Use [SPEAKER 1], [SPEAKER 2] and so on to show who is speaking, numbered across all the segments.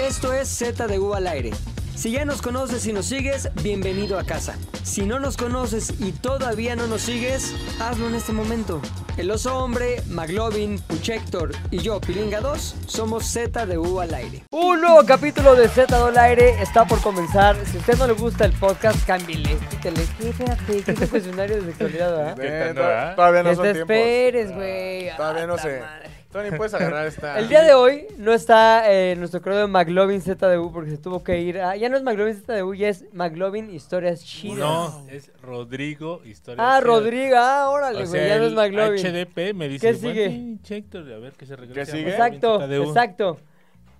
[SPEAKER 1] Esto es Z de U al aire. Si ya nos conoces y nos sigues, bienvenido a casa. Si no nos conoces y todavía no nos sigues, hazlo en este momento. El oso hombre, Maglovin, Puchector y yo, Pilinga 2, somos Z de U al aire.
[SPEAKER 2] Un nuevo capítulo de Z al aire está por comenzar. Si a usted no le gusta el podcast, cámbiale, quítale. Qué fíjate, qué cuestionario de sexualidad, ¿verdad?
[SPEAKER 3] Ve,
[SPEAKER 4] ¿no,
[SPEAKER 3] to-
[SPEAKER 4] verdad?
[SPEAKER 3] Todavía no
[SPEAKER 2] Que
[SPEAKER 3] son
[SPEAKER 2] te
[SPEAKER 3] tiempos.
[SPEAKER 2] esperes, güey.
[SPEAKER 3] Todavía no
[SPEAKER 2] Ah,
[SPEAKER 3] sé.
[SPEAKER 2] ta madre.
[SPEAKER 3] Tony, puedes agarrar esta.
[SPEAKER 2] El día de hoy no está eh, nuestro querido McLovin ZDU porque se tuvo que ir. a- ya no es McLovin ZDU, ya es McLovin Historias Chidas.
[SPEAKER 4] No, es Rodrigo Historia.
[SPEAKER 2] Ah, Rodrigo, ah, órale, güey, ya no es McLovin.
[SPEAKER 4] HDP me dice,
[SPEAKER 2] ¿Qué sigue?
[SPEAKER 4] "Buen pinche Héctor", a ver que se regrese.
[SPEAKER 3] ¿Qué sigue?
[SPEAKER 2] Exacto, exacto.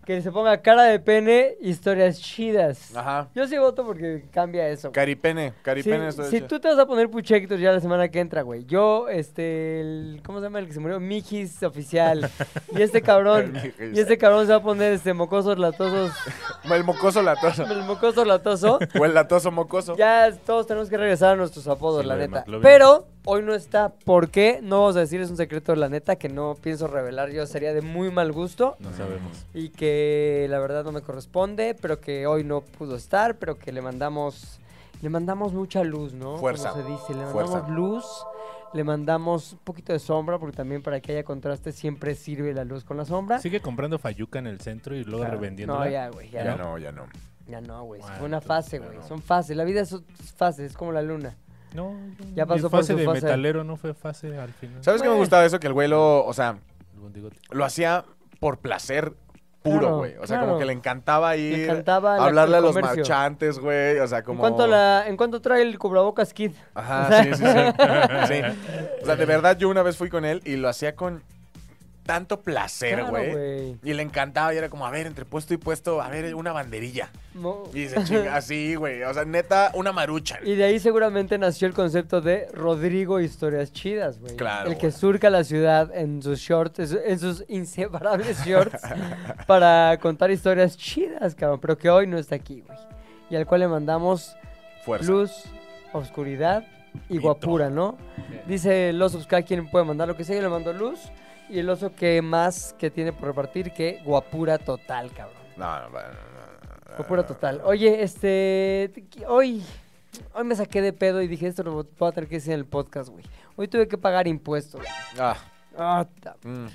[SPEAKER 2] Que se ponga cara de pene, historias chidas.
[SPEAKER 3] Ajá.
[SPEAKER 2] Yo sí voto porque cambia eso. güey.
[SPEAKER 3] Caripene.
[SPEAKER 2] Si,
[SPEAKER 3] Caripene. esto es-
[SPEAKER 2] si tú te vas a poner puchectos ya la semana que entra, güey. Yo, este, el, ¿cómo se llama el que se murió? Mijis oficial. y este cabrón,
[SPEAKER 3] Mijis.
[SPEAKER 2] y este cabrón se va a poner este mocosos latosos,
[SPEAKER 3] El mocoso latoso.
[SPEAKER 2] el mocoso latoso.
[SPEAKER 3] O el latoso mocoso.
[SPEAKER 2] Ya todos tenemos que regresar a nuestros apodos,
[SPEAKER 4] Sí,
[SPEAKER 2] la
[SPEAKER 4] lo de
[SPEAKER 2] neta.
[SPEAKER 4] McLovin.
[SPEAKER 2] Pero hoy no está. ¿Por qué? No vamos a decir, es un secreto, la neta, que no pienso revelar. Yo sería de muy mal gusto
[SPEAKER 4] No sabemos.
[SPEAKER 2] y que la verdad no me corresponde, pero que hoy no pudo estar, pero que le mandamos le mandamos mucha luz, ¿no? Como
[SPEAKER 3] Fuerza.
[SPEAKER 2] se dice, le mandamos
[SPEAKER 3] Fuerza.
[SPEAKER 2] luz, le mandamos un poquito de sombra porque también para que haya contraste siempre sirve la luz con la sombra.
[SPEAKER 4] Sigue comprando fayuca en el centro y luego
[SPEAKER 2] Claro.
[SPEAKER 4] revendiéndola.
[SPEAKER 2] Ah. No, ya, güey, ya,
[SPEAKER 3] Ya
[SPEAKER 2] no.
[SPEAKER 3] no, ya no.
[SPEAKER 2] Ya no, güey.
[SPEAKER 4] Bueno,
[SPEAKER 2] fue una
[SPEAKER 4] entonces,
[SPEAKER 2] fase,
[SPEAKER 4] ya
[SPEAKER 2] güey.
[SPEAKER 4] no.
[SPEAKER 2] Son fases. La vida es ot- fases, es como la luna.
[SPEAKER 4] No,
[SPEAKER 2] Ya
[SPEAKER 4] mi
[SPEAKER 2] pasó por
[SPEAKER 4] fase
[SPEAKER 2] su
[SPEAKER 4] de
[SPEAKER 2] fase.
[SPEAKER 4] metalero, no fue fase al final.
[SPEAKER 3] ¿Sabes qué me
[SPEAKER 2] Bueno.
[SPEAKER 3] gustaba eso? Que el güey lo. O sea,
[SPEAKER 4] El bondigote.
[SPEAKER 3] lo hacía por placer
[SPEAKER 2] Claro,
[SPEAKER 3] puro, güey. O sea,
[SPEAKER 2] claro.
[SPEAKER 3] como que le encantaba ir.
[SPEAKER 2] Le encantaba la-
[SPEAKER 3] hablarle
[SPEAKER 2] el
[SPEAKER 3] a los
[SPEAKER 2] comercio.
[SPEAKER 3] marchantes, güey. O sea, como.
[SPEAKER 2] ¿En, cuánto la, ¿En cuánto trae el cubrebocas Kid?
[SPEAKER 3] Ajá, sí, sí, sí. Sí. O sea, de verdad, yo una vez fui con él y lo hacía con tanto placer,
[SPEAKER 2] Claro,
[SPEAKER 3] güey.
[SPEAKER 2] güey.
[SPEAKER 3] y le encantaba y era como, a ver, entre puesto y puesto, a ver, una banderilla.
[SPEAKER 2] Mo-
[SPEAKER 3] Y se chinga así, güey. O sea, neta, una marucha.
[SPEAKER 2] Y de ahí seguramente nació el concepto de Rodrigo Historias Chidas, güey.
[SPEAKER 3] Claro,
[SPEAKER 2] El que
[SPEAKER 3] güey.
[SPEAKER 2] surca la ciudad en sus shorts, en su- en sus inseparables shorts, para contar historias chidas, cabrón. Pero que hoy no está aquí, güey. Y al cual le mandamos
[SPEAKER 3] Fuerza.
[SPEAKER 2] luz, oscuridad y
[SPEAKER 4] Y
[SPEAKER 2] guapura, ¿no? Dice el oso, pues, cada quien puede mandar lo que sea, yo le mando luz. Y el oso que más que tiene por repartir que guapura total, cabrón.
[SPEAKER 3] No, no, no, no, no, no.
[SPEAKER 2] Locura total. Oye, este. qu- Hoy. Hoy me saqué de pedo y dije, esto lo voy a tener que decir en el podcast, güey. Hoy tuve que pagar impuestos.
[SPEAKER 3] Ah,
[SPEAKER 2] Ah, ta-
[SPEAKER 3] mm.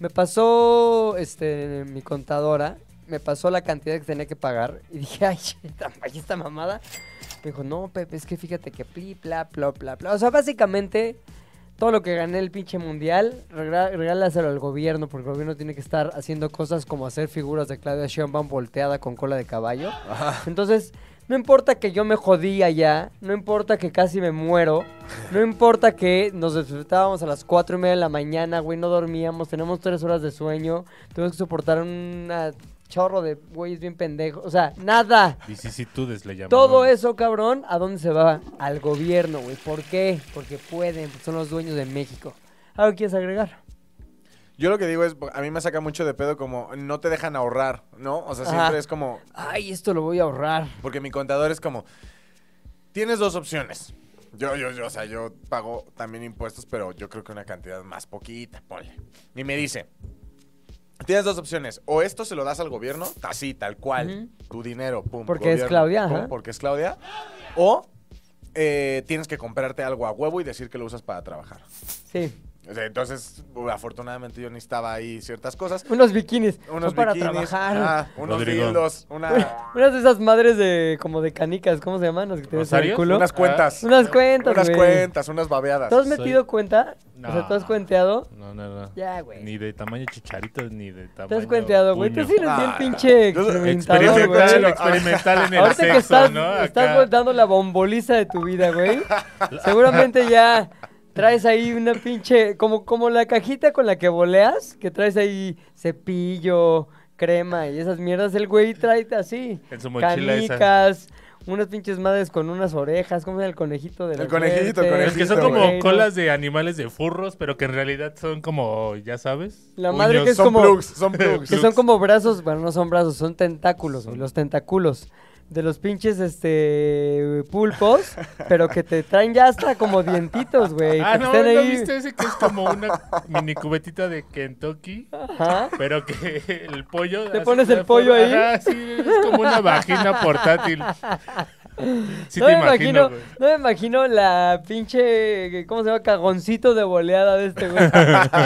[SPEAKER 2] Me pasó, este, mi contadora, me pasó la cantidad que tenía que pagar y dije, ay, esta, ay, esta mamada. Me dijo, no, Pepe, es que fíjate que pli, pla, pla, pla, pla. O sea, básicamente, todo lo que gané el pinche mundial, regra- regálaselo al gobierno, porque el gobierno tiene que estar haciendo cosas como hacer figuras de Claudia Sheinbaum volteada con cola de caballo. Entonces, no importa que yo me jodí allá, no importa que casi me muero, no importa que nos despertábamos a las 4 y media de la mañana, güey, no dormíamos, tenemos 3 horas de sueño, tuvimos que soportar un chorro de güeyes bien pendejos, o sea, nada.
[SPEAKER 4] Vicisitudes le llamaban.
[SPEAKER 2] Todo eso, cabrón, ¿a dónde se va? Al gobierno, güey. ¿Por qué? Porque pueden, son los dueños de México. ¿Algo quieres agregar?
[SPEAKER 3] Yo lo que digo es, a mí me saca mucho de pedo como no te dejan ahorrar, ¿no? O sea,
[SPEAKER 2] Ajá.
[SPEAKER 3] siempre es como,
[SPEAKER 2] Ay, esto lo voy a ahorrar.
[SPEAKER 3] porque mi contador es como, tienes dos opciones. Yo, yo, yo, o sea, yo pago también impuestos, pero yo creo que una cantidad más poquita, ponle. Y me dice, tienes dos opciones, o esto se lo das al gobierno, así, tal cual, tu dinero, pum.
[SPEAKER 2] Porque es
[SPEAKER 3] gobierno,
[SPEAKER 2] Claudia,
[SPEAKER 3] pum,
[SPEAKER 2] ajá.
[SPEAKER 3] Porque es Claudia. O eh, tienes que comprarte algo a huevo y decir que lo usas para trabajar.
[SPEAKER 2] Sí.
[SPEAKER 3] O sea, Entonces, uh, afortunadamente yo necesitaba ahí ciertas cosas.
[SPEAKER 2] Unos bikinis.
[SPEAKER 3] Unos
[SPEAKER 2] Son Pues, para
[SPEAKER 3] bikinis, Ah.
[SPEAKER 2] trabajar.
[SPEAKER 3] ajá, unos
[SPEAKER 4] Rodrigo.
[SPEAKER 3] dildos, una-
[SPEAKER 2] Unas de esas madres de como de canicas, ¿cómo se llaman? Las que tienes en el
[SPEAKER 4] ¿Rosarios?
[SPEAKER 2] culo. Ah.
[SPEAKER 3] unas cuentas.
[SPEAKER 2] Unas cuentas,
[SPEAKER 3] unas
[SPEAKER 2] güey.
[SPEAKER 3] cuentas, unas babeadas.
[SPEAKER 2] ¿Tú has
[SPEAKER 4] Soy-
[SPEAKER 2] metido cuenta? O sea, ¿tú has
[SPEAKER 4] No.
[SPEAKER 2] cuenteado?
[SPEAKER 4] No, no, no.
[SPEAKER 2] Ya, güey.
[SPEAKER 4] Ni de tamaño chicharito, ni de tamaño.
[SPEAKER 2] ¿Tú has cuenteado, güey? Tú
[SPEAKER 4] puño.
[SPEAKER 2] sí eres bien
[SPEAKER 3] Ah,
[SPEAKER 2] pinche
[SPEAKER 3] yo soy
[SPEAKER 2] experimentador, güey.
[SPEAKER 4] Experimental,
[SPEAKER 3] güey.
[SPEAKER 4] experimental en el
[SPEAKER 2] Ahorita
[SPEAKER 4] sexo,
[SPEAKER 2] que estás,
[SPEAKER 4] ¿no?
[SPEAKER 2] estás
[SPEAKER 4] Acá.
[SPEAKER 2] voltando la bomboliza de tu vida, güey. Seguramente ya traes ahí una pinche. Como, como la cajita con la que voleas, que traes ahí cepillo, crema y esas mierdas. El güey trae así.
[SPEAKER 4] En su mochila esa.
[SPEAKER 2] canicas, unas pinches madres con unas orejas. ¿Cómo se llama el conejito de la
[SPEAKER 3] El conejito, el
[SPEAKER 2] suerte?
[SPEAKER 3] conejito,
[SPEAKER 4] Es que son
[SPEAKER 3] güey.
[SPEAKER 4] como
[SPEAKER 2] Güey, no.
[SPEAKER 4] colas de animales de furros, pero que en realidad son como, ya sabes.
[SPEAKER 2] La madre que es
[SPEAKER 3] son
[SPEAKER 2] como-
[SPEAKER 4] Pues
[SPEAKER 3] plugs, son plugs.
[SPEAKER 2] Que son como brazos, bueno, no son brazos, son tentáculos, güey, los tentáculos. de los pinches este pulpos, pero que te traen ya hasta como dientitos, güey.
[SPEAKER 4] Ah,
[SPEAKER 2] para que
[SPEAKER 4] no,
[SPEAKER 2] estén
[SPEAKER 4] ¿no
[SPEAKER 2] ahí.
[SPEAKER 4] viste ese que es como una mini cubetita de Kentucky?
[SPEAKER 2] Ajá.
[SPEAKER 4] Pero que el pollo.
[SPEAKER 2] ¿Te
[SPEAKER 4] así
[SPEAKER 2] pones
[SPEAKER 4] de
[SPEAKER 2] el pollo
[SPEAKER 4] forma-
[SPEAKER 2] ahí?
[SPEAKER 4] Ajá, sí, es como una vagina portátil. Sí,
[SPEAKER 2] no
[SPEAKER 4] te
[SPEAKER 2] me imagino,
[SPEAKER 4] imagino, güey.
[SPEAKER 2] no me imagino la pinche, ¿cómo se llama? Cagoncito de boleada de este güey.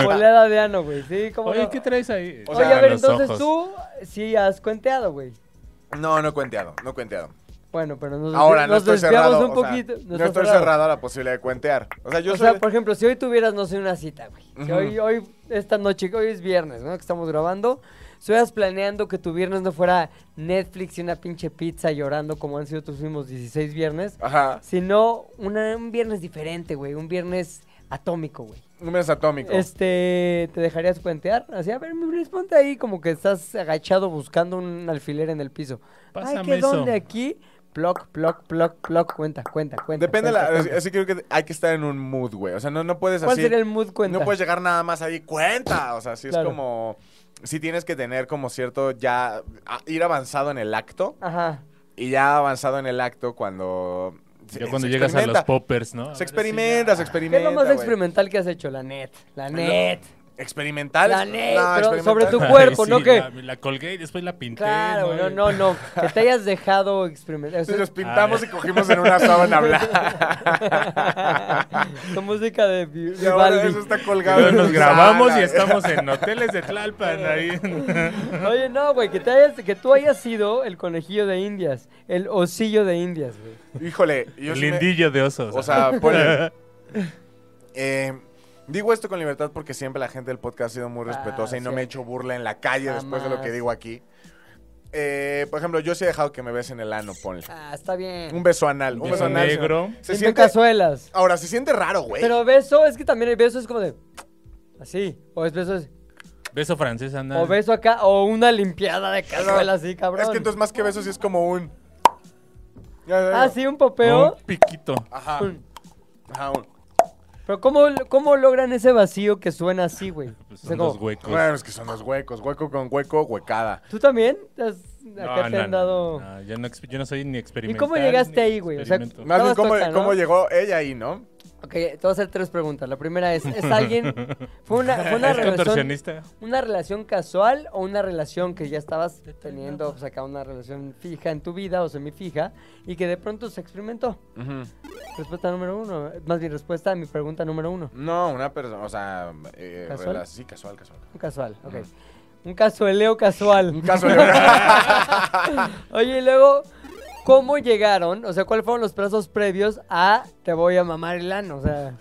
[SPEAKER 2] boleada de ano, güey. Sí, ¿cómo
[SPEAKER 4] Oye,
[SPEAKER 2] no?
[SPEAKER 4] ¿qué traes ahí?
[SPEAKER 3] O
[SPEAKER 2] Oye,
[SPEAKER 3] sea,
[SPEAKER 2] a ver,
[SPEAKER 4] los
[SPEAKER 2] entonces
[SPEAKER 4] ojos.
[SPEAKER 2] tú sí has cuenteado, güey.
[SPEAKER 3] No, no cuenteado, no cuenteado.
[SPEAKER 2] Bueno, pero nos,
[SPEAKER 3] Ahora no
[SPEAKER 2] nos
[SPEAKER 3] estoy
[SPEAKER 2] desviamos
[SPEAKER 3] cerrado.
[SPEAKER 2] un
[SPEAKER 3] o sea,
[SPEAKER 2] poquito.
[SPEAKER 3] no
[SPEAKER 2] está
[SPEAKER 3] estoy cerrado a la posibilidad de cuentear. O sea, yo
[SPEAKER 2] o
[SPEAKER 3] soy.
[SPEAKER 2] sea, por ejemplo, si hoy tuvieras, no sé, una cita, güey. Si
[SPEAKER 3] Ujú.
[SPEAKER 2] hoy, hoy, esta noche, hoy es viernes, ¿no? Que estamos grabando. Estuvieras planeando que tu viernes no fuera Netflix y una pinche pizza llorando como han sido tus mismos 16 viernes,
[SPEAKER 3] Ajá.
[SPEAKER 2] sino una- un viernes diferente, güey. Un viernes atómico, güey.
[SPEAKER 3] Números atómicos.
[SPEAKER 2] Este, ¿te dejarías puentear? Así, a ver, mi Luis, ponte ahí como que estás agachado buscando un alfiler en el piso. Ay,
[SPEAKER 4] Pásame
[SPEAKER 2] ¿qué
[SPEAKER 4] eso.
[SPEAKER 2] dónde aquí? Ploc, ploc, ploc, ploc, cuenta, cuenta, cuenta.
[SPEAKER 3] Depende,
[SPEAKER 2] cuenta,
[SPEAKER 3] la,
[SPEAKER 2] cuenta.
[SPEAKER 3] así creo que hay que estar en un mood, güey. O sea, no, no puedes
[SPEAKER 2] ¿Cuál
[SPEAKER 3] así.
[SPEAKER 2] sería el mood cuenta?
[SPEAKER 3] No puedes llegar nada más ahí, cuenta. O sea, sí
[SPEAKER 2] Claro.
[SPEAKER 3] es como. Sí tienes que tener como cierto ya. a- ir avanzado en el acto.
[SPEAKER 2] Ajá.
[SPEAKER 3] Y ya avanzado en el acto cuando. se-
[SPEAKER 4] Ya cuando
[SPEAKER 3] se
[SPEAKER 4] llegas a los
[SPEAKER 3] experimenta.
[SPEAKER 4] poppers, ¿no? A ver,
[SPEAKER 3] Se
[SPEAKER 4] así
[SPEAKER 3] experimenta,
[SPEAKER 4] ya.
[SPEAKER 2] ¿Qué
[SPEAKER 3] se experimenta.
[SPEAKER 2] es lo más
[SPEAKER 3] güey.
[SPEAKER 2] experimental que has hecho? La net, la
[SPEAKER 3] Lo-
[SPEAKER 2] net.
[SPEAKER 3] Experimental.
[SPEAKER 2] La
[SPEAKER 3] No,
[SPEAKER 2] neta, pero sobre
[SPEAKER 3] experimental.
[SPEAKER 2] tu cuerpo, ¿no? Que-
[SPEAKER 4] La, la colgué y después la pinté.
[SPEAKER 2] Claro, no,
[SPEAKER 4] güey.
[SPEAKER 2] no, no. Que te hayas dejado experimentar. Eso
[SPEAKER 3] Entonces
[SPEAKER 2] es-
[SPEAKER 3] nos pintamos
[SPEAKER 4] A
[SPEAKER 3] y cogimos en una sábana blanca.
[SPEAKER 2] Con música de Vi-
[SPEAKER 3] y ahora
[SPEAKER 2] Vivaldi.
[SPEAKER 3] eso está colgado.
[SPEAKER 4] Luego
[SPEAKER 3] en
[SPEAKER 4] nos
[SPEAKER 3] tu
[SPEAKER 4] grabamos y
[SPEAKER 3] sala.
[SPEAKER 4] estamos en hoteles de Tlalpan ahí.
[SPEAKER 2] Oye, no, güey, que, te hayas- que tú hayas sido el conejillo de indias, el osillo de indias, güey.
[SPEAKER 3] Híjole, yo sí me-
[SPEAKER 4] Lindillo de osos.
[SPEAKER 3] O sea, ponle. Eh, digo esto con libertad porque siempre la gente del podcast ha sido muy
[SPEAKER 2] Ah,
[SPEAKER 3] respetuosa y no
[SPEAKER 2] sí.
[SPEAKER 3] me he hecho burla en la calle después de lo que
[SPEAKER 2] Jamás.
[SPEAKER 3] digo aquí. Eh, por ejemplo, yo sí he dejado que me besen el ano, ponle.
[SPEAKER 2] Ah, está bien.
[SPEAKER 3] Un beso anal. Un
[SPEAKER 4] Beso
[SPEAKER 3] beso anal.
[SPEAKER 4] negro.
[SPEAKER 3] Se
[SPEAKER 2] Sin
[SPEAKER 3] siente...
[SPEAKER 2] cazuelas.
[SPEAKER 3] Ahora, se siente raro, güey.
[SPEAKER 2] Pero beso, es que también el beso es como de. Así. O es beso, es-
[SPEAKER 4] Beso francés, anda.
[SPEAKER 2] o beso acá, o una limpiada de cazuelas así, cabrón.
[SPEAKER 3] Es que entonces más que besos sí es como un...
[SPEAKER 2] Ah, sí, un popeo.
[SPEAKER 4] Un piquito.
[SPEAKER 3] Ajá.
[SPEAKER 2] Un-
[SPEAKER 3] Ajá, un-
[SPEAKER 2] Pero ¿cómo, ¿cómo logran ese vacío que suena así, güey?
[SPEAKER 4] Pues
[SPEAKER 2] O
[SPEAKER 4] son
[SPEAKER 2] sea, como,
[SPEAKER 4] los huecos.
[SPEAKER 3] Bueno, es que son los huecos. Hueco con hueco, huecada.
[SPEAKER 2] ¿Tú también? ¿Te has-
[SPEAKER 4] No,
[SPEAKER 2] acá te
[SPEAKER 4] no,
[SPEAKER 2] han
[SPEAKER 4] no,
[SPEAKER 2] dado...?
[SPEAKER 4] no, yo, no, exp- yo no soy
[SPEAKER 2] cómo
[SPEAKER 4] ni experimental.
[SPEAKER 2] llegaste
[SPEAKER 4] ni
[SPEAKER 2] ahí, güey? O sea,
[SPEAKER 4] experimento.
[SPEAKER 3] Más bien,
[SPEAKER 2] Todos
[SPEAKER 3] ¿cómo,
[SPEAKER 2] tocan, ¿no?
[SPEAKER 3] cómo llegó ella ahí, no?
[SPEAKER 2] Ok, te voy a hacer tres preguntas. La primera es, ¿es alguien...? ¿Fue una, fue una
[SPEAKER 4] ¿Es
[SPEAKER 2] relación
[SPEAKER 4] contorsionista?
[SPEAKER 2] una relación casual o una relación que ya estabas teniendo, pues acá una relación fija en tu vida o semifija y que de pronto se experimentó? Respuesta número uno. Más bien, respuesta a mi pregunta número uno.
[SPEAKER 3] No, una persona, o sea... eh,
[SPEAKER 2] ¿Casual?
[SPEAKER 3] rela- Sí, casual, casual.
[SPEAKER 2] Un casual, ok. Un casueleo casual.
[SPEAKER 3] Un caso de...
[SPEAKER 2] Oye, y luego, ¿cómo llegaron? O sea, ¿cuáles fueron los plazos previos a te voy a mamar el ano? O sea,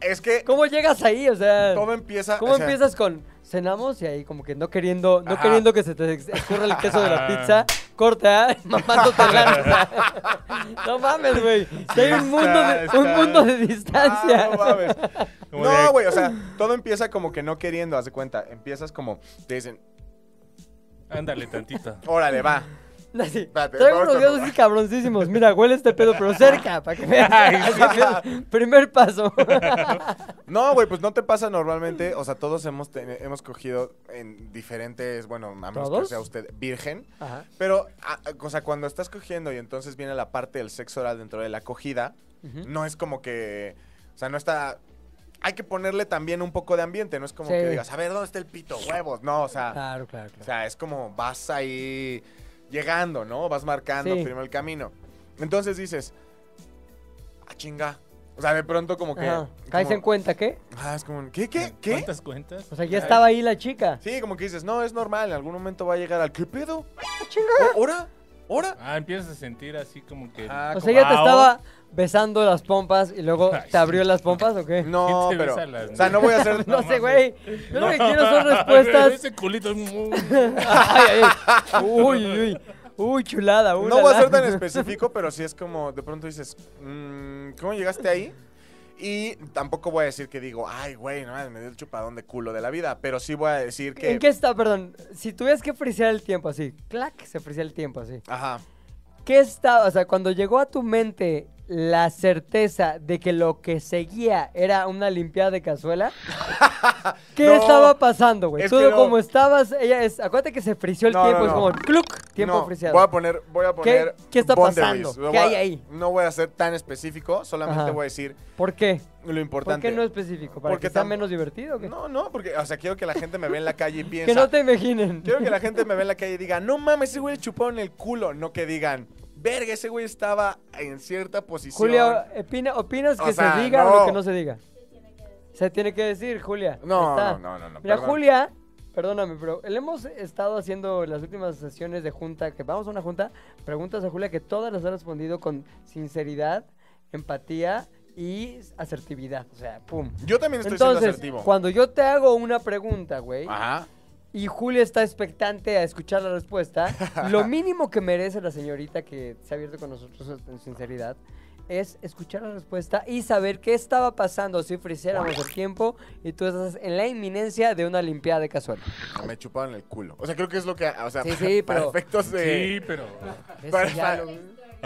[SPEAKER 3] Es que
[SPEAKER 2] ¿cómo llegas ahí? O sea,
[SPEAKER 3] todo empieza.
[SPEAKER 2] ¿cómo
[SPEAKER 3] o sea,
[SPEAKER 2] empiezas con cenamos y ahí como que no queriendo, no
[SPEAKER 3] Ajá.
[SPEAKER 2] queriendo que se te ex- escurra el queso de la pizza? Corta, mamándote el ano. o sea, no mames, güey. Si hay un mundo, de,
[SPEAKER 4] está-
[SPEAKER 2] un
[SPEAKER 4] está-
[SPEAKER 2] mundo de distancia.
[SPEAKER 3] ah, no mames.
[SPEAKER 4] Como de-
[SPEAKER 3] No, güey, o sea, todo empieza como que no queriendo, haz de cuenta. Empiezas como, te dicen,
[SPEAKER 4] Ándale tantito.
[SPEAKER 3] órale, va.
[SPEAKER 2] Así,
[SPEAKER 3] Espérate,
[SPEAKER 2] Traigo
[SPEAKER 3] vamos
[SPEAKER 2] unos
[SPEAKER 3] con-
[SPEAKER 2] dedos así cabroncísimos. Mira, huele este pedo, pero cerca, para que veas. Así, Primer paso.
[SPEAKER 3] No, güey, pues no te pasa normalmente. O sea, todos hemos, ten- hemos cogido en diferentes, bueno, a menos que
[SPEAKER 2] ¿Todos?
[SPEAKER 3] sea usted virgen.
[SPEAKER 2] Ajá.
[SPEAKER 3] Pero, a- a- o sea, cuando estás cogiendo y entonces viene la parte del sexo oral dentro de la acogida,
[SPEAKER 2] Ujú.
[SPEAKER 3] no es como que. O sea, no está. Hay que ponerle también un poco de ambiente, no es como
[SPEAKER 2] Sí.
[SPEAKER 3] que digas, a ver, ¿dónde está el pito? Huevos. No, o sea.
[SPEAKER 2] Claro, claro, claro.
[SPEAKER 3] O sea, es como vas ahí llegando, ¿no? Vas marcando
[SPEAKER 2] Sí.
[SPEAKER 3] primero el camino. Entonces dices, ah, chinga. O sea, de pronto como que...
[SPEAKER 2] Ajá.
[SPEAKER 3] como-
[SPEAKER 2] ¿Caes en cuenta qué?
[SPEAKER 3] Ah, es como, ¿qué, qué, qué?
[SPEAKER 4] ¿Cuántas cuentas?
[SPEAKER 2] O sea, ya estaba ahí la chica.
[SPEAKER 3] Sí, como que dices, no, es normal, en algún momento va a llegar al, ¿qué pedo?
[SPEAKER 2] Ah,
[SPEAKER 3] ¿O- ¿Hora? ¿Hora?
[SPEAKER 4] Ah, empiezas a sentir así como que...
[SPEAKER 3] Ah,
[SPEAKER 2] O
[SPEAKER 3] como-
[SPEAKER 2] sea, ya te
[SPEAKER 4] Ah,
[SPEAKER 2] estaba besando las pompas y luego
[SPEAKER 4] Ay,
[SPEAKER 2] te abrió
[SPEAKER 4] sí.
[SPEAKER 2] las pompas o qué?
[SPEAKER 3] No,
[SPEAKER 4] ¿Quién se
[SPEAKER 3] pero...
[SPEAKER 4] besa las-
[SPEAKER 3] O sea, no voy a hacer...
[SPEAKER 2] No,
[SPEAKER 4] No
[SPEAKER 2] sé,
[SPEAKER 4] mames.
[SPEAKER 2] güey. Yo lo que quiero son respuestas.
[SPEAKER 4] Ese culito es muy...
[SPEAKER 2] Ay, ay. Uy, uy, uy. Uy, chulada.
[SPEAKER 3] No
[SPEAKER 2] ulala.
[SPEAKER 3] voy a ser tan específico, pero sí es como, de pronto dices, mm, ¿cómo llegaste ahí? Y tampoco voy a decir que digo, ay, güey, no, mames, me dio el chupadón de culo de la vida, pero sí voy a decir que...
[SPEAKER 2] ¿En qué está? Perdón. Si tuvieras que frisear el tiempo así, clac, se frisea el tiempo así.
[SPEAKER 3] Ajá.
[SPEAKER 2] ¿Qué estaba? O sea, cuando llegó a tu mente la certeza de que lo que seguía era una limpiada de cazuela, ¿qué
[SPEAKER 3] No,
[SPEAKER 2] estaba pasando, güey?
[SPEAKER 3] es
[SPEAKER 2] Tú
[SPEAKER 3] que no.
[SPEAKER 2] como estabas, ella es, acuérdate que se frició el
[SPEAKER 3] No,
[SPEAKER 2] tiempo,
[SPEAKER 3] no,
[SPEAKER 2] es
[SPEAKER 3] no.
[SPEAKER 2] como cluc. Tiempo
[SPEAKER 3] no,
[SPEAKER 2] oficial.
[SPEAKER 3] Voy a poner, voy a poner
[SPEAKER 2] qué está
[SPEAKER 3] boundaries.
[SPEAKER 2] pasando?
[SPEAKER 3] Lo
[SPEAKER 2] ¿Qué
[SPEAKER 3] voy
[SPEAKER 2] hay
[SPEAKER 3] a-
[SPEAKER 2] ahí?
[SPEAKER 3] No voy a ser tan específico, solamente
[SPEAKER 2] Ajá.
[SPEAKER 3] voy a decir
[SPEAKER 2] ¿Por qué?
[SPEAKER 3] lo
[SPEAKER 2] ¿Por
[SPEAKER 3] importante.
[SPEAKER 2] qué no específico? ¿Para
[SPEAKER 3] Porque
[SPEAKER 2] que sea
[SPEAKER 3] tam-
[SPEAKER 2] menos divertido? o qué?
[SPEAKER 3] No, no, porque, o sea, quiero que la gente me vea en la calle y piensa.
[SPEAKER 2] que no te imaginen.
[SPEAKER 3] Quiero que la gente me vea en la calle y diga, no mames, ese güey le chuparon el culo. No que digan, verga, ese güey estaba en cierta posición.
[SPEAKER 2] Julia, opina- ¿opinas
[SPEAKER 3] O
[SPEAKER 2] que
[SPEAKER 3] sea,
[SPEAKER 2] se diga o
[SPEAKER 3] no.
[SPEAKER 2] que no se diga? Se tiene que decir, Julia.
[SPEAKER 3] No,
[SPEAKER 2] Está.
[SPEAKER 3] no, no, no, no,
[SPEAKER 2] Mira,
[SPEAKER 3] perdón.
[SPEAKER 2] Julia, perdóname, pero le hemos estado haciendo en las últimas sesiones de junta, que vamos a una junta, preguntas a Julia que todas las ha respondido con sinceridad, empatía y asertividad. O sea, pum.
[SPEAKER 3] Yo también estoy siendo
[SPEAKER 2] Entonces,
[SPEAKER 3] asertivo. Ah,
[SPEAKER 2] cuando yo te hago una pregunta, güey,
[SPEAKER 3] Ajá.
[SPEAKER 2] y Julia está expectante a escuchar la respuesta, lo mínimo que merece la señorita que se ha abierto con nosotros en sinceridad es escuchar la respuesta y saber qué estaba pasando si ofreciéramos el tiempo y tú estás en la inminencia de una limpiada de cazuela.
[SPEAKER 3] Me chuparon el culo. O sea, creo que es lo que. O sea,
[SPEAKER 2] Sí, sí,
[SPEAKER 3] para
[SPEAKER 2] pero-
[SPEAKER 3] efectos de.
[SPEAKER 4] Sí, pero.
[SPEAKER 2] Ese
[SPEAKER 3] Para-
[SPEAKER 2] ya lo-
[SPEAKER 4] O sea,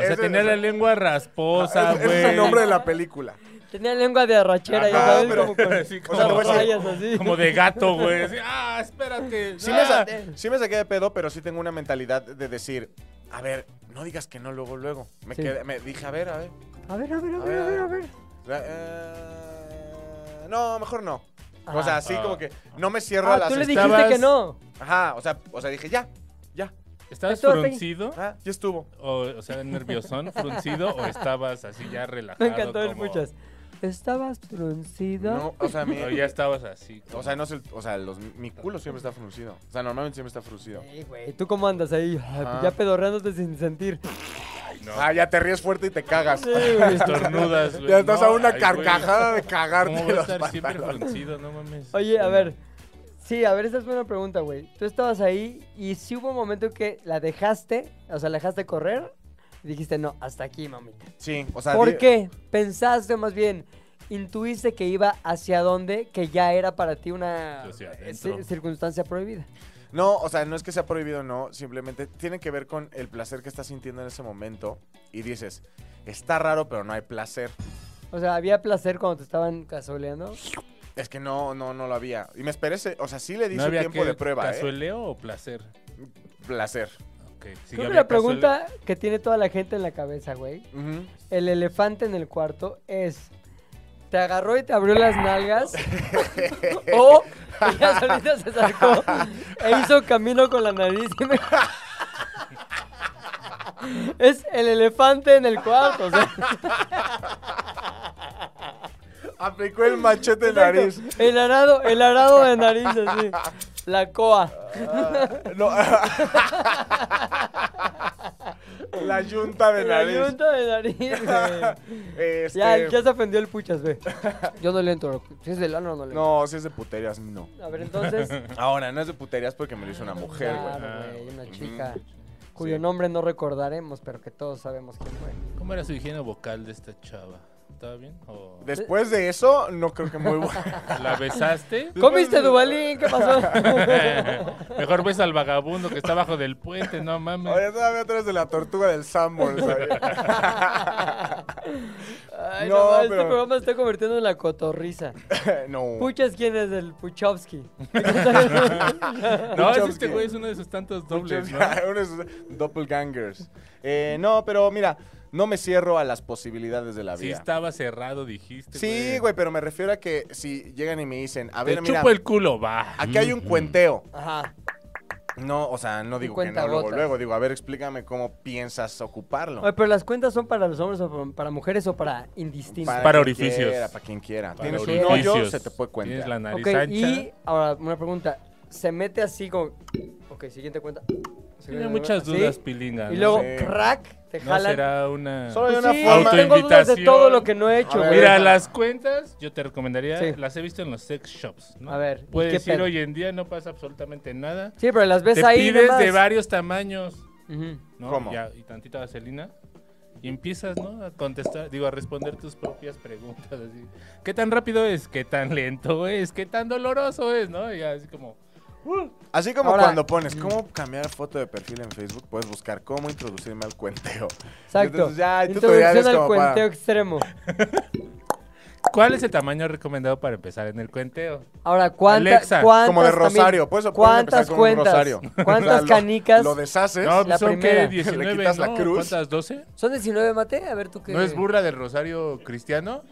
[SPEAKER 3] Ese- Ah,
[SPEAKER 4] tenía la lengua rasposa,
[SPEAKER 3] ese- ese es el
[SPEAKER 4] güey.
[SPEAKER 3] nombre de la película.
[SPEAKER 2] Tenía lengua de arrachera,
[SPEAKER 4] Ajá,
[SPEAKER 2] ya sabes,
[SPEAKER 3] pero-
[SPEAKER 2] como con,
[SPEAKER 4] sí,
[SPEAKER 2] con
[SPEAKER 3] o sea,
[SPEAKER 2] las
[SPEAKER 3] te voy a decir-
[SPEAKER 2] rayas así.
[SPEAKER 4] Como de gato, güey. Así, ah, espérate.
[SPEAKER 3] Sí
[SPEAKER 4] ah.
[SPEAKER 3] me, sa- sí me saqué de pedo, pero sí tengo una mentalidad de decir, a ver, no digas que no luego, luego. Me,
[SPEAKER 2] Sí.
[SPEAKER 3] quedé- me dije, a ver, a ver.
[SPEAKER 2] A ver, a ver, a
[SPEAKER 3] A
[SPEAKER 2] ver, a ver,
[SPEAKER 3] ver,
[SPEAKER 2] a ver.
[SPEAKER 3] La- eh, no, mejor no.
[SPEAKER 2] Ajá.
[SPEAKER 3] O sea, así
[SPEAKER 4] Ah.
[SPEAKER 3] como que no me cierro a
[SPEAKER 2] Ah,
[SPEAKER 3] las
[SPEAKER 2] tú le dijiste
[SPEAKER 3] estabas-
[SPEAKER 4] estabas-
[SPEAKER 2] que no.
[SPEAKER 3] Ajá, o sea, o sea, dije, ya, ya,
[SPEAKER 4] ¿Estabas
[SPEAKER 2] Esto-
[SPEAKER 4] fruncido?
[SPEAKER 3] ah, ya estuvo.
[SPEAKER 4] O, o sea, nerviosón, fruncido, o estabas así ya relajado.
[SPEAKER 2] Me encantó el
[SPEAKER 4] como-
[SPEAKER 2] muchas. ¿Estabas truncido?
[SPEAKER 3] No, o sea, mi,
[SPEAKER 4] O ya estabas así.
[SPEAKER 3] o sea, no es el- o sea, los- mi culo siempre está fruncido. O sea, normalmente siempre está fruncido.
[SPEAKER 2] Ey, güey, ¿tú cómo andas ahí? Ay,
[SPEAKER 3] Ajá.
[SPEAKER 2] Ya pedorreándote sin sentir.
[SPEAKER 4] No.
[SPEAKER 3] Ah, ya te ríes fuerte y te cagas.
[SPEAKER 4] Estornudas, güey.
[SPEAKER 3] ya estás
[SPEAKER 4] No,
[SPEAKER 3] a una
[SPEAKER 4] ay, güey.
[SPEAKER 3] carcajada de
[SPEAKER 4] ¿Cómo
[SPEAKER 3] cagarte
[SPEAKER 4] voy a
[SPEAKER 3] los
[SPEAKER 4] estar siempre
[SPEAKER 3] pantalones.
[SPEAKER 4] fruncido? No mames.
[SPEAKER 2] Oye, a ver. Sí, a ver, esa es buena pregunta, güey. Tú estabas ahí y si hubo un momento que la dejaste, o sea, la dejaste correr y dijiste, no, hasta aquí, mamita.
[SPEAKER 3] Sí, o sea,
[SPEAKER 2] ¿Por
[SPEAKER 3] di-
[SPEAKER 2] qué? Pensaste más bien, intuiste que iba hacia dónde, que ya era para ti una
[SPEAKER 4] Hacia
[SPEAKER 2] eh,
[SPEAKER 4] adentro.
[SPEAKER 2] ci- circunstancia prohibida.
[SPEAKER 3] No, o sea, no es que sea prohibido, no. Simplemente tiene que ver con el placer que estás sintiendo en ese momento. Y dices, está raro, pero no hay placer.
[SPEAKER 2] O sea, había placer cuando te estaban cazoleando.
[SPEAKER 3] Es que no, no, no lo había. Y me esperé, ese- o sea, sí le di
[SPEAKER 4] ¿No
[SPEAKER 3] su
[SPEAKER 4] había
[SPEAKER 3] tiempo
[SPEAKER 4] qué,
[SPEAKER 3] de prueba, ¿eh?
[SPEAKER 4] ¿Cazueleo o placer?
[SPEAKER 3] Placer.
[SPEAKER 4] Ok, sí,
[SPEAKER 2] Creo que
[SPEAKER 4] había
[SPEAKER 2] la pregunta que tiene toda la gente en la cabeza, güey,
[SPEAKER 3] Ujú.
[SPEAKER 2] el elefante en el cuarto es te agarró y te abrió las nalgas o ella solita se sacó e hizo camino con la nariz y me... es el elefante en el cuarto o sea,
[SPEAKER 3] Aplicó el machete de nariz.
[SPEAKER 2] el arado el arado de nariz así la coa
[SPEAKER 3] Ah, no. La yunta de
[SPEAKER 2] la
[SPEAKER 3] nariz.
[SPEAKER 2] yunta de nariz güey.
[SPEAKER 3] Este,
[SPEAKER 2] ya ya se ofendió el puchas ve yo no le entro si es del ano no le entro.
[SPEAKER 3] No, si es de puterías, no.
[SPEAKER 2] a ver entonces
[SPEAKER 3] Ahora, no es de puterías porque me lo hizo una mujer, güey.
[SPEAKER 2] Claro, güey,
[SPEAKER 4] Ah,
[SPEAKER 2] Una
[SPEAKER 4] ok.
[SPEAKER 2] chica cuyo nombre no recordaremos, pero que todos sabemos quién fue.
[SPEAKER 4] ¿Cómo era su higiene vocal de esta chava? ¿Estaba bien? ¿O
[SPEAKER 3] Después de eso, no creo que muy bueno.
[SPEAKER 4] ¿La besaste?
[SPEAKER 2] ¿Comiste
[SPEAKER 4] pues,
[SPEAKER 2] Dubalín? ¿Qué pasó?
[SPEAKER 4] Mejor ves al vagabundo que está abajo del puente, no mames.
[SPEAKER 3] Ahora todavía atrás de la tortuga del Sambor,
[SPEAKER 2] Ay,
[SPEAKER 3] No,
[SPEAKER 2] no, este
[SPEAKER 3] pero-
[SPEAKER 2] programa se está convirtiendo en la cotorriza.
[SPEAKER 3] no.
[SPEAKER 2] Puchas quién es el Puchovsky.
[SPEAKER 4] No, es
[SPEAKER 3] Chomsky.
[SPEAKER 4] este güey es uno de sus tantos dobles, ¿no?
[SPEAKER 3] Unos doppelgangers. Eh, no, pero mira, no me cierro a las posibilidades de la
[SPEAKER 4] Sí
[SPEAKER 3] vida.
[SPEAKER 4] estaba cerrado, dijiste.
[SPEAKER 3] Sí, güey, pero me refiero a que si llegan y me dicen, a
[SPEAKER 4] Te
[SPEAKER 3] ver, mira,
[SPEAKER 4] chupo el Mm. culo, va.
[SPEAKER 3] aquí hay un cuenteo.
[SPEAKER 2] Ajá.
[SPEAKER 3] No, o sea, no digo que no luego,
[SPEAKER 2] cuentagotas.
[SPEAKER 3] luego. Digo, a ver, explícame cómo piensas ocuparlo.
[SPEAKER 2] Oye, pero las cuentas son para los hombres o pa- para mujeres o para indistintos.
[SPEAKER 4] Para
[SPEAKER 3] quien
[SPEAKER 4] orificios.
[SPEAKER 3] quiera, para quien quiera.
[SPEAKER 4] Para
[SPEAKER 3] Tienes un
[SPEAKER 2] orificios.
[SPEAKER 3] hoyo, se te puede
[SPEAKER 4] Tienes
[SPEAKER 3] cuentear.
[SPEAKER 4] la nariz
[SPEAKER 2] Ok,
[SPEAKER 4] ancha.
[SPEAKER 2] y ahora una pregunta. Se mete así como... Ok, siguiente cuenta.
[SPEAKER 4] Tiene muchas
[SPEAKER 2] Así,
[SPEAKER 4] dudas, pilinga.
[SPEAKER 2] Y
[SPEAKER 4] ¿no?
[SPEAKER 2] luego,
[SPEAKER 3] sé.
[SPEAKER 2] crack, te
[SPEAKER 4] No
[SPEAKER 2] jalan.
[SPEAKER 4] será una.
[SPEAKER 3] Solo hay
[SPEAKER 2] Pues
[SPEAKER 3] una
[SPEAKER 2] sí, tengo
[SPEAKER 3] forma.
[SPEAKER 2] dudas de
[SPEAKER 4] Autoinvitación.
[SPEAKER 2] todo lo que no he hecho,
[SPEAKER 3] A
[SPEAKER 2] güey.
[SPEAKER 3] ver.
[SPEAKER 4] Mira, las cuentas, yo te recomendaría,
[SPEAKER 2] Sí.
[SPEAKER 4] las he visto en los sex shops, ¿no?
[SPEAKER 2] A ver, ¿y
[SPEAKER 4] Puedes
[SPEAKER 2] qué
[SPEAKER 4] decir,
[SPEAKER 2] pedo?
[SPEAKER 4] hoy en día no pasa absolutamente nada.
[SPEAKER 2] Sí, pero las ves
[SPEAKER 4] Te
[SPEAKER 2] ahí
[SPEAKER 4] pides
[SPEAKER 2] nomás.
[SPEAKER 4] de varios tamaños,
[SPEAKER 2] Ujú.
[SPEAKER 4] ¿no?
[SPEAKER 3] ¿Cómo?
[SPEAKER 4] Ya, y tantita vaselina. Y empiezas, ¿no? A contestar, digo, a responder tus propias preguntas. Así. ¿Qué tan rápido es? ¿Qué tan lento es? ¿Qué tan doloroso es? ¿No? Y así como... ¡uh!
[SPEAKER 3] Así como
[SPEAKER 2] Ahora- mm.
[SPEAKER 3] cuando pones cómo cambiar foto de perfil en Facebook, puedes buscar cómo introducirme al cuenteo.
[SPEAKER 2] Exacto.
[SPEAKER 3] Entonces ya hay
[SPEAKER 2] Introducción
[SPEAKER 3] tutoriales
[SPEAKER 2] al
[SPEAKER 3] como
[SPEAKER 2] cuenteo
[SPEAKER 3] para...
[SPEAKER 2] extremo.
[SPEAKER 4] ¿Cuál es el tamaño recomendado para empezar en el cuenteo?
[SPEAKER 2] Ahora, ¿cuánta-
[SPEAKER 4] Alexa,
[SPEAKER 2] ¿cuántas?
[SPEAKER 3] Como de
[SPEAKER 2] también-
[SPEAKER 3] rosario. Puedes, puedes empezar
[SPEAKER 2] ¿Cuántas
[SPEAKER 3] con un
[SPEAKER 2] cuentas?
[SPEAKER 3] rosario. O sea,
[SPEAKER 2] ¿Cuántas
[SPEAKER 3] lo-
[SPEAKER 2] canicas?
[SPEAKER 3] Lo, deshaces.
[SPEAKER 4] No, pues
[SPEAKER 2] La
[SPEAKER 4] son
[SPEAKER 2] primera. Le
[SPEAKER 4] que 19,
[SPEAKER 3] quitas la
[SPEAKER 4] ¿no?
[SPEAKER 3] cruz.
[SPEAKER 4] ¿Cuántas? ¿12?
[SPEAKER 2] ¿Son 19, Mate? A ver, tú qué.
[SPEAKER 4] ¿No es burla del Rosario Cristiano?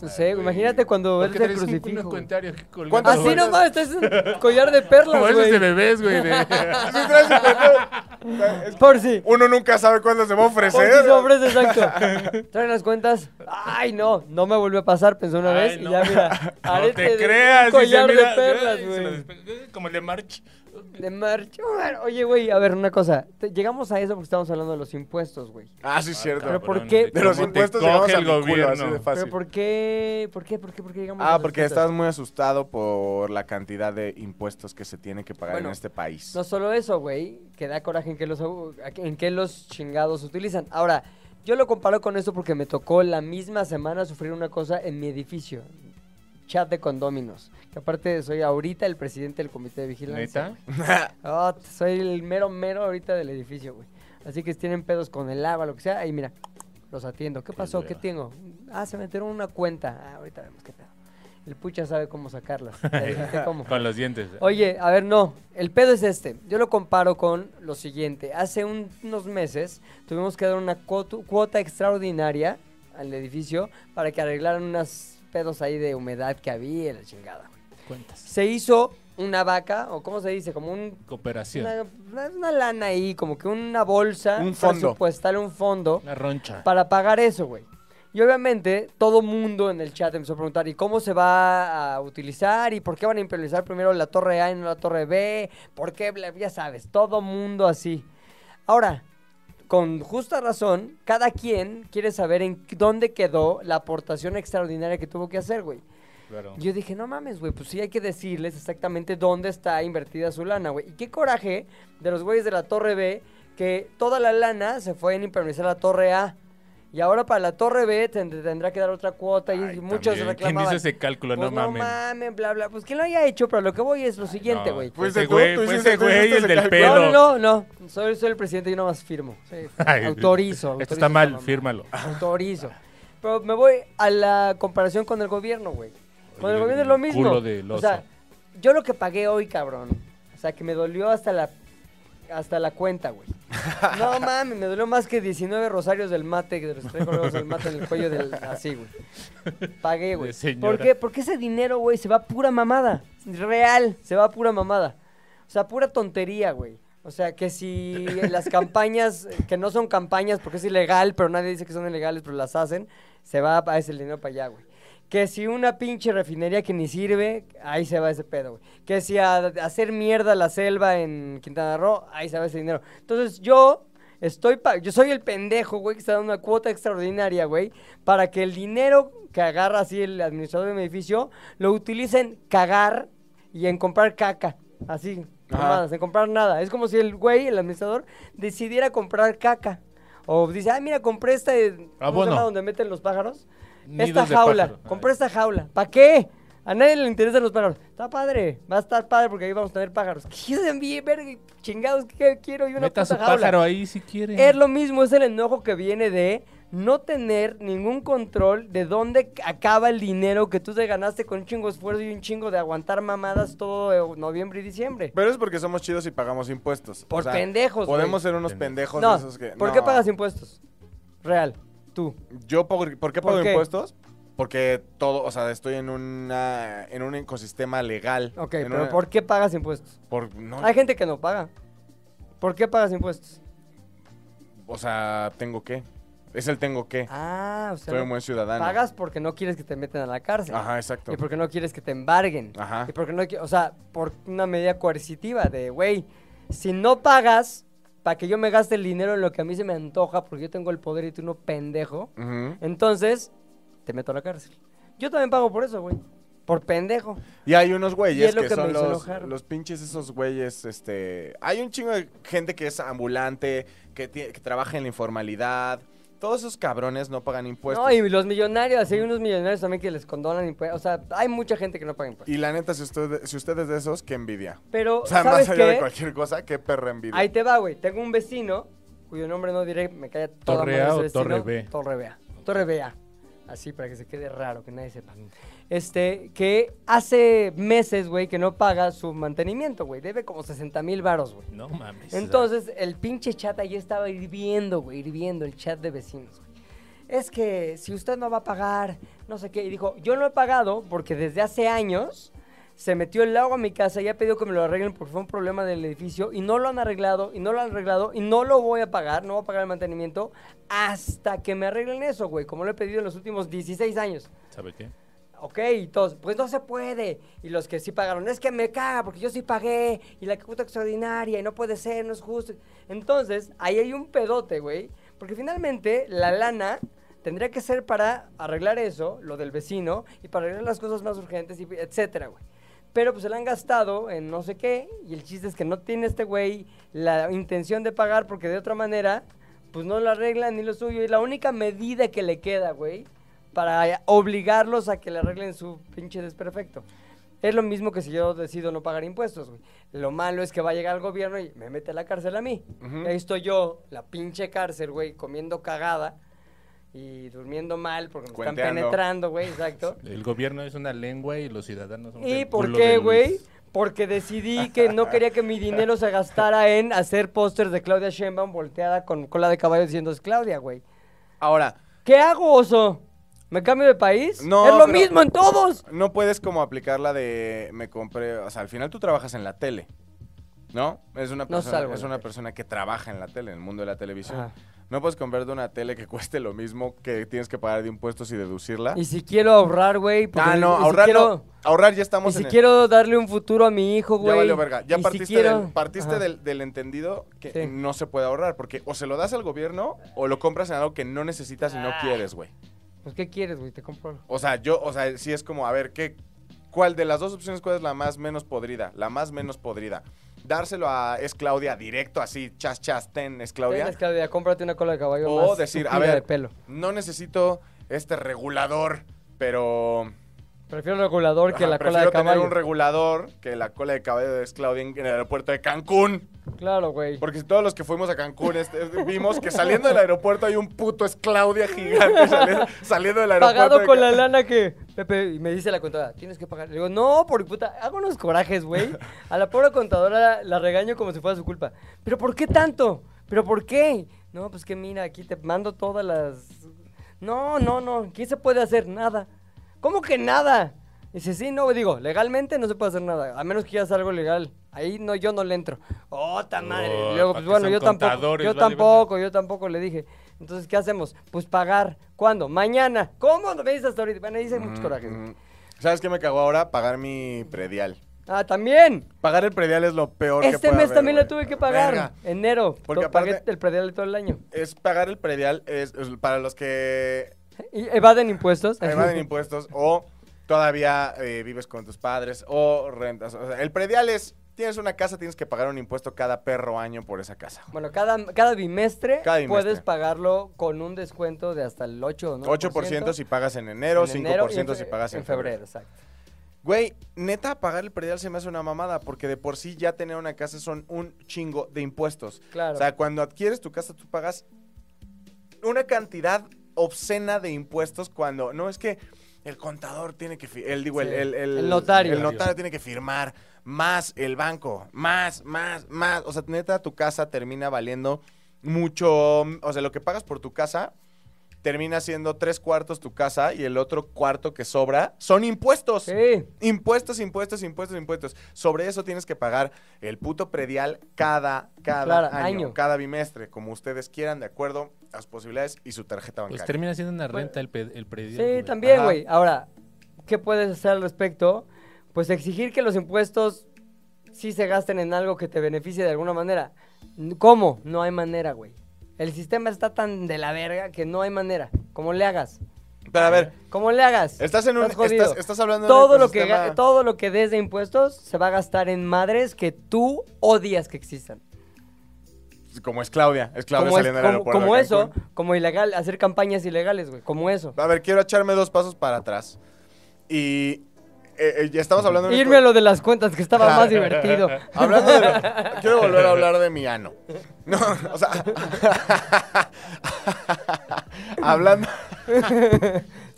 [SPEAKER 2] No sé, imagínate cuando
[SPEAKER 4] ¿Por
[SPEAKER 2] ves
[SPEAKER 4] qué
[SPEAKER 2] el
[SPEAKER 4] traes un- unos
[SPEAKER 2] crucifijo. güey.
[SPEAKER 4] cuentarios aquí colgados?
[SPEAKER 3] ¿Cuántas
[SPEAKER 2] Así
[SPEAKER 3] cuentas?
[SPEAKER 2] nomás, estás en collar de perlas,
[SPEAKER 4] Como esos de
[SPEAKER 2] güey.
[SPEAKER 4] bebés, güey. de-
[SPEAKER 3] Sí, traes el cuento. Es-
[SPEAKER 2] Por si.
[SPEAKER 3] Uno nunca sabe cuándo se va a
[SPEAKER 2] Por
[SPEAKER 3] ofrecer.
[SPEAKER 2] si se ofrece, exacto. Traen las cuentas. Ay, no, no me volvió a pasar, pensó una
[SPEAKER 4] Ay,
[SPEAKER 2] vez.
[SPEAKER 4] no.
[SPEAKER 2] Y ya, mira,
[SPEAKER 4] No
[SPEAKER 2] arete
[SPEAKER 4] te
[SPEAKER 2] de-
[SPEAKER 4] creas. dice,
[SPEAKER 2] collar
[SPEAKER 4] mira,
[SPEAKER 2] de perlas,
[SPEAKER 4] ay, se lo
[SPEAKER 2] güey.
[SPEAKER 4] despe- Como el de March.
[SPEAKER 2] De marcho. Oye, güey, a ver, una cosa. Te- Llegamos a eso porque estamos hablando de los impuestos, güey.
[SPEAKER 3] Ah, sí, es cierto.
[SPEAKER 2] Pero por-
[SPEAKER 4] Cabrón,
[SPEAKER 2] qué?
[SPEAKER 4] de
[SPEAKER 3] de los
[SPEAKER 4] cómo te
[SPEAKER 3] impuestos
[SPEAKER 4] coge
[SPEAKER 3] llegamos a
[SPEAKER 4] el
[SPEAKER 3] mi culo, así de
[SPEAKER 4] gobierno.
[SPEAKER 3] fácil.
[SPEAKER 2] Pero ¿por qué? ¿Por qué? ¿Por qué? ¿Por qué llegamos a
[SPEAKER 3] Ah,
[SPEAKER 2] esos
[SPEAKER 3] porque
[SPEAKER 2] puntos?
[SPEAKER 3] estás muy asustado por la cantidad de impuestos que se tiene que pagar
[SPEAKER 2] Bueno,
[SPEAKER 3] en este país.
[SPEAKER 2] No solo eso, güey, que da coraje en que los, abu- en que los chingados utilizan. Ahora, yo lo comparo con esto porque me tocó la misma semana sufrir una cosa en mi edificio. Chat de condóminos. Que aparte soy ahorita el presidente del comité de vigilancia.
[SPEAKER 4] ¿Neta?
[SPEAKER 2] Ah, t- soy el mero mero ahorita del edificio, güey. Así que si tienen pedos con el agua, lo que sea, ahí mira, los atiendo. ¿Qué pasó? ¿Qué
[SPEAKER 4] hueva.
[SPEAKER 2] tengo? Ah, se metieron una cuenta. Ah, ahorita vemos qué pedo. El pucha sabe cómo sacarlas. Ya dijiste cómo.
[SPEAKER 4] Con los dientes.
[SPEAKER 2] Oye, a ver, no. El pedo es este. Yo lo comparo con lo siguiente. Hace un- unos meses tuvimos que dar una cuotu- cuota extraordinaria al edificio para que arreglaran unos pedos ahí de humedad que había, y la chingada.
[SPEAKER 4] Cuentas.
[SPEAKER 2] Se hizo una vaca, o cómo se dice, como un
[SPEAKER 4] Cooperación.
[SPEAKER 2] una, una- una lana ahí, como que una bolsa
[SPEAKER 3] Un fondo.
[SPEAKER 2] presupuestal, un fondo
[SPEAKER 4] Una roncha.
[SPEAKER 2] para pagar eso, güey. Y obviamente todo mundo en el chat empezó a preguntar, ¿y cómo se va a utilizar? ¿Y por qué van a implementar primero la torre A y no la torre B? ¿Por qué? Bla- Ya sabes, todo mundo así. Ahora, con justa razón, cada quien quiere saber en dónde quedó la aportación extraordinaria que tuvo que hacer, güey.
[SPEAKER 4] Claro.
[SPEAKER 2] Yo dije, no mames, güey, pues sí hay que decirles exactamente dónde está invertida su lana, güey. Y qué coraje de los güeyes de la Torre B que toda la lana se fue en impermeabilizar la Torre A. Y ahora para la Torre B ten- tendrá que dar otra cuota y
[SPEAKER 4] Ay,
[SPEAKER 2] muchos
[SPEAKER 4] también, ¿Quién
[SPEAKER 2] reclamaban.
[SPEAKER 4] hizo ese cálculo?
[SPEAKER 2] pues
[SPEAKER 4] no mames.
[SPEAKER 2] mamen, bla, bla. Pues que lo haya hecho, pero lo que voy es lo siguiente, güey.
[SPEAKER 4] Pues
[SPEAKER 3] Fuiste
[SPEAKER 4] ese
[SPEAKER 3] tú,
[SPEAKER 4] güey,
[SPEAKER 3] tú
[SPEAKER 4] pues
[SPEAKER 3] hiciste-
[SPEAKER 4] ese
[SPEAKER 3] tú
[SPEAKER 4] güey,
[SPEAKER 3] hiciste
[SPEAKER 4] el
[SPEAKER 3] ese cálculo.
[SPEAKER 4] del pedo.
[SPEAKER 2] No, no, no, no. Soy, soy el presidente y yo nomás firmo. Sí,
[SPEAKER 4] Ay,
[SPEAKER 2] autorizo,
[SPEAKER 4] Esto
[SPEAKER 2] autorizo
[SPEAKER 4] está mal,
[SPEAKER 2] mamá.
[SPEAKER 4] fírmalo.
[SPEAKER 2] Autorizo. Pero me voy a la comparación con el gobierno, güey. Con el
[SPEAKER 4] El
[SPEAKER 2] gobierno es lo
[SPEAKER 4] culo
[SPEAKER 2] mismo.
[SPEAKER 4] del
[SPEAKER 2] O sea,
[SPEAKER 4] oso.
[SPEAKER 2] yo lo que pagué hoy, cabrón. O sea, que me dolió hasta la hasta la cuenta, güey. No mames, me dolió más que 19 rosarios del mate, que los tres colgados del mate en el cuello del así, güey. Pagué, güey.
[SPEAKER 4] De señora.
[SPEAKER 2] ¿Por qué? Porque ese dinero, güey, se va a pura mamada. Real, se va a pura mamada. O sea, pura tontería, güey. O sea, que si las campañas, eh, que no son campañas porque es ilegal, pero nadie dice que son ilegales, pero las hacen, se va a ese dinero para allá, güey. Que si una pinche refinería que ni sirve, ahí se va ese pedo, güey. Que si a, a hacer mierda la selva en Quintana Roo, ahí se va ese dinero. Entonces yo estoy pa- yo soy el pendejo, güey, que está dando una cuota extraordinaria, güey, para que el dinero que agarra así el administrador de mi edificio lo utilice en cagar y en comprar caca. Así,
[SPEAKER 3] Ajá.
[SPEAKER 2] mamadas, en comprar nada. Es como si el güey, el administrador, decidiera comprar caca. O dice, ah, mira, compré esta. eh, ¿cómo se
[SPEAKER 4] Abono.
[SPEAKER 2] llama donde meten los pájaros.
[SPEAKER 4] Nidos
[SPEAKER 2] esta
[SPEAKER 4] de
[SPEAKER 2] jaula.
[SPEAKER 4] pájaro. Ay.
[SPEAKER 2] Compré esta jaula. ¿Para qué? A nadie le interesan los pájaros. Está padre. Va a estar padre porque ahí vamos a tener pájaros. ¿Qué hacen bien, verga? Chingados, ¿qué quiero? Y una
[SPEAKER 4] Meta
[SPEAKER 2] puta
[SPEAKER 4] su
[SPEAKER 2] jaula.
[SPEAKER 4] pájaro ahí si quiere.
[SPEAKER 2] Es lo mismo, es el enojo que viene de no tener ningún control de dónde acaba el dinero que tú te ganaste con un chingo de esfuerzo y un chingo de aguantar mamadas todo eh, noviembre y diciembre.
[SPEAKER 3] Pero es porque somos chidos y pagamos impuestos.
[SPEAKER 2] Por pendejos, güey.
[SPEAKER 3] Podemos ser unos pendejos
[SPEAKER 2] No,
[SPEAKER 3] de esos que.
[SPEAKER 2] ¿por
[SPEAKER 3] no.
[SPEAKER 2] qué pagas impuestos? Real, tú.
[SPEAKER 3] Yo, por, ¿por qué
[SPEAKER 2] ¿Por
[SPEAKER 3] pago
[SPEAKER 2] qué?
[SPEAKER 3] impuestos? Porque todo, o sea, estoy en una en un ecosistema legal.
[SPEAKER 2] Ok,
[SPEAKER 3] En
[SPEAKER 2] pero
[SPEAKER 3] una-
[SPEAKER 2] ¿por qué pagas impuestos?
[SPEAKER 3] por- no,
[SPEAKER 2] Hay gente que no paga. ¿Por qué pagas impuestos?
[SPEAKER 3] o sea, tengo que. Es el tengo que.
[SPEAKER 2] Ah, o sea,
[SPEAKER 3] Soy
[SPEAKER 2] no
[SPEAKER 3] un buen ciudadano.
[SPEAKER 2] pagas porque no quieres que te metan a la cárcel.
[SPEAKER 3] Ajá, exacto.
[SPEAKER 2] Y porque no quieres que te embarguen.
[SPEAKER 3] Ajá.
[SPEAKER 2] Y porque no, qui- o sea, por una medida coercitiva de, güey, si no pagas para que yo me gaste el dinero en lo que a mí se me antoja porque yo tengo el poder y tú no pendejo,
[SPEAKER 3] Ujú.
[SPEAKER 2] entonces te meto a la cárcel. Yo también pago por eso, güey. Por pendejo.
[SPEAKER 3] Y hay unos
[SPEAKER 2] Y es
[SPEAKER 3] güeyes
[SPEAKER 2] lo
[SPEAKER 3] que,
[SPEAKER 2] que me
[SPEAKER 3] son
[SPEAKER 2] hizo
[SPEAKER 3] los,
[SPEAKER 2] enojar.
[SPEAKER 3] los pinches esos güeyes, este... Hay un chingo de gente que es ambulante, que, tie- que trabaja en la informalidad. Todos esos cabrones no pagan impuestos.
[SPEAKER 2] no,
[SPEAKER 3] y...
[SPEAKER 2] y los millonarios, hay unos millonarios también que les condonan impuestos. O sea, hay mucha gente que no paga impuestos.
[SPEAKER 3] la neta, si usted, si usted es de esos, qué envidia.
[SPEAKER 2] Pero,
[SPEAKER 3] O sea,
[SPEAKER 2] ¿sabes
[SPEAKER 3] más allá
[SPEAKER 2] qué?
[SPEAKER 3] de cualquier cosa, qué perra envidia.
[SPEAKER 2] Ahí te va, güey. Tengo un vecino, cuyo nombre no diré, me calla toda
[SPEAKER 4] ¿Torre
[SPEAKER 2] madre
[SPEAKER 4] A
[SPEAKER 2] ese
[SPEAKER 4] o
[SPEAKER 2] vecino.
[SPEAKER 4] Torre B?
[SPEAKER 2] Torre B. Torre B. Así, para que se quede raro, que nadie sepa. Este, que hace meses, güey, que no paga su mantenimiento, güey. Debe como 60 mil varos, güey.
[SPEAKER 4] No mames.
[SPEAKER 2] Entonces, el pinche chat ahí estaba hirviendo, güey, hirviendo el chat de vecinos, güey. Es que si usted no va a pagar, no sé qué. Y dijo, yo no he pagado porque desde hace años se metió el agua a mi casa y ha pedido que me lo arreglen porque fue un problema del edificio y no lo han arreglado y no lo han arreglado y no lo voy a pagar, no voy a pagar el mantenimiento hasta que me arreglen eso, güey, como lo he pedido en los últimos 16 años.
[SPEAKER 4] ¿Sabe qué?
[SPEAKER 2] Ok, y todos, pues no se puede. Y los que sí pagaron, es que me caga porque yo sí pagué y la cuota extraordinaria y no puede ser, no es justo. Entonces, ahí hay un pedote, güey. Porque finalmente la lana tendría que ser para arreglar eso, lo del vecino, y para arreglar las cosas más urgentes, y etcétera, güey. Pero pues se la han gastado en no sé qué, y el chiste es que no tiene este güey la intención de pagar porque de otra manera, pues no lo arreglan ni lo suyo. Y la única medida que le queda, güey, para obligarlos a que le arreglen su pinche desperfecto. Es lo mismo que si yo decido no pagar impuestos, güey. Lo malo es que va a llegar el gobierno y me mete a la cárcel a mí.
[SPEAKER 3] Ujú.
[SPEAKER 2] Y Ahí estoy yo, la pinche cárcel, güey, comiendo cagada y durmiendo mal porque me están
[SPEAKER 3] Cuenteando.
[SPEAKER 2] penetrando, güey, exacto.
[SPEAKER 4] El gobierno es una lengua y los ciudadanos son
[SPEAKER 2] ¿Y por qué, güey? Porque decidí que no quería que mi dinero se gastara en hacer pósters de Claudia Sheinbaum volteada con cola de caballo diciendo es Claudia, güey.
[SPEAKER 3] Ahora,
[SPEAKER 2] ¿Qué hago, oso? ¿Me cambio de país?
[SPEAKER 3] No,
[SPEAKER 2] es lo
[SPEAKER 3] pero-
[SPEAKER 2] mismo en todos.
[SPEAKER 3] no puedes como aplicar la de me compré, o sea, al final tú trabajas en la tele, ¿no? Es una
[SPEAKER 2] No
[SPEAKER 3] persona,
[SPEAKER 2] salgo de
[SPEAKER 3] es
[SPEAKER 2] la
[SPEAKER 3] una
[SPEAKER 2] tele.
[SPEAKER 3] persona que trabaja en la tele, en el mundo de la televisión.
[SPEAKER 2] Ajá.
[SPEAKER 3] No puedes comprarte una tele que cueste lo mismo que tienes que pagar de impuestos y deducirla.
[SPEAKER 2] Y si quiero ahorrar, güey. porque-
[SPEAKER 3] ah, no,
[SPEAKER 2] y si
[SPEAKER 3] ahorrar
[SPEAKER 2] quiero-
[SPEAKER 3] no, ahorrar ya
[SPEAKER 2] Y
[SPEAKER 3] estamos
[SPEAKER 2] si
[SPEAKER 3] en el-
[SPEAKER 2] quiero darle un futuro a mi hijo, güey.
[SPEAKER 3] Ya valió verga. Ya
[SPEAKER 2] y si
[SPEAKER 3] partiste,
[SPEAKER 2] quiero-
[SPEAKER 3] del, partiste
[SPEAKER 2] Ajá.
[SPEAKER 3] del, del entendido que
[SPEAKER 2] Sí.
[SPEAKER 3] no se puede ahorrar, porque o se lo das al gobierno o lo compras en algo que no necesitas y no
[SPEAKER 2] Ah.
[SPEAKER 3] quieres, güey.
[SPEAKER 2] Pues, ¿qué quieres, güey? Te compro algo.
[SPEAKER 3] O sea, yo, o sea, sí es como, a ver, ¿qué, ¿cuál de las dos opciones, cuál es la más menos podrida? La más menos podrida. Dárselo a es Claudia directo, así, chas, chas, ten, es Claudia.
[SPEAKER 2] Tienes, Claudia, cómprate una cola de caballo
[SPEAKER 3] O
[SPEAKER 2] más
[SPEAKER 3] decir, a
[SPEAKER 2] tupida
[SPEAKER 3] ver,
[SPEAKER 2] de pelo.
[SPEAKER 3] no necesito este regulador, pero...
[SPEAKER 2] Prefiero el regulador que
[SPEAKER 3] ajá,
[SPEAKER 2] la cola
[SPEAKER 3] prefiero
[SPEAKER 2] de
[SPEAKER 3] tener
[SPEAKER 2] caballo.
[SPEAKER 3] un regulador que la cola de caballo de es Claudia en en el aeropuerto de Cancún.
[SPEAKER 2] Claro, güey.
[SPEAKER 3] Porque todos los que fuimos a Cancún este, vimos que saliendo del aeropuerto hay un puto es Claudia gigante saliendo, saliendo del aeropuerto.
[SPEAKER 2] Pagado
[SPEAKER 3] de
[SPEAKER 2] con
[SPEAKER 3] Ca-
[SPEAKER 2] la lana que... Pepe, y me dice la contadora, tienes que pagar. Le digo, no, por puta, hago unos corajes, güey. A la pobre contadora la, la regaño como si fuera su culpa. ¿Pero por qué tanto? ¿Pero por qué? No, pues que mira, aquí te mando todas las... No, no, no, ¿qué se puede hacer? Nada. ¿Cómo que nada? Dice, sí, no, digo, legalmente no se puede hacer nada, a menos que ya sea algo legal. Ahí no, yo no le entro. ¡Oh, ta madre!
[SPEAKER 4] Oh,
[SPEAKER 2] Y Luego,
[SPEAKER 4] ¿pa'
[SPEAKER 2] pues
[SPEAKER 4] qué
[SPEAKER 2] bueno,
[SPEAKER 4] son
[SPEAKER 2] yo tampoco,
[SPEAKER 4] contadores,
[SPEAKER 2] yo
[SPEAKER 4] vale, verga?
[SPEAKER 2] tampoco, yo tampoco le dije. Entonces, ¿qué hacemos? Pues pagar. ¿Cuándo? Mañana. ¿Cómo? No me dices hasta ahorita. Bueno, dice muchos corajes.
[SPEAKER 3] Mm, ¿Sabes qué me cagó ahora? Pagar mi predial.
[SPEAKER 2] Ah, también.
[SPEAKER 3] Pagar el predial es lo peor que
[SPEAKER 2] Este
[SPEAKER 3] puede
[SPEAKER 2] mes
[SPEAKER 3] haber,
[SPEAKER 2] también lo
[SPEAKER 3] güey.
[SPEAKER 2] tuve que pagar.
[SPEAKER 3] Verga.
[SPEAKER 2] Enero.
[SPEAKER 3] Porque
[SPEAKER 2] To- pagué
[SPEAKER 3] aparte-
[SPEAKER 2] el predial de todo el año.
[SPEAKER 3] Es pagar el predial es, es para los que
[SPEAKER 2] ¿Y evaden impuestos.
[SPEAKER 3] evaden impuestos o todavía eh, vives con tus padres o rentas. O sea, el predial es, tienes una casa, tienes que pagar un impuesto cada perro año por esa casa.
[SPEAKER 2] Bueno, cada, cada bimestre
[SPEAKER 3] Cada bimestre.
[SPEAKER 2] puedes pagarlo con un descuento de hasta el 8 o 9%.
[SPEAKER 3] 8% si pagas en enero,
[SPEAKER 2] en enero y
[SPEAKER 3] 5%
[SPEAKER 2] fe-
[SPEAKER 3] si pagas en, febrero.
[SPEAKER 2] exacto.
[SPEAKER 3] Güey, neta, pagar el predial se me hace una mamada, porque de por sí ya tener una casa son un chingo de impuestos.
[SPEAKER 2] Claro.
[SPEAKER 3] O sea, cuando adquieres tu casa, tú pagas una cantidad obscena de impuestos cuando. No es que el contador tiene que. fi- El, digo, el,
[SPEAKER 2] Sí.
[SPEAKER 3] el- el-
[SPEAKER 2] El notario.
[SPEAKER 3] El notario tiene que firmar. Más el banco. Más, más, más. O sea, neta, tu casa termina valiendo mucho. O sea, lo que pagas por tu casa termina siendo tres cuartos tu casa y el otro cuarto que sobra son impuestos.
[SPEAKER 2] sí.
[SPEAKER 3] Impuestos, impuestos, impuestos, impuestos. Sobre eso tienes que pagar el puto predial cada, cada
[SPEAKER 2] Claro,
[SPEAKER 3] año,
[SPEAKER 2] año.
[SPEAKER 3] cada bimestre, como ustedes quieran, de acuerdo a sus posibilidades y su tarjeta
[SPEAKER 4] Pues
[SPEAKER 3] bancaria.
[SPEAKER 4] termina siendo una renta el, pe- el predial.
[SPEAKER 2] Sí,
[SPEAKER 4] güey.
[SPEAKER 2] también,
[SPEAKER 3] pues, Ajá.
[SPEAKER 2] güey. Ahora, ¿qué puedes hacer al respecto? Pues exigir que los impuestos sí se gasten en algo que te beneficie de alguna manera. N- ¿Cómo? No hay manera, güey. El sistema está tan de la verga que no hay manera. ¿Cómo le hagas?
[SPEAKER 3] Pero a ver,
[SPEAKER 2] ¿Cómo le hagas?
[SPEAKER 3] estás en un
[SPEAKER 2] Estás jodido.
[SPEAKER 3] estás, estás hablando de un
[SPEAKER 2] todo lo, que, ga-
[SPEAKER 3] ecosistema-
[SPEAKER 2] todo lo que des de impuestos se va a gastar en madres que tú odias que existan.
[SPEAKER 3] como es Claudia, es Claudia
[SPEAKER 2] como es-
[SPEAKER 3] saliendo del
[SPEAKER 2] como-
[SPEAKER 3] aeropuerto
[SPEAKER 2] como
[SPEAKER 3] de
[SPEAKER 2] eso,
[SPEAKER 3] Cancún.
[SPEAKER 2] como ilegal, hacer campañas ilegales, güey. Como eso.
[SPEAKER 3] A ver, quiero echarme dos pasos para atrás. Y eh, eh, ya estamos hablando de un
[SPEAKER 2] Irme a
[SPEAKER 3] eco-
[SPEAKER 2] lo de las cuentas, que estaba
[SPEAKER 3] Claro.
[SPEAKER 2] más divertido.
[SPEAKER 3] Hablando de lo- quiero volver a hablar de mi ano. No, o sea, hablando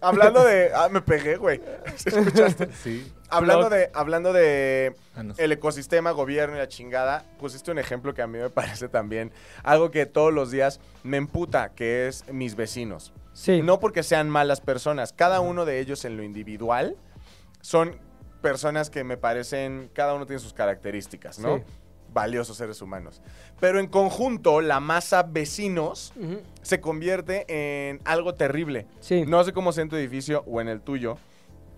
[SPEAKER 3] Hablando de. Ah, me pegué, güey. ¿Sí escuchaste?
[SPEAKER 4] Sí.
[SPEAKER 3] Hablando
[SPEAKER 4] Plot.
[SPEAKER 3] de, hablando de
[SPEAKER 4] Ah, no.
[SPEAKER 3] el ecosistema, gobierno y la chingada, pusiste un ejemplo que a mí me parece también algo que todos los días me emputa, que es mis vecinos.
[SPEAKER 2] Sí.
[SPEAKER 3] No porque sean malas personas, cada uno de ellos en lo individual son personas que me parecen, cada uno tiene sus características, ¿no?
[SPEAKER 2] Sí.
[SPEAKER 3] Valiosos seres humanos. Pero en conjunto, la masa vecinos
[SPEAKER 2] Ujú.
[SPEAKER 3] se convierte en algo terrible.
[SPEAKER 2] Sí.
[SPEAKER 3] No sé cómo sea en tu edificio o en el tuyo,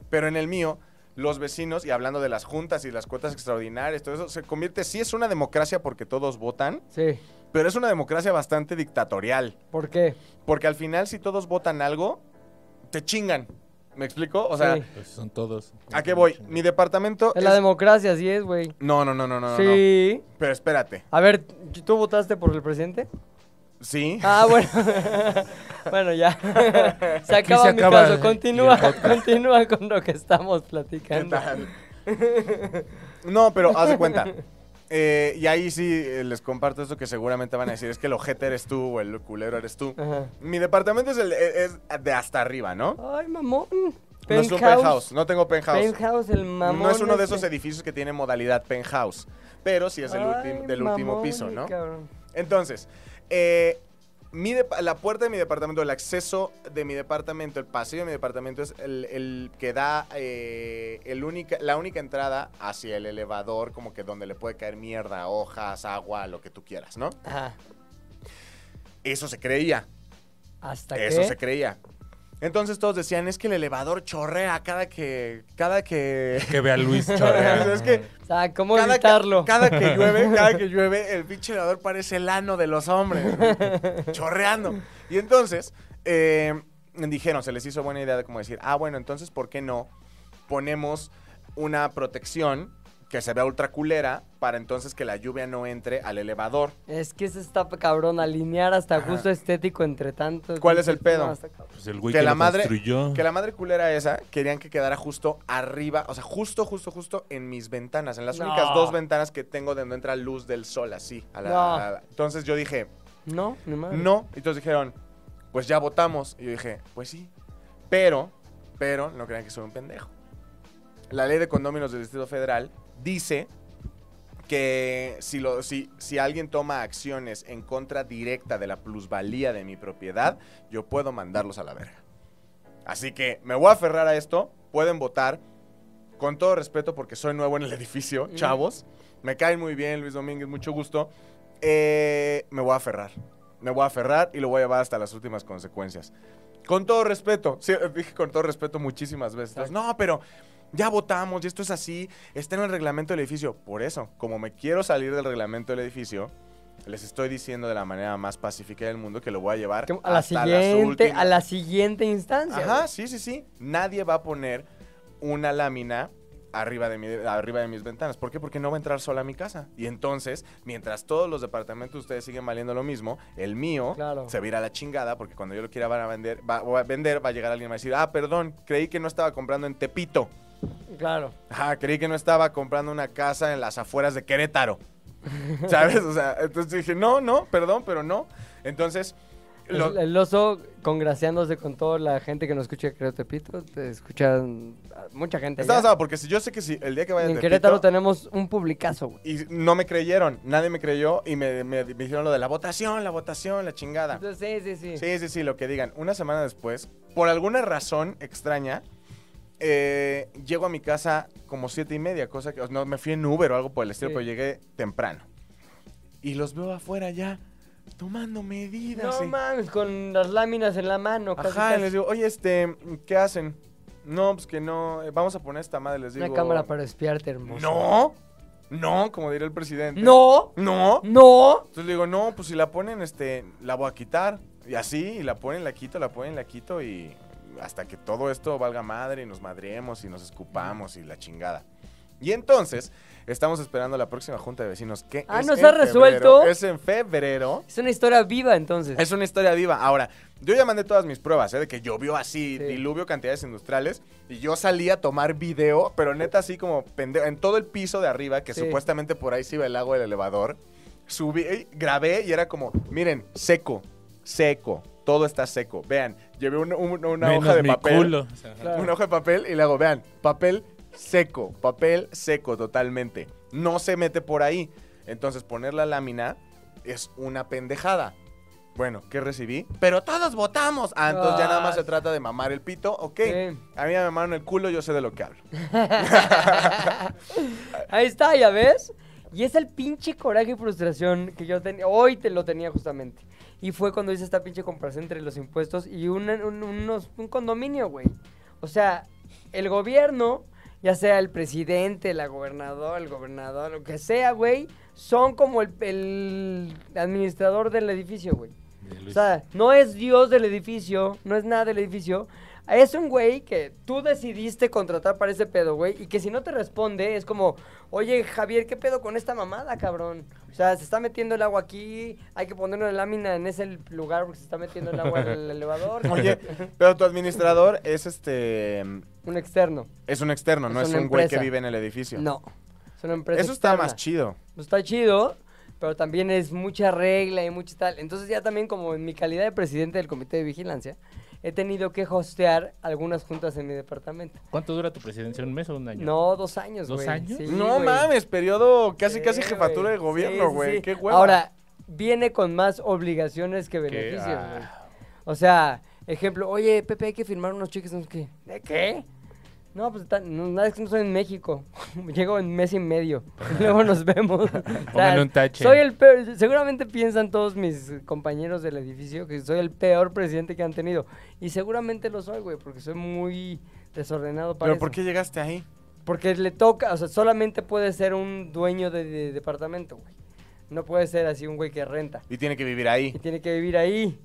[SPEAKER 3] pero en el mío, los vecinos, y hablando de las juntas y las cuotas extraordinarias, todo eso, se convierte, sí es una democracia porque todos votan,
[SPEAKER 2] Sí.
[SPEAKER 3] pero es una democracia bastante dictatorial.
[SPEAKER 2] ¿Por qué?
[SPEAKER 3] Porque al final, si todos votan algo, te chingan. ¿Me explico? O sea,
[SPEAKER 2] Sí.
[SPEAKER 4] Pues son todos.
[SPEAKER 3] ¿a qué voy? Mi departamento.
[SPEAKER 2] Es la
[SPEAKER 3] es-
[SPEAKER 2] democracia, así es, güey.
[SPEAKER 3] No, no, no, no, no. no.
[SPEAKER 2] sí.
[SPEAKER 3] Pero espérate.
[SPEAKER 2] A ver, ¿tú votaste por el presidente?
[SPEAKER 3] Sí.
[SPEAKER 2] Ah, bueno. bueno, ya. se
[SPEAKER 4] Aquí
[SPEAKER 2] acaba
[SPEAKER 4] se
[SPEAKER 2] mi
[SPEAKER 4] acaba
[SPEAKER 2] caso.
[SPEAKER 4] el-
[SPEAKER 2] Continúa,
[SPEAKER 4] el podcast.
[SPEAKER 2] continúa con lo que estamos
[SPEAKER 3] ¿Qué
[SPEAKER 2] platicando.
[SPEAKER 3] tal? No, pero haz de cuenta. Eh, y ahí sí eh, les comparto esto que seguramente van a decir: es que el ojete eres tú o el culero eres tú.
[SPEAKER 2] Ajá.
[SPEAKER 3] Mi departamento es, el- e, es- es de hasta arriba, ¿no?
[SPEAKER 2] Ay, mamón.
[SPEAKER 3] No es un penthouse, no tengo penthouse.
[SPEAKER 2] Penthouse, el mamón.
[SPEAKER 3] no es uno de esos
[SPEAKER 2] ese.
[SPEAKER 3] edificios que tiene modalidad penthouse, pero sí es el ultim-
[SPEAKER 2] Ay,
[SPEAKER 3] del último
[SPEAKER 2] mamón,
[SPEAKER 3] piso, ¿no?
[SPEAKER 2] cabrón.
[SPEAKER 3] Entonces, eh, mi depa- la puerta de mi departamento, el acceso de mi departamento, el pasillo de mi departamento es el, el que da eh, el única, la única entrada hacia el elevador, como que donde le puede caer mierda, hojas, agua, lo que tú quieras, ¿no?
[SPEAKER 2] Ajá.
[SPEAKER 3] Eso se creía.
[SPEAKER 2] Hasta
[SPEAKER 3] Eso
[SPEAKER 2] que.
[SPEAKER 3] se creía. Entonces todos decían, es que el elevador chorrea cada que... Cada que...
[SPEAKER 4] Que vea a Luis
[SPEAKER 3] Chorrea.
[SPEAKER 4] chorrear.
[SPEAKER 3] es que
[SPEAKER 2] O sea, ¿cómo
[SPEAKER 3] cada, que
[SPEAKER 2] evitarlo?
[SPEAKER 3] cada que llueve, cada que llueve, el pinche helador parece el ano de los hombres. chorreando. Y entonces, eh, dijeron, se les hizo buena idea de como decir, ah, bueno, entonces, ¿por qué no ponemos una protección que se vea ultra culera para entonces que la lluvia no entre al elevador?
[SPEAKER 2] Es que ese está cabrón, alinear hasta
[SPEAKER 3] Ajá.
[SPEAKER 2] gusto estético entre tantos.
[SPEAKER 3] ¿Cuál es el
[SPEAKER 2] No,
[SPEAKER 3] pedo?
[SPEAKER 2] está cabrón.
[SPEAKER 4] Pues el güey
[SPEAKER 3] Que
[SPEAKER 4] que,
[SPEAKER 3] la
[SPEAKER 4] lo
[SPEAKER 3] madre-
[SPEAKER 2] Mm.
[SPEAKER 4] construyó.
[SPEAKER 3] Que la madre culera esa querían que quedara justo arriba, o sea, justo, justo, justo en mis ventanas, en las
[SPEAKER 2] No.
[SPEAKER 3] únicas dos ventanas que tengo donde entra luz del sol, así. a la-
[SPEAKER 2] No.
[SPEAKER 3] a la- Entonces yo dije,
[SPEAKER 2] No, ni madre.
[SPEAKER 3] no. Y todos dijeron, pues ya votamos. Y yo dije, pues sí. Pero, pero, no crean que soy un pendejo. La ley de condóminos del Distrito Federal dice que si, lo, si, si alguien toma acciones en contra directa de la plusvalía de mi propiedad, yo puedo mandarlos a la verga. Así que me voy a aferrar a esto. Pueden votar. Con todo respeto, porque soy nuevo en el edificio,
[SPEAKER 2] Mm.
[SPEAKER 3] chavos. Me caen muy bien, Luis Domínguez, mucho gusto. Eh, me voy a aferrar. Me voy a aferrar y lo voy a llevar hasta las últimas consecuencias. Con todo respeto, sí, dije con todo respeto muchísimas veces. Entonces, no, pero ya votamos y esto es así, está en el reglamento del edificio. Por eso, como me quiero salir del reglamento del edificio, les estoy diciendo de la manera más pacífica del mundo que lo voy a llevar
[SPEAKER 2] Que- A la
[SPEAKER 3] hasta las
[SPEAKER 2] siguiente,
[SPEAKER 3] últimas-
[SPEAKER 2] a la siguiente instancia.
[SPEAKER 3] Ajá,
[SPEAKER 2] güey.
[SPEAKER 3] sí, sí, sí. Nadie va a poner una lámina arriba de, mi- arriba de mis ventanas. ¿Por qué? Porque no va a entrar sola a mi casa. Y entonces, mientras todos los departamentos de ustedes siguen valiendo lo mismo, el mío
[SPEAKER 2] Claro.
[SPEAKER 3] se va a ir a la chingada porque cuando yo lo quiera van a vender, va, va a vender, va a llegar alguien y va a decir, ah, perdón, creí que no estaba comprando en Tepito.
[SPEAKER 2] Claro.
[SPEAKER 3] Ajá, creí que no estaba comprando una casa en las afueras de Querétaro. ¿Sabes? O sea, entonces dije, no, no, perdón, pero no. Entonces, lo-
[SPEAKER 2] Pues El, el oso congraciándose con toda la gente que nos escucha, creo, Tepito. Te escuchan ah, mucha gente.
[SPEAKER 3] está
[SPEAKER 2] allá.
[SPEAKER 3] basado porque si yo sé que si el día que vaya a
[SPEAKER 2] en
[SPEAKER 3] Tepito-
[SPEAKER 2] Querétaro tenemos un publicazo, güey.
[SPEAKER 3] Y no me creyeron, nadie me creyó y me, me- me dijeron lo de la votación, la votación, la chingada.
[SPEAKER 2] Entonces, sí, sí, sí.
[SPEAKER 3] Ah. Sí, sí, sí, lo que digan. Una semana después, por alguna razón extraña, eh, llego a mi casa como siete y media, cosa que o sea, no me fui en Uber o algo por el estilo,
[SPEAKER 2] Sí.
[SPEAKER 3] pero llegué temprano. Y los veo afuera ya tomando medidas.
[SPEAKER 2] No
[SPEAKER 3] y-
[SPEAKER 2] mames, con las láminas en la mano. casi,
[SPEAKER 3] Ajá, y
[SPEAKER 2] casi.
[SPEAKER 3] les digo, oye, este, ¿qué hacen? No, pues que no, eh, vamos a poner esta madre, les digo.
[SPEAKER 2] Una cámara para espiarte, hermoso.
[SPEAKER 3] No, no, como diría el presidente.
[SPEAKER 2] No.
[SPEAKER 3] No.
[SPEAKER 2] No.
[SPEAKER 3] Entonces le digo, no, pues si la ponen, este, la voy a quitar. Y así, y la ponen, la quito, la ponen, la quito y hasta que todo esto valga madre y nos madremos y nos escupamos y la chingada. Y entonces, estamos esperando la próxima junta de vecinos. que
[SPEAKER 2] Ah,
[SPEAKER 3] es
[SPEAKER 2] ¿no
[SPEAKER 3] en
[SPEAKER 2] se ha
[SPEAKER 3] febrero.
[SPEAKER 2] resuelto?
[SPEAKER 3] Es en febrero.
[SPEAKER 2] Es una historia viva, entonces.
[SPEAKER 3] Es una historia viva. Ahora, yo ya mandé todas mis pruebas, ¿eh? De que llovió así,
[SPEAKER 2] Sí.
[SPEAKER 3] diluvio, cantidades industriales. Y yo salí a tomar video, pero neta así como pendejo, en todo el piso de arriba, que
[SPEAKER 2] Sí.
[SPEAKER 3] supuestamente por ahí se iba el eh, agua del elevador. Subí, grabé y era como, miren, seco, seco, todo está seco. Vean, llevé un- un- una
[SPEAKER 4] Menos
[SPEAKER 3] hoja de
[SPEAKER 4] mi
[SPEAKER 3] papel.
[SPEAKER 4] culo. O sea,
[SPEAKER 3] Una hoja de papel y le hago, vean, papel seco, papel seco totalmente. No se mete por ahí. Entonces poner la lámina es una pendejada. Bueno, ¿qué recibí? Pero todos votamos. Ah, entonces ya nada más se trata de mamar el pito. Ok.
[SPEAKER 2] Sí.
[SPEAKER 3] A mí me mamaron el culo, yo sé de lo que hablo.
[SPEAKER 2] Ahí está, ya ves. Y es el pinche coraje y frustración que yo tenía. Hoy te lo tenía justamente. Y fue cuando hice esta pinche comparación entre los impuestos y un, un- unos- un condominio, güey. O sea, el gobierno, ya sea el presidente, la gobernadora, el gobernador, lo que sea, güey, son como el, el administrador del edificio, güey.
[SPEAKER 4] de
[SPEAKER 2] O
[SPEAKER 4] Luis.
[SPEAKER 2] sea, no es Dios del edificio, no es nada del edificio. Es un güey que tú decidiste contratar para ese pedo, güey, y que si no te responde es como, oye, Javier, ¿qué pedo con esta mamada, cabrón? O sea, se está metiendo el agua aquí, hay que poner una lámina en ese lugar porque se está metiendo el agua en el elevador.
[SPEAKER 3] Oye, pero tu administrador es este.
[SPEAKER 2] Un externo.
[SPEAKER 3] Es un externo, no
[SPEAKER 2] Es
[SPEAKER 3] es,
[SPEAKER 2] una
[SPEAKER 3] un güey que
[SPEAKER 2] empresa.
[SPEAKER 3] vive en el edificio.
[SPEAKER 2] No. Es una empresa
[SPEAKER 3] Eso está
[SPEAKER 2] externa.
[SPEAKER 3] más chido.
[SPEAKER 2] Pues está chido, pero también es mucha regla y mucho tal. Entonces ya también como en mi calidad de presidente del comité de vigilancia, he tenido que hostear algunas juntas en mi departamento.
[SPEAKER 4] ¿Cuánto dura tu presidencia? ¿Un mes o un año?
[SPEAKER 2] No, dos años,
[SPEAKER 4] ¿Dos
[SPEAKER 2] güey.
[SPEAKER 4] años?
[SPEAKER 2] Sí,
[SPEAKER 3] no
[SPEAKER 2] güey.
[SPEAKER 3] mames, periodo casi,
[SPEAKER 2] Sí,
[SPEAKER 3] casi jefatura
[SPEAKER 2] güey.
[SPEAKER 3] de
[SPEAKER 2] Sí,
[SPEAKER 3] gobierno,
[SPEAKER 2] sí,
[SPEAKER 3] güey.
[SPEAKER 2] sí.
[SPEAKER 3] Qué hueva.
[SPEAKER 2] Ahora, viene con más obligaciones que
[SPEAKER 4] Que-
[SPEAKER 2] beneficios, güey.
[SPEAKER 4] ah,
[SPEAKER 2] O sea, ejemplo, oye, Pepe, hay que firmar unos cheques, no sé qué. ¿De qué? No, pues ta- no, nada es que no estoy en México. Llego en mes y medio. Luego nos vemos. O sea,
[SPEAKER 4] Pónganle un tache.
[SPEAKER 2] Soy el peor. Seguramente piensan todos mis compañeros del edificio que soy el peor presidente que han tenido. Y seguramente lo soy, güey, porque soy muy desordenado para
[SPEAKER 3] ¿Pero
[SPEAKER 2] eso.
[SPEAKER 3] por qué llegaste ahí?
[SPEAKER 2] Porque le toca, o sea, solamente puede ser un dueño de, de departamento, güey. No puede ser así un güey que renta.
[SPEAKER 3] Y tiene que vivir ahí.
[SPEAKER 2] Y tiene que vivir ahí.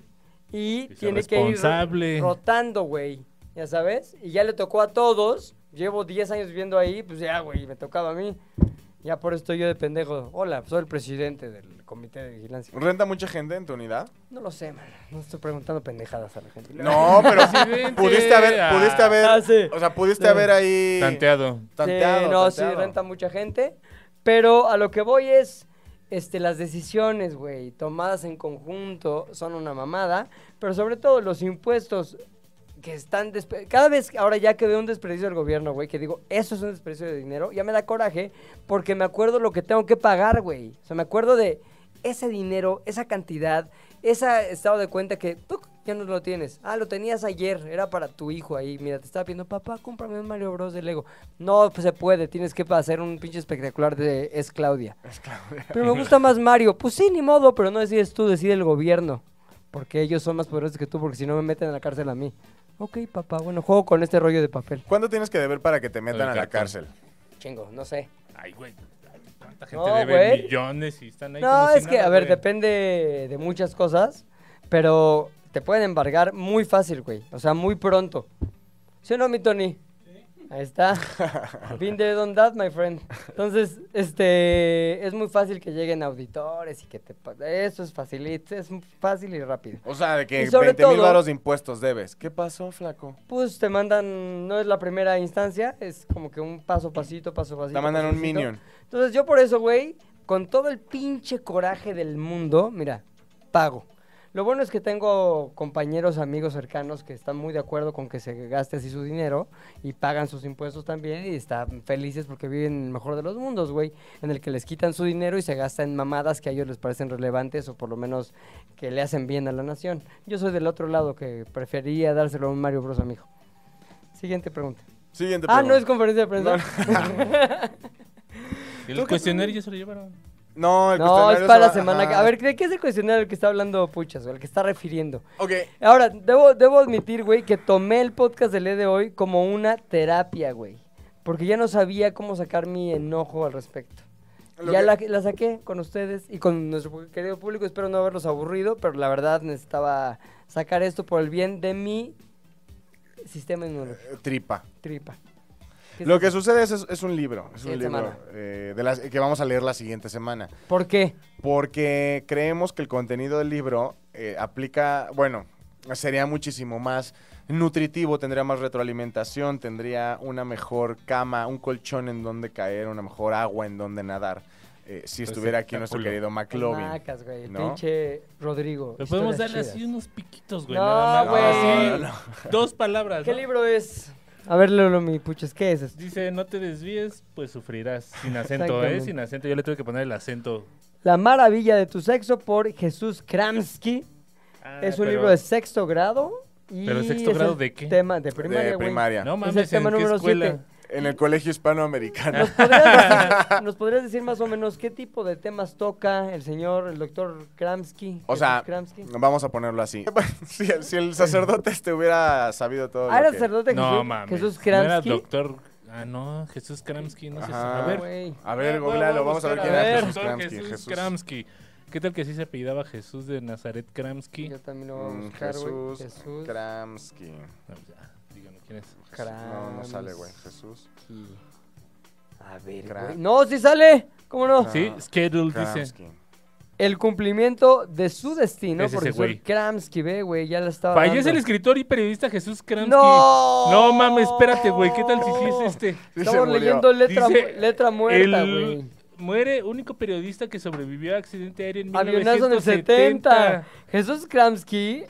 [SPEAKER 2] Y
[SPEAKER 4] Es
[SPEAKER 2] tiene que ir
[SPEAKER 4] irresponsable.
[SPEAKER 2] rotando, güey. Ya sabes. Y ya le tocó a todos. Llevo 10 años viviendo ahí. Pues ya, güey, me tocaba a mí. Ya por eso estoy yo de pendejo. Hola, soy el presidente del comité de vigilancia.
[SPEAKER 3] ¿Renta mucha gente en tu unidad?
[SPEAKER 2] No lo sé, man. No estoy preguntando pendejadas a la gente.
[SPEAKER 3] No, pero
[SPEAKER 4] Presidente.
[SPEAKER 3] pudiste haber, pudiste haber,
[SPEAKER 2] Ah, sí.
[SPEAKER 3] o sea, pudiste
[SPEAKER 2] Sí.
[SPEAKER 3] haber ahí
[SPEAKER 4] Tanteado.
[SPEAKER 3] tanteado,
[SPEAKER 2] sí, no,
[SPEAKER 3] tanteado.
[SPEAKER 2] sí, renta mucha gente. Pero a lo que voy es, este, las decisiones, güey, tomadas en conjunto son una mamada. Pero sobre todo los impuestos que están... despe- Cada vez, ahora ya que veo un desperdicio del gobierno, güey, que digo, eso es un desperdicio de dinero, ya me da coraje porque me acuerdo lo que tengo que pagar, güey. O sea, me acuerdo de ese dinero, esa cantidad, ese estado de cuenta que ¡puc! ya no lo tienes. Ah, lo tenías ayer, era para tu hijo ahí. Mira, te estaba pidiendo, papá, cómprame un Mario Bros. de Lego. No, pues se puede, tienes que hacer un pinche espectacular de Es Claudia. Es Claudia. Pero me gusta más Mario. Pues sí, ni modo, pero no decides tú, decide el gobierno. Porque ellos son más poderosos que tú, porque si no me meten a la cárcel a mí. Ok, papá, bueno, juego con este rollo de papel.
[SPEAKER 3] ¿Cuánto tienes que deber para que te metan
[SPEAKER 4] Del
[SPEAKER 3] a la
[SPEAKER 4] cartón.
[SPEAKER 3] cárcel?
[SPEAKER 2] Chingo, no sé.
[SPEAKER 4] Ay, güey. ¿Cuánta gente
[SPEAKER 2] No,
[SPEAKER 4] debe
[SPEAKER 2] güey.
[SPEAKER 4] millones y están ahí?
[SPEAKER 2] No,
[SPEAKER 4] como si
[SPEAKER 2] es que,
[SPEAKER 4] nada,
[SPEAKER 2] a ver,
[SPEAKER 4] güey?
[SPEAKER 2] depende de muchas cosas, pero te pueden embargar muy fácil, güey. O sea, muy pronto. ¿Sí o no, mi Tony? Ahí está. Been there, done that, my friend. Entonces, este, es muy fácil que lleguen auditores y que te... pa- Eso es facilito, es fácil y rápido.
[SPEAKER 3] O sea, de que
[SPEAKER 2] Y sobre
[SPEAKER 3] 20 mil
[SPEAKER 2] todo-
[SPEAKER 3] varos de impuestos debes. ¿Qué pasó, flaco?
[SPEAKER 2] Pues te mandan, no es la primera instancia, es como que un paso, pasito, paso, pasito.
[SPEAKER 3] Te mandan
[SPEAKER 2] paso,
[SPEAKER 3] un
[SPEAKER 2] pasito.
[SPEAKER 3] minion.
[SPEAKER 2] Entonces yo por eso, güey, con todo el pinche coraje del mundo, mira, pago. Lo bueno es que tengo compañeros, amigos cercanos que están muy de acuerdo con que se gaste así su dinero y pagan sus impuestos también y están felices porque viven en el mejor de los mundos, güey, en el que les quitan su dinero y se gasta en mamadas que a ellos les parecen relevantes o por lo menos que le hacen bien a la nación. Yo soy del otro lado que prefería dárselo a un Mario Bros amigo. Siguiente pregunta.
[SPEAKER 3] Siguiente
[SPEAKER 2] Ah, no es
[SPEAKER 3] pregunta.
[SPEAKER 2] conferencia de prensa.
[SPEAKER 4] ¿Y el cuestionario ya se lo llevaron?
[SPEAKER 3] No, el
[SPEAKER 2] No,
[SPEAKER 3] cuestionario
[SPEAKER 2] es para la
[SPEAKER 3] va-
[SPEAKER 2] semana. que-
[SPEAKER 3] ajá.
[SPEAKER 2] A ver, ¿de qué es el cuestionario al que está hablando Puchas o el que está refiriendo?
[SPEAKER 3] Ok,
[SPEAKER 2] Ahora, debo, debo admitir, güey, que tomé el podcast del E de hoy como una terapia, güey. Porque ya no sabía cómo sacar mi enojo al respecto.
[SPEAKER 3] Lo
[SPEAKER 2] ya
[SPEAKER 3] que-
[SPEAKER 2] la, la saqué con ustedes y con nuestro querido público. Espero no haberlos aburrido, pero la verdad necesitaba sacar esto por el bien de mi sistema inmunológico.
[SPEAKER 3] eh, tripa.
[SPEAKER 2] Tripa. ¿Qué es
[SPEAKER 3] Lo
[SPEAKER 2] eso?
[SPEAKER 3] que sucede es, es un libro. Es un
[SPEAKER 2] Siguiente
[SPEAKER 3] libro
[SPEAKER 2] semana.
[SPEAKER 3] eh, de las, que vamos a leer la siguiente semana.
[SPEAKER 2] ¿Por qué?
[SPEAKER 3] Porque creemos que el contenido del libro eh, aplica, bueno, sería muchísimo más nutritivo, tendría más retroalimentación, tendría una mejor cama, un colchón en donde caer, una mejor agua en donde nadar. eh, si estuviera aquí
[SPEAKER 4] Pues
[SPEAKER 3] nuestro
[SPEAKER 4] está culo.
[SPEAKER 3] querido
[SPEAKER 2] Las
[SPEAKER 3] McLovin.
[SPEAKER 2] Macas, güey. el
[SPEAKER 3] ¿no?
[SPEAKER 2] Pinche Rodrigo.
[SPEAKER 4] Le podemos dar
[SPEAKER 2] historias
[SPEAKER 4] así
[SPEAKER 2] chidas.
[SPEAKER 4] unos piquitos, güey.
[SPEAKER 2] No,
[SPEAKER 4] nada más,
[SPEAKER 2] güey.
[SPEAKER 4] así,
[SPEAKER 3] No, no, no.
[SPEAKER 4] Dos palabras.
[SPEAKER 2] ¿Qué
[SPEAKER 4] ¿no?
[SPEAKER 2] libro es? A ver, Lolo, mi puches, ¿qué es esto?
[SPEAKER 4] Dice, no te desvíes, pues sufrirás. Sin acento, ¿eh?
[SPEAKER 2] Exactamente.
[SPEAKER 4] Sin acento. Yo le tuve que poner el acento.
[SPEAKER 2] La maravilla de tu sexo por Jesús Kramsky.
[SPEAKER 4] Ah,
[SPEAKER 2] es un
[SPEAKER 4] pero-
[SPEAKER 2] libro de sexto grado. Y
[SPEAKER 4] ¿Pero sexto
[SPEAKER 2] es
[SPEAKER 4] grado
[SPEAKER 2] el
[SPEAKER 4] de qué?
[SPEAKER 2] Tema de primaria,
[SPEAKER 3] de
[SPEAKER 2] güey.
[SPEAKER 3] primaria.
[SPEAKER 4] No mames,
[SPEAKER 2] el
[SPEAKER 4] ¿en
[SPEAKER 2] tema
[SPEAKER 4] qué
[SPEAKER 2] número
[SPEAKER 4] escuela?
[SPEAKER 2] siete.
[SPEAKER 3] En el colegio hispanoamericano.
[SPEAKER 2] ¿Nos podrías, nos podrías decir más o menos qué tipo de temas toca el señor, el doctor Kramsky?
[SPEAKER 3] O
[SPEAKER 2] Jesús
[SPEAKER 3] sea,
[SPEAKER 2] Kramsky?
[SPEAKER 3] vamos a ponerlo así. si, el- si el sacerdote este hubiera sabido todo.
[SPEAKER 2] Ah,
[SPEAKER 3] lo
[SPEAKER 2] era
[SPEAKER 3] que-
[SPEAKER 2] sacerdote
[SPEAKER 4] No
[SPEAKER 2] Jesús,
[SPEAKER 4] mames.
[SPEAKER 2] Jesús
[SPEAKER 4] No era
[SPEAKER 2] Kramsky.
[SPEAKER 4] doctor... Ah, no, Jesús Kramsky, no sé si...
[SPEAKER 3] Ajá.
[SPEAKER 4] A ver.
[SPEAKER 2] Güey.
[SPEAKER 3] A ver, googlealo, vamos a ver quién
[SPEAKER 4] Eh, buscar,
[SPEAKER 3] era
[SPEAKER 4] a
[SPEAKER 3] Jesús
[SPEAKER 4] doctor
[SPEAKER 3] Kramsky.
[SPEAKER 4] Jesús
[SPEAKER 3] Jesús.
[SPEAKER 4] Kramsky. ¿Qué tal que sí se apellidaba Jesús de Nazaret Kramsky?
[SPEAKER 2] Yo también lo voy a
[SPEAKER 3] Mm,
[SPEAKER 2] buscar, güey.
[SPEAKER 3] Jesús,
[SPEAKER 2] Jesús
[SPEAKER 3] Kramsky.
[SPEAKER 4] No, pues ya, díganme quién es.
[SPEAKER 3] No, no sale, güey. Jesús.
[SPEAKER 2] Kramsky. A ver,
[SPEAKER 3] Kram-
[SPEAKER 2] güey. No, sí sale. ¿Cómo no?
[SPEAKER 3] Kram-
[SPEAKER 4] Sí, Schedule dice.
[SPEAKER 3] Kramsky.
[SPEAKER 2] El cumplimiento de su destino
[SPEAKER 4] Es ese
[SPEAKER 2] por
[SPEAKER 4] güey.
[SPEAKER 2] Jesús Kramsky, ve, güey. Ya la estaba
[SPEAKER 4] Fallece el
[SPEAKER 2] dando.
[SPEAKER 4] escritor y periodista Jesús Kramsky.
[SPEAKER 2] ¡No!
[SPEAKER 4] No mames, espérate, güey. ¿Qué tal si sí es este?
[SPEAKER 3] Sí, se
[SPEAKER 2] Estamos
[SPEAKER 3] murió.
[SPEAKER 2] leyendo letra,
[SPEAKER 4] Dice,
[SPEAKER 2] mu- letra muerta,
[SPEAKER 4] el-
[SPEAKER 2] güey.
[SPEAKER 4] Muere único periodista que sobrevivió a accidente aéreo en
[SPEAKER 2] Avionazo en el 70.
[SPEAKER 4] 1970.
[SPEAKER 2] Jesús Kramsky,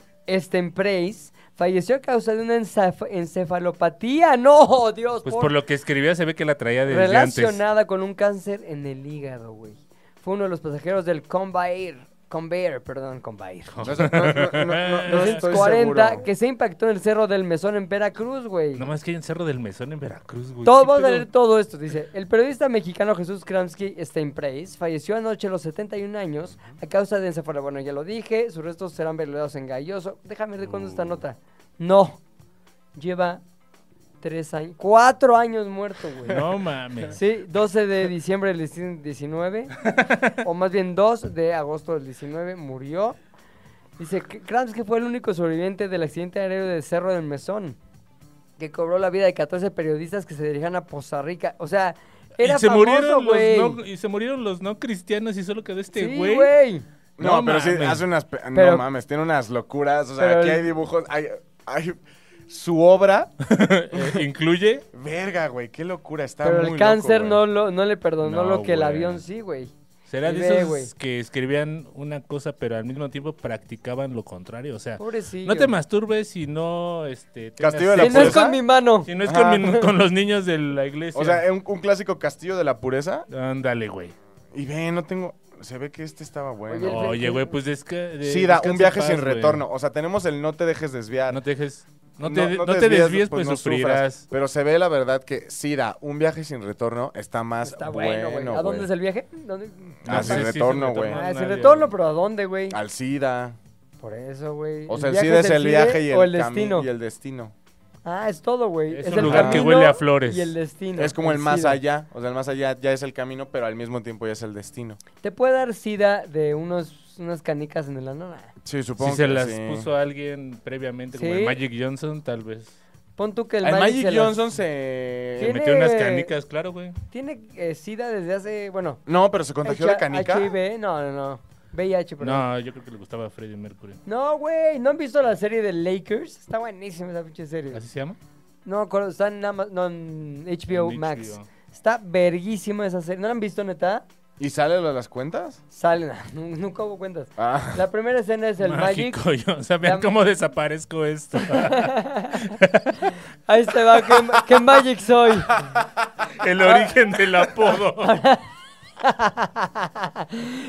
[SPEAKER 2] Stempreis, falleció a causa de una encef- encefalopatía. No, Dios.
[SPEAKER 4] Pues
[SPEAKER 2] por-
[SPEAKER 4] por lo que escribía se ve que la traía desde antes.
[SPEAKER 2] relacionada con un cáncer en el hígado, güey. Fue uno de los pasajeros del Convair. Conveyor, perdón, Convair.
[SPEAKER 3] No, sé, no, no, no, no, no estoy
[SPEAKER 2] 240,
[SPEAKER 3] seguro.
[SPEAKER 2] que se impactó en el cerro del Mesón en Veracruz, güey.
[SPEAKER 4] No más que hay en Cerro del Mesón en Veracruz, güey.
[SPEAKER 2] Todo,
[SPEAKER 4] ¿Qué
[SPEAKER 2] vamos a
[SPEAKER 4] pedo?
[SPEAKER 2] leer todo esto. Dice, el periodista mexicano Jesús Kramsky Steinpreis falleció anoche a los 71 años a causa de encefalo. Bueno, ya lo dije, sus restos serán velados en Galloso. Déjame ver cuándo esta nota. No, lleva tres años, cuatro años muerto, güey.
[SPEAKER 4] No mames.
[SPEAKER 2] Sí, 12 de diciembre del 19, o más bien 2 de agosto del 19, murió. Dice que Kramsky fue el único sobreviviente del accidente aéreo de Cerro del Mesón, que cobró la vida de 14 periodistas que se dirigían a Poza Rica. O sea, era
[SPEAKER 4] y, se
[SPEAKER 2] famoso,
[SPEAKER 4] murieron
[SPEAKER 2] güey.
[SPEAKER 4] los no, y se murieron los no cristianos y solo quedó este
[SPEAKER 2] sí,
[SPEAKER 4] güey.
[SPEAKER 2] güey.
[SPEAKER 3] No,
[SPEAKER 4] No
[SPEAKER 3] pero sí,
[SPEAKER 4] mames.
[SPEAKER 3] hace unas. pe-
[SPEAKER 2] Pero-
[SPEAKER 3] no mames, tiene unas locuras. O sea,
[SPEAKER 2] pero
[SPEAKER 3] aquí
[SPEAKER 2] el-
[SPEAKER 3] hay dibujos. Hay, hay- su obra.
[SPEAKER 4] Eh, Incluye.
[SPEAKER 3] Verga, güey, qué locura. Está
[SPEAKER 2] Pero
[SPEAKER 3] muy
[SPEAKER 2] el cáncer
[SPEAKER 3] loco,
[SPEAKER 2] no,
[SPEAKER 3] güey.
[SPEAKER 2] lo, no le perdonó
[SPEAKER 4] No,
[SPEAKER 2] lo que el
[SPEAKER 4] güey.
[SPEAKER 2] avión sí, güey.
[SPEAKER 4] Será
[SPEAKER 2] Sí,
[SPEAKER 4] de
[SPEAKER 2] ve,
[SPEAKER 4] esos
[SPEAKER 2] güey.
[SPEAKER 4] que escribían una cosa, pero al mismo tiempo practicaban lo contrario. O sea,
[SPEAKER 2] Pobrecillo.
[SPEAKER 4] no te masturbes si no este, tengas
[SPEAKER 3] Castigo de la
[SPEAKER 2] Si
[SPEAKER 4] sexo,
[SPEAKER 2] no es
[SPEAKER 3] pureza.
[SPEAKER 2] con mi mano.
[SPEAKER 4] si no es
[SPEAKER 3] Ajá.
[SPEAKER 4] con, mi- con los niños de la iglesia.
[SPEAKER 3] O sea, un, un clásico castillo de la pureza.
[SPEAKER 4] Ándale, güey.
[SPEAKER 3] Y ve, no tengo. Se ve que este estaba bueno.
[SPEAKER 2] Oye, el-
[SPEAKER 4] Oye, güey, pues es que. de-
[SPEAKER 3] sí, da
[SPEAKER 4] descansa
[SPEAKER 3] un
[SPEAKER 4] en
[SPEAKER 3] viaje
[SPEAKER 4] paz,
[SPEAKER 3] sin
[SPEAKER 4] güey.
[SPEAKER 3] retorno. O sea, tenemos el no te dejes desviar.
[SPEAKER 4] No te dejes. No te, no
[SPEAKER 3] no
[SPEAKER 4] te desvíes,
[SPEAKER 3] pues,
[SPEAKER 4] pues,
[SPEAKER 3] no
[SPEAKER 4] sufrirás.
[SPEAKER 3] sufras. Pero se ve la verdad que Sida, un viaje sin retorno está más
[SPEAKER 2] Está
[SPEAKER 3] bueno,
[SPEAKER 2] bueno, güey. ¿A dónde
[SPEAKER 3] güey.
[SPEAKER 2] es el viaje? ¿Dónde?
[SPEAKER 3] Ah,
[SPEAKER 4] No
[SPEAKER 3] sin
[SPEAKER 4] sé si es
[SPEAKER 3] retorno,
[SPEAKER 4] sin
[SPEAKER 3] güey.
[SPEAKER 2] Ah,
[SPEAKER 4] retorno.
[SPEAKER 2] sin
[SPEAKER 4] nadie,
[SPEAKER 2] retorno,
[SPEAKER 4] güey.
[SPEAKER 2] pero ¿a dónde, güey?
[SPEAKER 3] Al Sida.
[SPEAKER 2] Por eso, güey.
[SPEAKER 3] O sea, el,
[SPEAKER 2] viaje
[SPEAKER 3] Sida es el viaje y
[SPEAKER 2] o
[SPEAKER 3] el,
[SPEAKER 2] el
[SPEAKER 3] cami-
[SPEAKER 2] destino.
[SPEAKER 3] y el destino.
[SPEAKER 2] Ah, es todo, güey.
[SPEAKER 4] Es
[SPEAKER 2] Es,
[SPEAKER 4] un
[SPEAKER 2] el
[SPEAKER 4] lugar que
[SPEAKER 2] camino
[SPEAKER 4] huele a flores.
[SPEAKER 2] Y el destino.
[SPEAKER 3] Es como el más
[SPEAKER 2] SIDA.
[SPEAKER 3] allá. O sea, el más allá ya es el camino, pero al mismo tiempo ya es el destino.
[SPEAKER 2] ¿Te puede dar sida de unos, unas canicas en el ano? Nah.
[SPEAKER 3] Sí, supongo
[SPEAKER 4] Si se
[SPEAKER 3] que
[SPEAKER 4] las
[SPEAKER 3] sí.
[SPEAKER 4] puso a alguien previamente, como
[SPEAKER 2] Sí.
[SPEAKER 4] el Magic Johnson, tal vez.
[SPEAKER 2] Pon tú que el,
[SPEAKER 3] Al
[SPEAKER 2] Magic
[SPEAKER 3] Magic
[SPEAKER 2] se las-
[SPEAKER 3] Johnson se...
[SPEAKER 4] Le
[SPEAKER 2] Tiene-
[SPEAKER 4] metió unas canicas, claro, güey.
[SPEAKER 2] Tiene eh, sida desde hace, bueno...
[SPEAKER 3] No, pero se contagió de
[SPEAKER 2] H-
[SPEAKER 3] canica.
[SPEAKER 2] HIV, no, no, no. VIH, perdón.
[SPEAKER 4] No, yo creo que le gustaba a Freddie Mercury.
[SPEAKER 2] No, güey, ¿no han visto la serie de Lakers? Está buenísima esa pinche serie.
[SPEAKER 4] ¿Así se llama?
[SPEAKER 2] No, acuerdo, está en, Ama- no, en HBO
[SPEAKER 4] En
[SPEAKER 2] Max.
[SPEAKER 4] HBO.
[SPEAKER 2] Está verguísima esa serie. ¿No la han visto, neta?
[SPEAKER 3] ¿Y sale lo de las cuentas?
[SPEAKER 2] Salen, nunca hubo cuentas.
[SPEAKER 3] Ah.
[SPEAKER 2] La primera escena es el Magic.
[SPEAKER 4] Mágico, yo. O sea, vean
[SPEAKER 2] La-
[SPEAKER 4] cómo desaparezco esto.
[SPEAKER 2] Ahí se va, ¿qué, qué Magic soy?
[SPEAKER 4] El origen del apodo.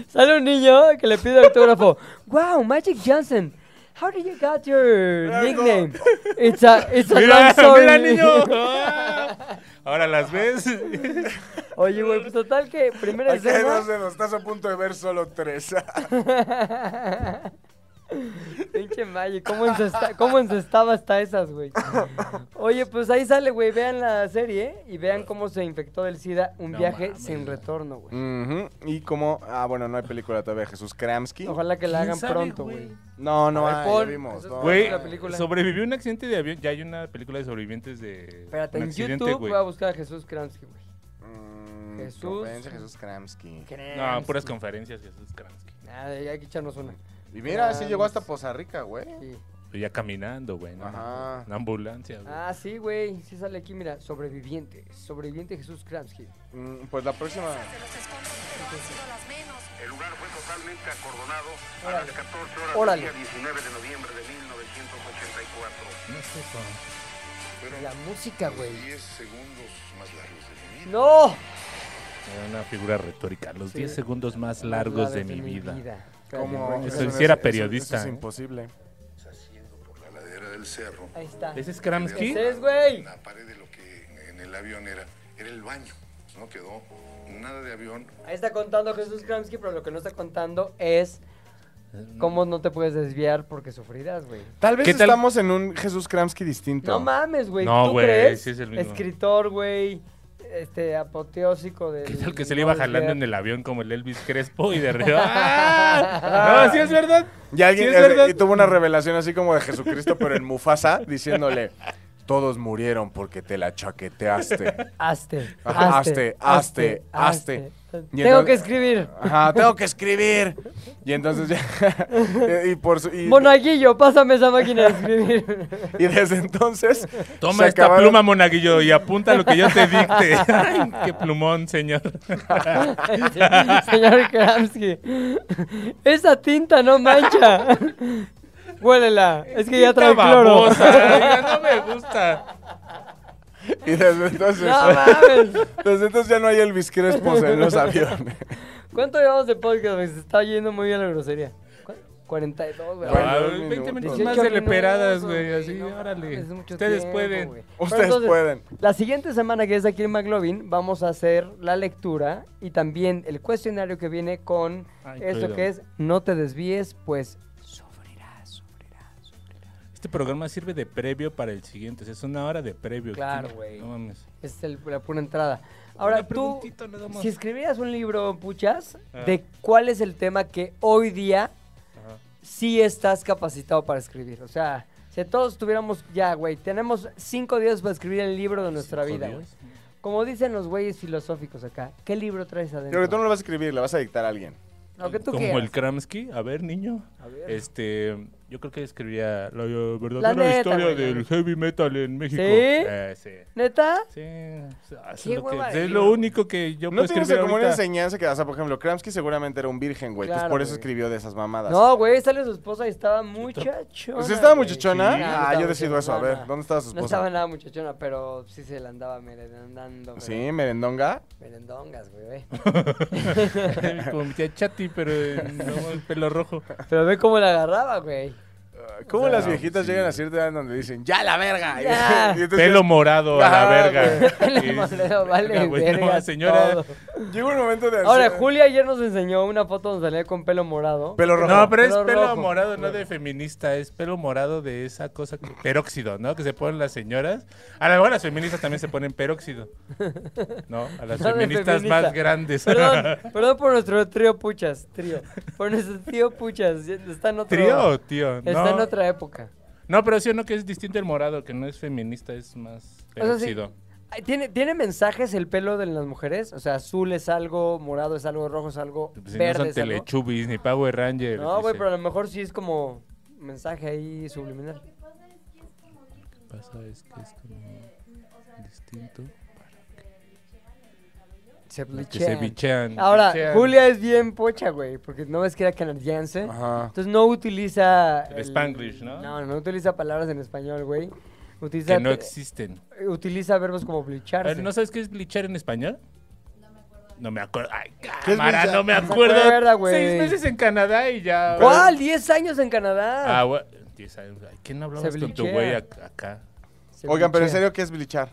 [SPEAKER 2] Sale un niño que le pide autógrafo. Wow, Magic Johnson. How did you got your nickname? It's a, it's a long
[SPEAKER 4] Mira,
[SPEAKER 2] story.
[SPEAKER 4] mira, niño. Ah, Ahora las ves.
[SPEAKER 2] Oye, güey, pues total que primera
[SPEAKER 3] Aquí hay
[SPEAKER 2] escena.
[SPEAKER 3] dos dedos, estás a punto de ver solo tres.
[SPEAKER 2] Pinche Magic, ¿cómo, encesta- cómo encestaba hasta esas, güey? Oye, pues ahí sale, güey. Vean la serie y vean cómo se infectó del SIDA un
[SPEAKER 4] No
[SPEAKER 2] viaje
[SPEAKER 4] mames.
[SPEAKER 2] sin retorno, güey.
[SPEAKER 3] Ujú, Y como... Ah, bueno, no hay película todavía de Jesús Kramsky.
[SPEAKER 2] Ojalá que la
[SPEAKER 4] ¿Quién
[SPEAKER 2] hagan
[SPEAKER 4] sabe,
[SPEAKER 2] pronto,
[SPEAKER 4] güey?
[SPEAKER 2] güey.
[SPEAKER 3] No, no
[SPEAKER 2] A ver,
[SPEAKER 3] hay,
[SPEAKER 2] pon-
[SPEAKER 3] ya vimos. no,
[SPEAKER 4] Güey,
[SPEAKER 3] no hay.
[SPEAKER 2] la película.
[SPEAKER 4] sobrevivió un accidente de avión. Ya hay una película de sobrevivientes de.
[SPEAKER 2] Espérate,
[SPEAKER 4] un
[SPEAKER 2] en
[SPEAKER 4] accidente,
[SPEAKER 2] YouTube
[SPEAKER 4] güey.
[SPEAKER 2] voy a buscar a Jesús Kramsky, güey.
[SPEAKER 3] Mm,
[SPEAKER 2] Jesús.
[SPEAKER 3] conferencia Jesús Kramsky.
[SPEAKER 4] No, puras conferencias, Jesús Kramsky.
[SPEAKER 2] Nada, hay que echarnos una.
[SPEAKER 3] Y mira, sí
[SPEAKER 2] Kramsky.
[SPEAKER 3] llegó hasta Poza Rica, güey.
[SPEAKER 2] Sí.
[SPEAKER 4] Pero ya caminando, güey. no
[SPEAKER 3] Ajá.
[SPEAKER 4] mames. Una ambulancia, güey.
[SPEAKER 2] Ah, sí, güey. Sí sale aquí, mira. Sobreviviente. Sobreviviente Jesús Kramsky.
[SPEAKER 3] Mm, Pues la próxima...
[SPEAKER 5] de los escombros, pero
[SPEAKER 2] sí.
[SPEAKER 5] las menos.
[SPEAKER 6] El lugar fue totalmente acordonado a
[SPEAKER 2] Órale.
[SPEAKER 6] las 14 horas
[SPEAKER 2] Órale.
[SPEAKER 6] del día 19 de noviembre de 1984.
[SPEAKER 4] No sé cómo.
[SPEAKER 2] La música, güey.
[SPEAKER 6] 10 segundos más largos de mi vida.
[SPEAKER 2] ¡No!
[SPEAKER 4] Era una figura retórica. Los 10 segundos más
[SPEAKER 2] Largo
[SPEAKER 4] largos de mi vida.
[SPEAKER 3] Como
[SPEAKER 4] Eso sí era periodista,
[SPEAKER 3] es
[SPEAKER 4] ¿eh?
[SPEAKER 3] imposible.
[SPEAKER 6] Haciendo por la ladera del cerro.
[SPEAKER 2] Ahí está.
[SPEAKER 4] ¿Ese es Kramsky?
[SPEAKER 2] Ese es, güey.
[SPEAKER 6] La pared de lo que en el avión era, era el baño. No quedó nada de avión.
[SPEAKER 2] Ahí está contando Jesús Kramsky, pero lo que no está contando es cómo no te puedes desviar porque sufrirás, güey.
[SPEAKER 3] Tal vez
[SPEAKER 4] ¿Qué tal?
[SPEAKER 3] estamos en un Jesús Kramsky distinto.
[SPEAKER 2] No mames, güey.
[SPEAKER 4] No,
[SPEAKER 2] ¿Tú
[SPEAKER 4] güey,
[SPEAKER 2] crees?
[SPEAKER 4] sí es el mismo.
[SPEAKER 2] Escritor, güey. Este, apoteósico de.
[SPEAKER 4] ¿Qué tal que se le iba jalando en el avión como el Elvis Crespo y de arriba? ¡Ah! No, sí es verdad.
[SPEAKER 3] Y alguien
[SPEAKER 4] Sí, es
[SPEAKER 3] eh,
[SPEAKER 4] verdad.
[SPEAKER 3] y tuvo una revelación así como de Jesucristo, pero en Mufasa, diciéndole: Todos murieron porque te la chaqueteaste.
[SPEAKER 2] Hazte.
[SPEAKER 3] Ajá,
[SPEAKER 2] Hazte.
[SPEAKER 3] hazte, hazte, hazte. Y
[SPEAKER 2] Tengo
[SPEAKER 3] entonces-
[SPEAKER 2] que escribir.
[SPEAKER 3] Ajá, tengo que escribir. Y entonces ya. y, por su- y-
[SPEAKER 2] Monaguillo, pásame esa máquina de escribir.
[SPEAKER 3] y desde entonces.
[SPEAKER 4] Toma
[SPEAKER 3] se
[SPEAKER 4] esta
[SPEAKER 3] acabaron-
[SPEAKER 4] pluma, monaguillo, y apunta lo que yo te dicte. Ay, qué plumón, señor.
[SPEAKER 2] Señor Kramsky, esa tinta no mancha. Huélela, es que ya trae
[SPEAKER 4] Tinta
[SPEAKER 2] cloro.
[SPEAKER 4] babosa, ya no me gusta.
[SPEAKER 3] Y desde entonces.
[SPEAKER 2] No mames.
[SPEAKER 3] desde entonces ya no hay Elvis Crespo en los aviones.
[SPEAKER 2] ¿Cuánto llevamos de podcast? güey? Se está yendo muy bien la grosería. ¿Cu- 42, güey.
[SPEAKER 3] Bueno,
[SPEAKER 4] Ah,
[SPEAKER 3] dos
[SPEAKER 4] 20 minutos,
[SPEAKER 3] minutos.
[SPEAKER 4] más
[SPEAKER 2] 18
[SPEAKER 4] de leperadas,
[SPEAKER 2] minutos,
[SPEAKER 4] güey. Así,
[SPEAKER 2] no mames,
[SPEAKER 4] órale.
[SPEAKER 2] es mucho
[SPEAKER 4] Ustedes
[SPEAKER 2] tiempo,
[SPEAKER 4] pueden.
[SPEAKER 2] güey. Pero
[SPEAKER 3] Ustedes
[SPEAKER 2] entonces,
[SPEAKER 3] pueden.
[SPEAKER 2] La siguiente semana que es aquí en McLovin, vamos a hacer la lectura y también el cuestionario que viene con
[SPEAKER 4] Ah,
[SPEAKER 2] eso
[SPEAKER 4] incluido.
[SPEAKER 2] que es no te desvíes, pues sufrirás, sufrirás.
[SPEAKER 4] Este programa sirve de previo para el siguiente. o sea, Es una hora de previo.
[SPEAKER 2] Claro,
[SPEAKER 4] ¿Qué-
[SPEAKER 2] güey.
[SPEAKER 4] No mames.
[SPEAKER 2] Es el- la pura entrada. Ahora,
[SPEAKER 4] Una
[SPEAKER 2] tú,
[SPEAKER 4] preguntita nada más.
[SPEAKER 2] si escribieras un libro, puchas,
[SPEAKER 4] Ah.
[SPEAKER 2] de cuál es el tema que hoy día sí estás capacitado para escribir. O sea, si todos tuviéramos, ya, güey, tenemos cinco días para escribir el libro de nuestra
[SPEAKER 4] Cinco
[SPEAKER 2] vida,
[SPEAKER 4] días.
[SPEAKER 2] güey. Como dicen los güeyes filosóficos acá, ¿qué libro traes adentro?
[SPEAKER 3] Creo que tú no lo vas a escribir, le vas a dictar a alguien.
[SPEAKER 2] Lo que tú
[SPEAKER 4] Eh, Como
[SPEAKER 2] quieras.
[SPEAKER 4] el Kramsky. A ver, niño.
[SPEAKER 2] A ver.
[SPEAKER 4] Este, yo creo que escribiría la eh,
[SPEAKER 2] La
[SPEAKER 4] verdadera
[SPEAKER 2] neta,
[SPEAKER 4] historia
[SPEAKER 2] güey, la
[SPEAKER 4] del
[SPEAKER 2] neta.
[SPEAKER 4] heavy metal en México.
[SPEAKER 2] ¿Sí?
[SPEAKER 4] Eh, sí.
[SPEAKER 2] ¿Neta?
[SPEAKER 4] Sí, es
[SPEAKER 2] Qué
[SPEAKER 4] lo,
[SPEAKER 2] hueva
[SPEAKER 4] que-
[SPEAKER 2] de
[SPEAKER 4] es
[SPEAKER 2] libro,
[SPEAKER 4] lo
[SPEAKER 2] güey.
[SPEAKER 4] único que yo
[SPEAKER 3] No
[SPEAKER 4] puedo
[SPEAKER 3] tienes
[SPEAKER 4] escribir
[SPEAKER 3] como una
[SPEAKER 4] ahorita.
[SPEAKER 3] enseñanza que, o sea, por ejemplo, Kramsky seguramente era un virgen, güey. entonces
[SPEAKER 2] Claro,
[SPEAKER 3] por eso
[SPEAKER 2] güey.
[SPEAKER 3] escribió de esas mamadas.
[SPEAKER 2] No, güey, sale su esposa y estaba muchachona.
[SPEAKER 3] ¿Usted Pues estaba
[SPEAKER 2] güey.
[SPEAKER 3] muchachona?
[SPEAKER 2] Sí, no
[SPEAKER 3] ah,
[SPEAKER 2] estaba
[SPEAKER 3] yo decido eso. A
[SPEAKER 2] muchachona,
[SPEAKER 3] ver,
[SPEAKER 2] no.
[SPEAKER 3] ¿dónde estaba su
[SPEAKER 2] No
[SPEAKER 3] esposa?
[SPEAKER 2] estaba nada muchachona, pero sí se la andaba merendando. güey.
[SPEAKER 3] Sí, merendonga.
[SPEAKER 2] Merendongas, güey.
[SPEAKER 4] Como mi tía Chati, pero en- no, el pelo rojo.
[SPEAKER 2] Pero ve cómo la agarraba, güey. Ah,
[SPEAKER 3] ¿Cómo las
[SPEAKER 4] no,
[SPEAKER 3] viejitas
[SPEAKER 4] sí.
[SPEAKER 3] llegan a cierta edad donde dicen, ya la verga?
[SPEAKER 2] Ya.
[SPEAKER 3] Y entonces-
[SPEAKER 4] Pelo morado a la
[SPEAKER 3] Ah,
[SPEAKER 4] verga.
[SPEAKER 2] güey.
[SPEAKER 4] Y
[SPEAKER 2] El
[SPEAKER 4] dices,
[SPEAKER 2] morado vale
[SPEAKER 4] "Verga, güey, no,
[SPEAKER 2] verga
[SPEAKER 4] señora.
[SPEAKER 2] todo".
[SPEAKER 3] Llega un momento de
[SPEAKER 2] Ahora,
[SPEAKER 3] ansiedad.
[SPEAKER 2] Julia ayer nos enseñó una foto donde salía con pelo morado.
[SPEAKER 3] Pelo rojo.
[SPEAKER 4] No, pero es
[SPEAKER 2] Pelo
[SPEAKER 4] pelo
[SPEAKER 2] rojo.
[SPEAKER 4] morado, no de feminista, es pelo morado de esa cosa, que- peróxido, ¿no? Que se ponen las señoras. A lo mejor las feministas también se ponen peróxido. No, a las
[SPEAKER 2] No de
[SPEAKER 4] feministas
[SPEAKER 2] feminista.
[SPEAKER 4] más grandes.
[SPEAKER 2] Perdón, perdón por nuestro trío Puchas, trío. Por nuestro tío Puchas, está en otro...
[SPEAKER 4] ¿Trío o tío?
[SPEAKER 2] Está
[SPEAKER 4] No.
[SPEAKER 2] en otra época.
[SPEAKER 4] No, pero sí o no que es distinto el morado, que no es feminista, es más
[SPEAKER 2] O sea, sí.
[SPEAKER 4] peróxido.
[SPEAKER 2] Ay, ¿Tiene, ¿Tiene mensajes el pelo de las mujeres? O sea, azul es algo, morado es algo, rojo es algo,
[SPEAKER 4] Pues Si
[SPEAKER 2] verde
[SPEAKER 4] no son
[SPEAKER 2] es algo.
[SPEAKER 4] Telechubbies ni Power Rangers.
[SPEAKER 2] No, güey,
[SPEAKER 4] dice.
[SPEAKER 2] pero a lo mejor sí es como mensaje ahí subliminal.
[SPEAKER 4] Lo que pasa es que es como distinto.
[SPEAKER 2] Se
[SPEAKER 4] Que se
[SPEAKER 2] blichean.
[SPEAKER 4] bichean.
[SPEAKER 2] Ahora,
[SPEAKER 4] bichean.
[SPEAKER 2] Julia es bien pocha, güey, porque no ves que era canadiense.
[SPEAKER 3] Ajá.
[SPEAKER 2] Entonces no utiliza...
[SPEAKER 4] El Spanglish, ¿no?
[SPEAKER 2] No, no utiliza palabras en español, güey. Utiliza, eh,
[SPEAKER 4] Que no existen.
[SPEAKER 2] utiliza verbos como blicharse.
[SPEAKER 4] Eh, ¿No sabes qué es blichar en español? No me acuerdo. Ay,
[SPEAKER 3] ¿Qué es
[SPEAKER 4] cámara,
[SPEAKER 3] blichar?
[SPEAKER 4] no me
[SPEAKER 2] se
[SPEAKER 4] acuerdo.
[SPEAKER 2] acuerda, güey.
[SPEAKER 4] Seis meses en Canadá y ya.
[SPEAKER 2] ¿Cuál? 10 años en Canadá.
[SPEAKER 4] Ah, güey. Diez años. Ay, ¿Quién hablabas
[SPEAKER 2] Se
[SPEAKER 4] con tu
[SPEAKER 2] blichea.
[SPEAKER 4] güey ac- acá?
[SPEAKER 2] Se
[SPEAKER 3] Oigan, pero
[SPEAKER 2] blichea.
[SPEAKER 3] en serio, ¿qué es blichar?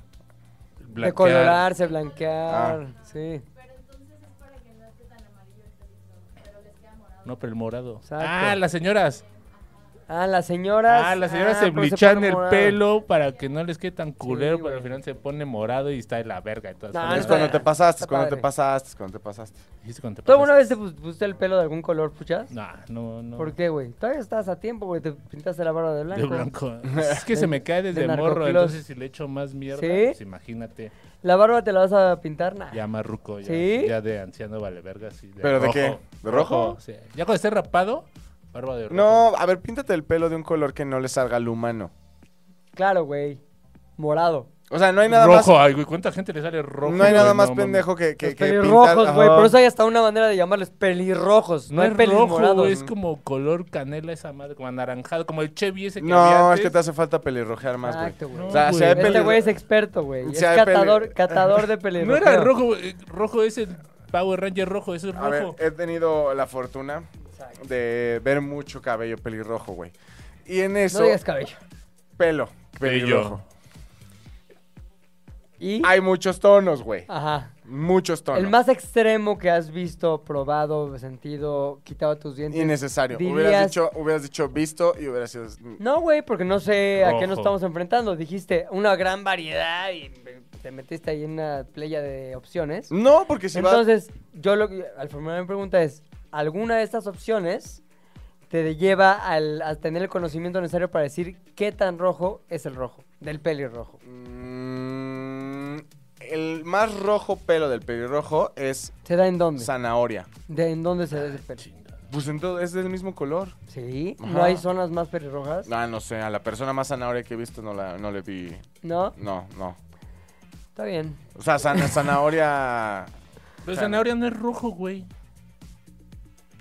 [SPEAKER 4] Blanquear.
[SPEAKER 2] Decolorarse, blanquear.
[SPEAKER 3] Ah.
[SPEAKER 2] Sí.
[SPEAKER 4] No, pero el morado.
[SPEAKER 2] Exacto.
[SPEAKER 4] Ah, las señoras.
[SPEAKER 2] Ah, las señoras.
[SPEAKER 4] Ah, las señoras se
[SPEAKER 2] por eso
[SPEAKER 4] blichan
[SPEAKER 2] ponen
[SPEAKER 4] el
[SPEAKER 2] morado.
[SPEAKER 4] pelo para que no les quede tan culero, pero
[SPEAKER 2] güey.
[SPEAKER 4] al final se pone morado y está de la verga. y todas
[SPEAKER 2] No,
[SPEAKER 4] están
[SPEAKER 2] Ah,
[SPEAKER 3] es
[SPEAKER 4] de la
[SPEAKER 2] está-
[SPEAKER 3] cuando te pasaste,
[SPEAKER 2] está
[SPEAKER 3] es cuando
[SPEAKER 2] padre.
[SPEAKER 3] te pasaste, es cuando te pasaste.
[SPEAKER 4] ¿Viste cuando te
[SPEAKER 2] ¿Tú alguna vez
[SPEAKER 4] pasas?
[SPEAKER 2] te pus- pusiste el pelo de algún color, puchas?
[SPEAKER 4] No, no, no.
[SPEAKER 2] ¿Por qué, güey? Todavía estás a tiempo, güey. Te pintaste la barba de blanco.
[SPEAKER 4] De blanco. Es que se me cae desde
[SPEAKER 2] de
[SPEAKER 4] morro,
[SPEAKER 2] narcoclos.
[SPEAKER 4] entonces si le echo más mierda,
[SPEAKER 2] ¿Sí?
[SPEAKER 4] pues imagínate,
[SPEAKER 2] ¿La barba te la vas a pintar? Nah.
[SPEAKER 4] ya más ruco, ya,
[SPEAKER 2] ¿Sí?
[SPEAKER 4] ya de anciano vale verga, sí. de
[SPEAKER 3] ¿Pero de
[SPEAKER 4] rojo.
[SPEAKER 3] qué? ¿De rojo?
[SPEAKER 4] sí. Ya cuando esté rapado, barba de rojo.
[SPEAKER 3] No, a ver, píntate el pelo de un color que no le salga al humano.
[SPEAKER 2] Claro, güey. Morado.
[SPEAKER 3] O sea, no hay nada
[SPEAKER 4] rojo,
[SPEAKER 3] más.
[SPEAKER 4] ay, güey, ¿cuánta gente le sale rojo?
[SPEAKER 3] no hay nada
[SPEAKER 4] güey?
[SPEAKER 3] más
[SPEAKER 4] mames.
[SPEAKER 3] pendejo que, que,
[SPEAKER 2] Los
[SPEAKER 3] que
[SPEAKER 2] pelirrojos,
[SPEAKER 3] pintar-
[SPEAKER 2] güey.
[SPEAKER 3] Ajá.
[SPEAKER 2] Por eso hay hasta una manera de llamarles pelirrojos. No,
[SPEAKER 4] No
[SPEAKER 2] hay
[SPEAKER 4] es
[SPEAKER 2] pelis
[SPEAKER 4] rojo,
[SPEAKER 2] morados.
[SPEAKER 4] güey, es como color canela esa madre, como anaranjado, como el Chevy ese que había
[SPEAKER 3] No, es
[SPEAKER 4] antes.
[SPEAKER 3] que te hace falta pelirrojear más, güey.
[SPEAKER 2] Exacto, güey.
[SPEAKER 4] No,
[SPEAKER 3] O sea,
[SPEAKER 4] güey.
[SPEAKER 3] si hay
[SPEAKER 2] Este
[SPEAKER 3] pelirro-
[SPEAKER 2] güey es experto, güey. Es
[SPEAKER 3] Sí, hay peli-
[SPEAKER 2] catador, catador de pelirrojos.
[SPEAKER 4] No era rojo, güey, rojo es el Power Ranger rojo, eso es
[SPEAKER 3] A ver,
[SPEAKER 4] rojo.
[SPEAKER 3] he tenido la fortuna de ver mucho cabello pelirrojo, güey. Y en
[SPEAKER 2] No
[SPEAKER 3] eso,
[SPEAKER 2] digas cabello.
[SPEAKER 3] pelo pelirrojo.
[SPEAKER 2] Y.
[SPEAKER 3] Hay muchos tonos, güey.
[SPEAKER 2] Ajá.
[SPEAKER 3] Muchos tonos.
[SPEAKER 2] Ah. El más extremo que has visto, probado, sentido, quitado de tus dientes.
[SPEAKER 3] Innecesario.
[SPEAKER 2] dirías- Mm.
[SPEAKER 3] Hubieras, dicho, hubieras dicho visto y hubieras sido...
[SPEAKER 2] No, güey, porque no sé a qué nos
[SPEAKER 4] Rojo.
[SPEAKER 2] estamos enfrentando. Dijiste una gran variedad y te metiste ahí en una playa de opciones.
[SPEAKER 3] No, porque si va...
[SPEAKER 2] Entonces, yo lo que, al formular mi pregunta es, ¿alguna de estas opciones te lleva al, a tener el conocimiento necesario para decir qué tan rojo es el rojo, del pelirrojo?
[SPEAKER 3] Mm, el más rojo pelo del pelirrojo es
[SPEAKER 2] ¿Se da en dónde?
[SPEAKER 3] zanahoria.
[SPEAKER 2] ¿De en dónde se da ese pelo?
[SPEAKER 3] Pues entonces es del mismo color.
[SPEAKER 2] ¿Sí? ¿No
[SPEAKER 3] Ajá.
[SPEAKER 2] hay zonas más pelirrojas?
[SPEAKER 3] Ah, no sé, a la persona más zanahoria que he visto no, la, no le vi...
[SPEAKER 2] ¿No?
[SPEAKER 3] No, no.
[SPEAKER 2] Está bien.
[SPEAKER 3] O sea, zan- zanahoria...
[SPEAKER 4] Pero zanahoria no es rojo, güey.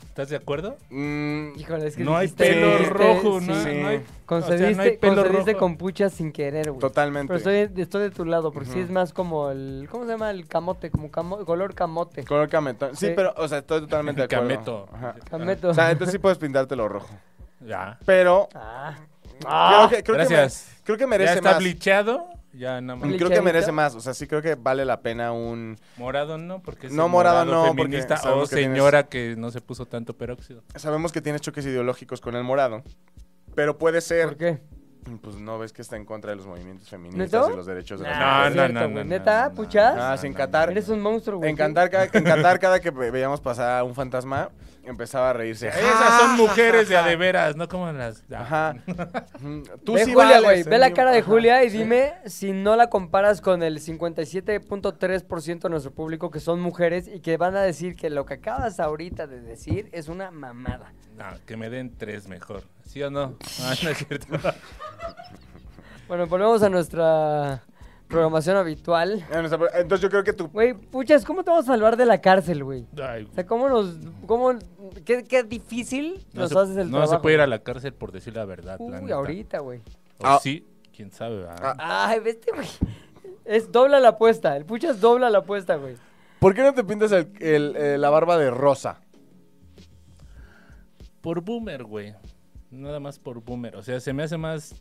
[SPEAKER 4] ¿Estás de acuerdo?
[SPEAKER 3] mm,
[SPEAKER 2] Híjole, es que
[SPEAKER 4] No hay
[SPEAKER 2] dijiste-
[SPEAKER 4] pelo
[SPEAKER 2] dijiste-
[SPEAKER 4] rojo,
[SPEAKER 2] sí,
[SPEAKER 4] no,
[SPEAKER 3] este, sí.
[SPEAKER 4] no hay.
[SPEAKER 2] Concediste,
[SPEAKER 4] o sea, no hay pelo
[SPEAKER 2] concediste
[SPEAKER 4] rojo.
[SPEAKER 2] con puchas sin querer, güey.
[SPEAKER 3] totalmente.
[SPEAKER 2] Pero estoy, estoy de tu lado, porque sí
[SPEAKER 3] Ujú.
[SPEAKER 2] es más como el... ¿Cómo se llama? El camote, como camo- color camote.
[SPEAKER 3] Color cametón. Sí,
[SPEAKER 2] Sí.
[SPEAKER 3] pero, o sea, estoy totalmente de acuerdo.
[SPEAKER 4] Cameto.
[SPEAKER 3] Ajá.
[SPEAKER 2] Cameto.
[SPEAKER 3] O sea, entonces sí puedes pintártelo rojo.
[SPEAKER 4] Ya.
[SPEAKER 3] Pero
[SPEAKER 2] Ah.
[SPEAKER 3] creo que, creo que
[SPEAKER 4] Gracias.
[SPEAKER 3] mere- creo que
[SPEAKER 4] Ya
[SPEAKER 3] merece
[SPEAKER 4] está
[SPEAKER 3] más.
[SPEAKER 4] blicheado. Ya nada más.
[SPEAKER 2] Bli-
[SPEAKER 3] Creo que merece
[SPEAKER 2] Lichadito.
[SPEAKER 3] más. O sea, sí creo que vale la pena un.
[SPEAKER 4] Morado no, porque es
[SPEAKER 3] No,
[SPEAKER 4] el
[SPEAKER 3] morado no, porque
[SPEAKER 4] feminista o
[SPEAKER 3] sabemos que tienes-
[SPEAKER 4] señora que no se puso tanto peróxido.
[SPEAKER 3] Sabemos que tienes choques ideológicos con el morado. Pero puede
[SPEAKER 2] ¿Por
[SPEAKER 3] ser.
[SPEAKER 2] qué?
[SPEAKER 3] Pues no ves que está en contra de los movimientos feministas
[SPEAKER 2] ¿Neto?
[SPEAKER 3] y los derechos de
[SPEAKER 2] Nah,
[SPEAKER 3] las
[SPEAKER 2] no
[SPEAKER 4] No,
[SPEAKER 2] es
[SPEAKER 4] no,
[SPEAKER 3] mujeres.
[SPEAKER 2] cierto,
[SPEAKER 4] no,
[SPEAKER 2] güey.
[SPEAKER 4] no.
[SPEAKER 2] ¿Neta,
[SPEAKER 4] no,
[SPEAKER 2] puchas?
[SPEAKER 3] Ah, sí, en Qatar.
[SPEAKER 2] Eres un monstruo, güey.
[SPEAKER 3] En Qatar, cada, en Qatar, cada que ve- veíamos pasar a un fantasma, empezaba a reírse.
[SPEAKER 4] Esas son mujeres de a de veras, no como las.
[SPEAKER 3] Ah, Ajá. Ujú. Tú
[SPEAKER 2] ve
[SPEAKER 3] sí
[SPEAKER 2] Julia,
[SPEAKER 3] vales,
[SPEAKER 2] güey. Ve la
[SPEAKER 3] ¿eh?
[SPEAKER 2] cara de
[SPEAKER 3] Ajá.
[SPEAKER 2] Julia y dime si no la comparas con el 57.3% de nuestro público que son mujeres y que van a decir que lo que acabas ahorita de decir es una mamada.
[SPEAKER 4] No, que me den tres mejor. ¿Sí o no? Ah, no es cierto.
[SPEAKER 2] Bueno, volvemos a nuestra programación habitual.
[SPEAKER 3] Ah, no, está- Entonces yo creo que tu
[SPEAKER 2] Güey, puchas, ¿cómo te vamos a salvar de la cárcel, güey?
[SPEAKER 4] Ay,
[SPEAKER 2] O sea, ¿cómo nos... Cómo, qué, qué difícil
[SPEAKER 4] no
[SPEAKER 2] nos
[SPEAKER 4] se,
[SPEAKER 2] haces el
[SPEAKER 4] no se
[SPEAKER 2] trabajo.
[SPEAKER 4] puede ir a la cárcel por decir la verdad. la
[SPEAKER 2] Uy,
[SPEAKER 4] neta.
[SPEAKER 2] ahorita, güey.
[SPEAKER 4] O
[SPEAKER 3] Ah.
[SPEAKER 4] sí, quién sabe. ¿verdad?
[SPEAKER 3] Ah.
[SPEAKER 2] Ay, vete, güey. Es dobla la apuesta. El puchas dobla la apuesta, güey.
[SPEAKER 3] ¿Por qué no te pintas el- el- eh, la barba de rosa?
[SPEAKER 4] Por boomer, güey. Nada más por boomer. O sea, se me hace más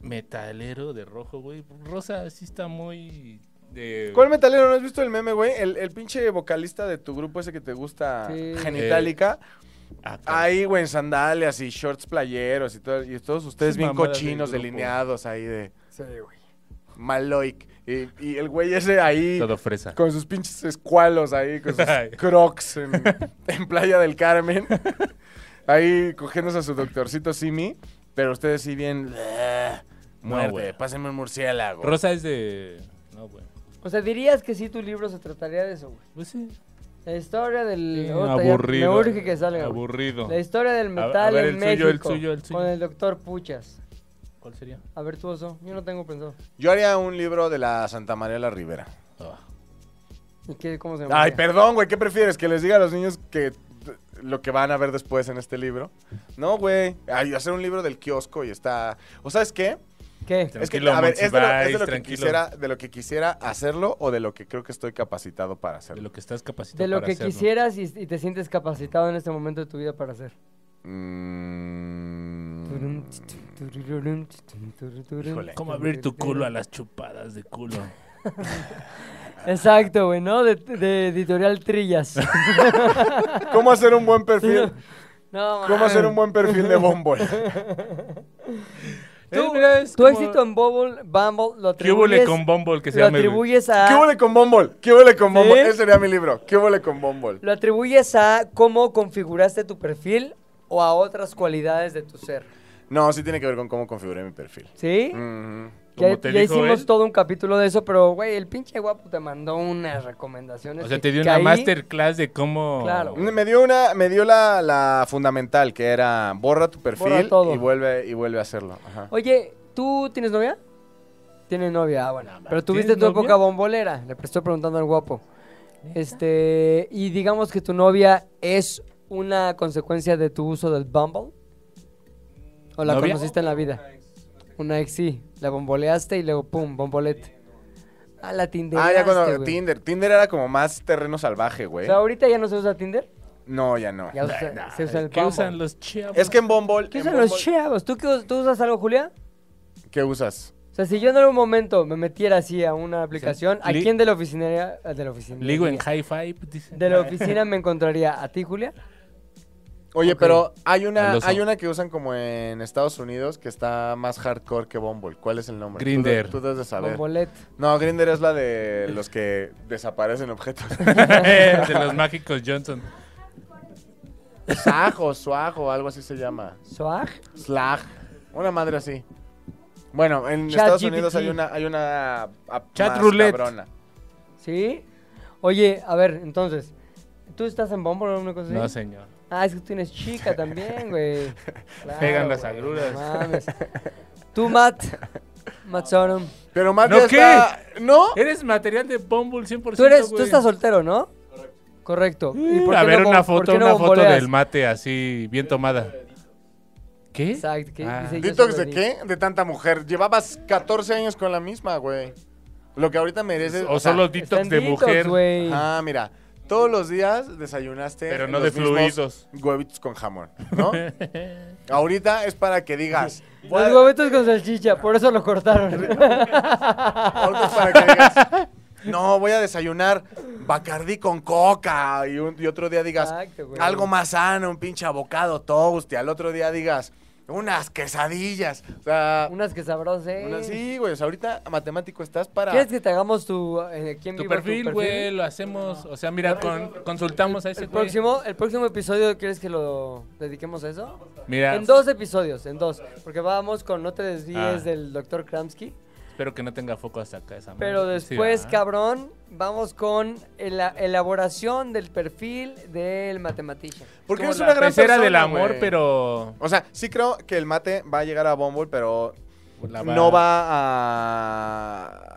[SPEAKER 4] metalero de rojo, güey. Rosa sí está muy. De...
[SPEAKER 3] ¿Cuál metalero? ¿No has visto el meme, güey? El, el pinche vocalista de tu grupo ese que te gusta,
[SPEAKER 2] Sí. Eh,
[SPEAKER 3] Genitalica.
[SPEAKER 4] Ah, claro.
[SPEAKER 3] Ahí, güey, en sandalias y shorts playeros y, todo, y todos ustedes
[SPEAKER 4] Esas
[SPEAKER 3] bien
[SPEAKER 4] mamadas del
[SPEAKER 3] cochinos,
[SPEAKER 4] grupo.
[SPEAKER 3] delineados ahí de
[SPEAKER 2] Sí, güey.
[SPEAKER 3] Maloic. Y, y el güey ese ahí
[SPEAKER 4] Todo fresa.
[SPEAKER 3] con sus pinches escualos ahí, con sus
[SPEAKER 4] Ay.
[SPEAKER 3] crocs en, en Playa del Carmen. ahí cogiéndose a su doctorcito Simi. Pero ustedes sí bien... Muerte,
[SPEAKER 4] güey.
[SPEAKER 3] pásenme un murciélago.
[SPEAKER 4] Rosa es de. No, güey.
[SPEAKER 2] O sea, dirías que sí tu libro se trataría de eso, güey.
[SPEAKER 4] Pues sí.
[SPEAKER 2] La historia del...
[SPEAKER 4] Sí,
[SPEAKER 2] Ota, ya
[SPEAKER 4] aburrido.
[SPEAKER 2] Me urge que salga, güey.
[SPEAKER 4] Aburrido.
[SPEAKER 2] La historia del
[SPEAKER 4] A- a
[SPEAKER 2] metal
[SPEAKER 4] ver,
[SPEAKER 2] en
[SPEAKER 4] el suyo, el
[SPEAKER 2] México.
[SPEAKER 4] suyo, el suyo.
[SPEAKER 2] Con el doctor Puchas.
[SPEAKER 4] ¿Cuál sería?
[SPEAKER 2] A ver, tú, Oso. Yo no tengo pensado.
[SPEAKER 3] Yo haría un libro de la Santa María la Ribera.
[SPEAKER 4] Ah.
[SPEAKER 2] ¿Y qué, cómo se llama?
[SPEAKER 3] Ay, perdón, güey, ¿qué prefieres? ¿Que les diga a los niños que lo que van a ver después en este libro? No, güey. Ay, hacer un libro del kiosco y está. ¿O sabes qué?
[SPEAKER 2] ¿Qué?
[SPEAKER 3] es que,
[SPEAKER 4] Tranquilo,
[SPEAKER 3] a ver, es de lo, es de
[SPEAKER 4] Monsiváis,
[SPEAKER 3] lo que
[SPEAKER 4] tranquilo.
[SPEAKER 3] quisiera, de lo que quisiera hacerlo o de lo que creo que estoy capacitado para
[SPEAKER 4] De
[SPEAKER 3] hacerlo.
[SPEAKER 4] lo que estás capacitado
[SPEAKER 2] De lo
[SPEAKER 4] para
[SPEAKER 2] que
[SPEAKER 4] hacerlo.
[SPEAKER 2] quisieras y, y te sientes capacitado en este momento de tu vida para hacer.
[SPEAKER 3] Mm. Híjole.
[SPEAKER 4] ¿Cómo abrir tu culo a las chupadas de culo?
[SPEAKER 2] Exacto, güey, ¿no? De, de editorial Trillas.
[SPEAKER 3] ¿Cómo hacer un buen perfil?
[SPEAKER 2] No,
[SPEAKER 3] ¿Cómo hacer un
[SPEAKER 2] mames.
[SPEAKER 3] buen perfil de Bumble?
[SPEAKER 4] Eh,
[SPEAKER 2] Tú-
[SPEAKER 4] mira, es
[SPEAKER 2] Tu
[SPEAKER 4] como-
[SPEAKER 2] éxito en Bumble, Bumble lo
[SPEAKER 4] ¿Qué huele
[SPEAKER 2] atribuyes,
[SPEAKER 4] con Bumble que se
[SPEAKER 2] lo
[SPEAKER 4] llama? güey?
[SPEAKER 2] atribuyes a...
[SPEAKER 3] ¿Qué huele con Bumble? ¿Qué huele con Bumble?
[SPEAKER 2] ¿Sí?
[SPEAKER 3] Ese sería mi libro. ¿Qué huele con Bumble?
[SPEAKER 2] Lo atribuyes a cómo configuraste tu perfil o a otras cualidades de tu ser.
[SPEAKER 3] No, sí tiene que ver con cómo configuré mi perfil.
[SPEAKER 2] ¿Sí?
[SPEAKER 3] Ujú.
[SPEAKER 2] Ya,
[SPEAKER 4] Mm, Como te
[SPEAKER 2] ya
[SPEAKER 4] dijo
[SPEAKER 2] hicimos
[SPEAKER 4] él.
[SPEAKER 2] todo un capítulo de eso, pero, güey, el pinche guapo te mandó unas recomendaciones.
[SPEAKER 4] O sea,
[SPEAKER 2] que
[SPEAKER 4] te dio una
[SPEAKER 2] caí-
[SPEAKER 4] masterclass de cómo.
[SPEAKER 2] Claro.
[SPEAKER 3] Me dio una, me dio la, la fundamental, que era borra tu perfil
[SPEAKER 2] Borra todo.
[SPEAKER 3] y vuelve, y vuelve a hacerlo. Ajá.
[SPEAKER 2] Oye, ¿tú tienes novia? Tiene novia, ah, bueno. Pero tuviste
[SPEAKER 4] ¿Tienes
[SPEAKER 2] tu época
[SPEAKER 4] novia?
[SPEAKER 2] bombolera, le estoy preguntando al guapo. Este, y digamos que tu novia es una consecuencia de tu uso del Bumble. ¿O la
[SPEAKER 4] ¿Novia?
[SPEAKER 2] conociste en la vida? Una ex, sí. La bomboleaste y luego, pum, bombolete. Ah, la Tinder.
[SPEAKER 3] Ah, ya cuando Tinder. Tinder era como más terreno salvaje,
[SPEAKER 2] O
[SPEAKER 3] güey.
[SPEAKER 2] sea, ahorita ya no se usa Tinder.
[SPEAKER 3] No, ya no.
[SPEAKER 2] Ya usa- se usa el
[SPEAKER 4] ¿Qué
[SPEAKER 2] Bumble.
[SPEAKER 4] usan los chavos?
[SPEAKER 3] Es que en Bumble.
[SPEAKER 2] ¿Qué
[SPEAKER 3] en
[SPEAKER 2] usan los
[SPEAKER 3] Bumble-
[SPEAKER 2] chavos? ¿Tú, qué us- ¿Tú usas algo, Julia?
[SPEAKER 3] ¿Qué usas?
[SPEAKER 2] O sea, si yo en algún momento me metiera así a una aplicación, ¿a
[SPEAKER 4] Li-
[SPEAKER 2] quién de la oficina? De la oficina.
[SPEAKER 4] Ligo en high five, dicen.
[SPEAKER 2] De la oficina me encontraría a ti, Julia.
[SPEAKER 3] Oye,
[SPEAKER 4] Ok.
[SPEAKER 3] pero hay una,
[SPEAKER 4] Al oso.
[SPEAKER 3] hay una que usan como en Estados Unidos que está más hardcore que Bumble. ¿Cuál es el nombre? Tú de-
[SPEAKER 4] Grindr.
[SPEAKER 3] Tú, debes de saber.
[SPEAKER 2] Bombolet.
[SPEAKER 3] No, Grinder es la de los que desaparecen objetos.
[SPEAKER 4] de los mágicos Johnson.
[SPEAKER 3] Sajo, suajo, algo así se llama.
[SPEAKER 2] Swag.
[SPEAKER 3] Slag. Una madre así. Bueno, en
[SPEAKER 2] Chat
[SPEAKER 3] Estados
[SPEAKER 2] GPT.
[SPEAKER 3] Unidos hay una, hay una app
[SPEAKER 4] Chat
[SPEAKER 3] más
[SPEAKER 4] roulette.
[SPEAKER 3] cabrona.
[SPEAKER 2] ¿Sí? Oye, a ver, entonces. ¿Tú estás en Bumble o alguna cosa así?
[SPEAKER 4] No, señor.
[SPEAKER 2] Ah, es que tú tienes chica también, güey. Claro,
[SPEAKER 4] Pegan las
[SPEAKER 2] güey,
[SPEAKER 4] agruras.
[SPEAKER 2] no mames. Tú, Matt. Matt Sorum.
[SPEAKER 3] Pero más
[SPEAKER 4] ¿No
[SPEAKER 3] ya
[SPEAKER 4] qué? Eh,
[SPEAKER 3] está- ¿No.
[SPEAKER 4] Eres material de Bumble 100%.
[SPEAKER 2] Tú, eres, tú
[SPEAKER 4] güey. Mm.
[SPEAKER 2] estás soltero, ¿no? Correcto. ¿Y por
[SPEAKER 4] a
[SPEAKER 2] qué
[SPEAKER 4] ver,
[SPEAKER 2] no
[SPEAKER 4] una
[SPEAKER 2] bom- por
[SPEAKER 4] foto,
[SPEAKER 2] qué no
[SPEAKER 4] una foto
[SPEAKER 2] bomboleas?
[SPEAKER 4] del mate así, bien tomada. ¿Qué?
[SPEAKER 2] Exacto, ¿qué
[SPEAKER 4] Ah.
[SPEAKER 2] dice? Yo
[SPEAKER 3] ¿Detox
[SPEAKER 2] soy
[SPEAKER 3] de qué? De tanta mujer. Llevabas 14 años con la misma, güey. Lo que ahorita mereces.
[SPEAKER 4] O solo
[SPEAKER 2] Está en
[SPEAKER 4] detox de
[SPEAKER 2] detox,
[SPEAKER 4] mujer.
[SPEAKER 2] güey.
[SPEAKER 3] Ah, mira. Todos los días desayunaste.
[SPEAKER 4] Pero no
[SPEAKER 3] los
[SPEAKER 4] de
[SPEAKER 3] mismos
[SPEAKER 4] fluidos.
[SPEAKER 3] Huevitos con jamón, ¿no? ahorita es para que digas. voy a-
[SPEAKER 2] Los huevitos con salchicha, por eso lo cortaron.
[SPEAKER 3] ahorita es para que digas. No, voy a desayunar Bacardí con coca. Y, un- y otro día digas.
[SPEAKER 2] Exacto, güey.
[SPEAKER 3] algo más sano, un pinche abocado toast. Y al otro día digas. Unas quesadillas. O sea.
[SPEAKER 2] Unas que sabrosas, eh.
[SPEAKER 3] una- sí, güey. O sea, ahorita matemático estás para.
[SPEAKER 2] ¿Quieres que te hagamos tu, eh, ¿quién
[SPEAKER 4] Tu
[SPEAKER 2] viva
[SPEAKER 4] perfil, güey, lo hacemos. O sea, mira, con- consultamos a ese
[SPEAKER 2] El
[SPEAKER 4] güey.
[SPEAKER 2] próximo, el próximo episodio, ¿quieres que lo dediquemos a eso?
[SPEAKER 4] Mira,
[SPEAKER 2] En dos episodios, en dos. Porque vamos con No te desvíes
[SPEAKER 4] Ah.
[SPEAKER 2] del Dr. Kramsky.
[SPEAKER 4] espero que no tenga foco hasta acá esa
[SPEAKER 2] Pero
[SPEAKER 4] madre. Sí, ah.
[SPEAKER 2] después,
[SPEAKER 4] ¿verdad?
[SPEAKER 2] cabrón, vamos con la elaboración del perfil del matematician.
[SPEAKER 3] Porque
[SPEAKER 4] Como
[SPEAKER 3] eres
[SPEAKER 4] la
[SPEAKER 3] una gran
[SPEAKER 4] pecera
[SPEAKER 3] persona,
[SPEAKER 4] del amor,
[SPEAKER 3] güey.
[SPEAKER 4] pero
[SPEAKER 3] O sea, sí creo que el mate va a llegar a Bumble, pero
[SPEAKER 4] la
[SPEAKER 3] no va a...
[SPEAKER 4] a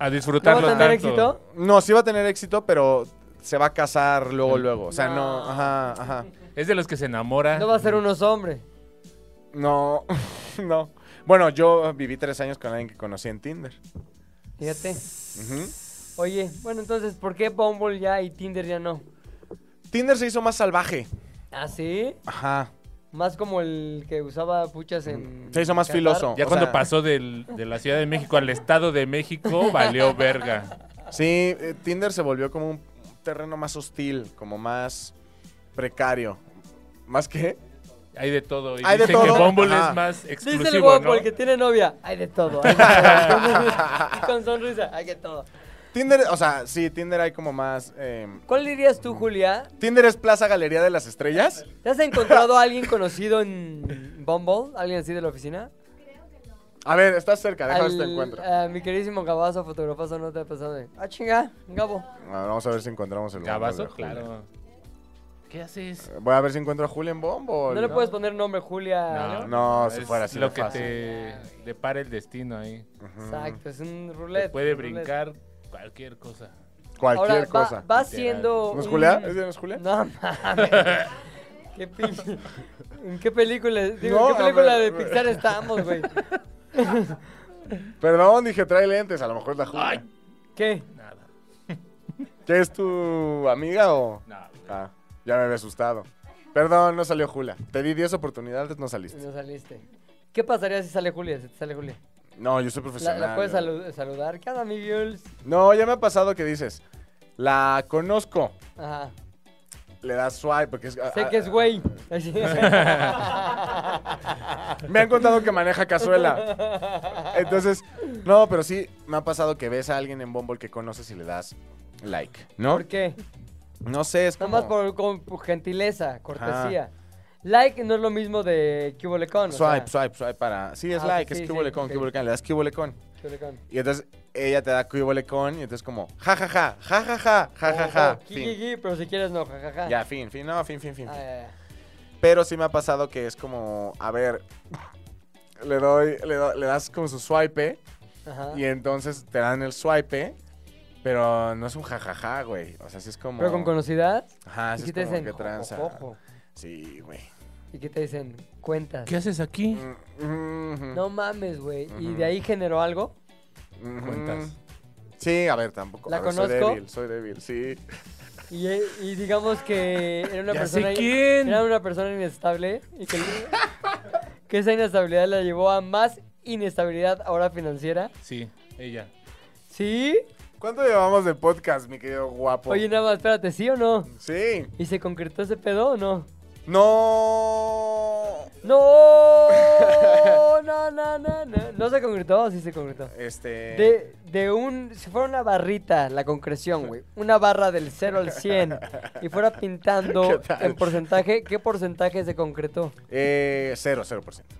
[SPEAKER 2] ¿No va
[SPEAKER 4] disfrutarlo
[SPEAKER 2] a tener
[SPEAKER 4] tanto.
[SPEAKER 2] éxito?
[SPEAKER 3] No, sí va a tener éxito, pero se va a casar luego,
[SPEAKER 4] Em,
[SPEAKER 3] luego. O sea, no,
[SPEAKER 2] No.
[SPEAKER 3] ajá, ajá.
[SPEAKER 4] Es de los que se enamora.
[SPEAKER 2] No va a ser unos hombres.
[SPEAKER 3] No, no. Bueno, yo viví tres años con alguien que conocí en Tinder.
[SPEAKER 2] Fíjate.
[SPEAKER 3] Ujú.
[SPEAKER 2] Oye, bueno, entonces, ¿por qué Bumble ya y Tinder ya no?
[SPEAKER 3] Tinder se hizo más salvaje.
[SPEAKER 2] ¿Ah, sí?
[SPEAKER 3] Ajá.
[SPEAKER 2] Más como el que usaba puchas en.
[SPEAKER 3] Mm. Se hizo más
[SPEAKER 2] Qatar.
[SPEAKER 3] filoso.
[SPEAKER 4] Ya
[SPEAKER 3] o
[SPEAKER 4] cuando
[SPEAKER 3] sea,
[SPEAKER 4] pasó del- de la Ciudad de México al Estado de México, valió verga.
[SPEAKER 3] Sí, eh, Tinder se volvió como un terreno más hostil, como más precario. ¿Más qué?
[SPEAKER 4] Hay de todo. Y
[SPEAKER 3] Hay de
[SPEAKER 4] dicen
[SPEAKER 3] todo.
[SPEAKER 4] que Bumble
[SPEAKER 3] Ajá.
[SPEAKER 4] es más
[SPEAKER 2] Dice el
[SPEAKER 4] exclusivo,
[SPEAKER 2] guapo,
[SPEAKER 4] ¿no?
[SPEAKER 2] el que tiene novia. Hay de todo. Hay de todo. Y con sonrisa, hay de todo.
[SPEAKER 3] Tinder, o sea, sí, Tinder hay como más... em,
[SPEAKER 2] ¿Cuál dirías tú, Julia?
[SPEAKER 3] ¿Tinder es Plaza Galería de las Estrellas?
[SPEAKER 2] ¿Te has encontrado a alguien conocido en Bumble? ¿Alguien así de la oficina?
[SPEAKER 3] A ver, estás cerca, déjame
[SPEAKER 2] Al-
[SPEAKER 3] este encuentro.
[SPEAKER 2] A mi queridísimo Gabazo, fotógrafazo, no te ha pasado de. Ah, chinga, Gabo.
[SPEAKER 3] A ver, vamos a ver si encontramos el Bumble
[SPEAKER 4] Cabazo,
[SPEAKER 3] de Julio.
[SPEAKER 4] claro. ¿Qué haces?
[SPEAKER 3] Voy a ver si encuentro a Julio en Bombo.
[SPEAKER 2] No, le puedes poner nombre, Julia.
[SPEAKER 3] No, si fuera así
[SPEAKER 4] lo
[SPEAKER 3] de
[SPEAKER 4] que
[SPEAKER 3] fácil.
[SPEAKER 4] te depara el destino ahí.
[SPEAKER 2] Exacto, es un
[SPEAKER 4] Te
[SPEAKER 2] roulette.
[SPEAKER 4] puede
[SPEAKER 2] un roulette.
[SPEAKER 4] brincar cualquier cosa.
[SPEAKER 3] Cualquier
[SPEAKER 2] Ahora, va-
[SPEAKER 3] cosa.
[SPEAKER 2] Va,
[SPEAKER 4] literal.
[SPEAKER 2] siendo.
[SPEAKER 3] ¿No es
[SPEAKER 2] un-
[SPEAKER 3] Julia? ¿Es de no es Julia?
[SPEAKER 2] No mames. ¿Qué pin- ¿En qué película, digo,
[SPEAKER 3] No,
[SPEAKER 2] ¿en qué película
[SPEAKER 3] a
[SPEAKER 2] de
[SPEAKER 3] ver,
[SPEAKER 2] Pixar estamos, güey?
[SPEAKER 3] Perdón, dije trae lentes, a lo mejor es la Julia.
[SPEAKER 2] ¿Qué?
[SPEAKER 4] Nada.
[SPEAKER 3] ¿Qué es tu amiga o...?
[SPEAKER 4] No, güey.
[SPEAKER 3] Ah, ya me había asustado. Perdón, no salió Julia. Te di 10 oportunidades, no saliste.
[SPEAKER 2] No saliste. ¿Qué pasaría si sale Julia? Si te sale Julia.
[SPEAKER 3] No, yo soy
[SPEAKER 2] La,
[SPEAKER 3] profesional.
[SPEAKER 2] la puedes
[SPEAKER 3] yo-
[SPEAKER 2] salu- saludar. ¿Qué onda, mi girls?
[SPEAKER 3] No, ya me ha pasado que dices, la conozco.
[SPEAKER 2] Ajá.
[SPEAKER 3] Le das swipe porque es... ah,
[SPEAKER 2] Sé que es güey. Así.
[SPEAKER 3] ah, Me han contado que maneja cazuela. Entonces, no, pero sí me ha pasado que ves a alguien en Bumble que conoces y le das like, ¿no?
[SPEAKER 2] ¿Por qué?
[SPEAKER 3] No sé, es
[SPEAKER 2] Nada
[SPEAKER 3] como
[SPEAKER 2] más por, con- por gentileza, cortesía. Like no es lo mismo de que hubo le con, o
[SPEAKER 3] swipe,
[SPEAKER 2] sea,
[SPEAKER 3] swipe, swipe para. Sí, es
[SPEAKER 2] Ah,
[SPEAKER 3] like,
[SPEAKER 2] sí,
[SPEAKER 3] es cubole
[SPEAKER 2] sí,
[SPEAKER 3] con,
[SPEAKER 2] ok.
[SPEAKER 3] cubole con, le das cubole con.
[SPEAKER 2] que hubo le con.
[SPEAKER 3] Y entonces ella te da cubole con y entonces como ja ja ja, ja ja ja, ja ja ja,
[SPEAKER 2] Ojo, ji, ji,
[SPEAKER 3] fin.
[SPEAKER 2] ji, Oh, pero si quieres no, jajaja.
[SPEAKER 3] Ya, fin, fin, no, fin, fin, fin.
[SPEAKER 2] Ah,
[SPEAKER 3] fin.
[SPEAKER 2] ya, ya.
[SPEAKER 3] Pero sí me ha pasado que es como, a ver, le doy, le, do- le das como su swipe
[SPEAKER 2] Ajá.
[SPEAKER 3] Y entonces te dan el swipe, pero no es un jajaja, güey. O sea, sí es como.
[SPEAKER 2] Pero con conocidas.
[SPEAKER 3] Ajá,
[SPEAKER 2] ¿Y
[SPEAKER 3] Ah, sí
[SPEAKER 2] qué
[SPEAKER 3] es
[SPEAKER 2] te
[SPEAKER 3] como
[SPEAKER 2] dicen?
[SPEAKER 3] que
[SPEAKER 2] Ojo,
[SPEAKER 3] tranza.
[SPEAKER 2] ojo.
[SPEAKER 3] Sí, güey.
[SPEAKER 2] ¿Y qué te dicen? Cuentas.
[SPEAKER 4] ¿Qué haces aquí?
[SPEAKER 3] Mm, mhm,
[SPEAKER 2] No mames, güey. ¿Y
[SPEAKER 3] Ujú.
[SPEAKER 2] de ahí generó algo?
[SPEAKER 3] mhm.
[SPEAKER 4] Cuentas.
[SPEAKER 3] Sí, a ver, tampoco.
[SPEAKER 2] ¿La
[SPEAKER 3] a ver, Soy
[SPEAKER 2] conozco?
[SPEAKER 3] débil, soy débil, sí.
[SPEAKER 2] Y, eh, y digamos que era una
[SPEAKER 4] Ya sé
[SPEAKER 2] persona.
[SPEAKER 4] quién.
[SPEAKER 2] Era una persona inestable. Y que, que esa inestabilidad la llevó a más inestabilidad ahora financiera.
[SPEAKER 4] Sí, ella.
[SPEAKER 2] ¿Sí?
[SPEAKER 3] ¿Cuánto llevamos de podcast, mi querido guapo?
[SPEAKER 2] Oye, nada más, espérate, ¿sí o no?
[SPEAKER 3] Sí.
[SPEAKER 2] ¿Y se concretó ese pedo o no?
[SPEAKER 3] No.
[SPEAKER 2] ¡No! No, no, no, no. ¿No se concretó o sí se concretó?
[SPEAKER 3] Este.
[SPEAKER 2] De, de un. Si fuera una barrita, la concreción, güey. Una barra del 0 al 100. Y fuera
[SPEAKER 3] ¿Qué
[SPEAKER 2] pintando
[SPEAKER 3] tal?
[SPEAKER 2] en porcentaje. ¿Qué porcentaje se concretó?
[SPEAKER 3] Eh, cero, cero por ciento.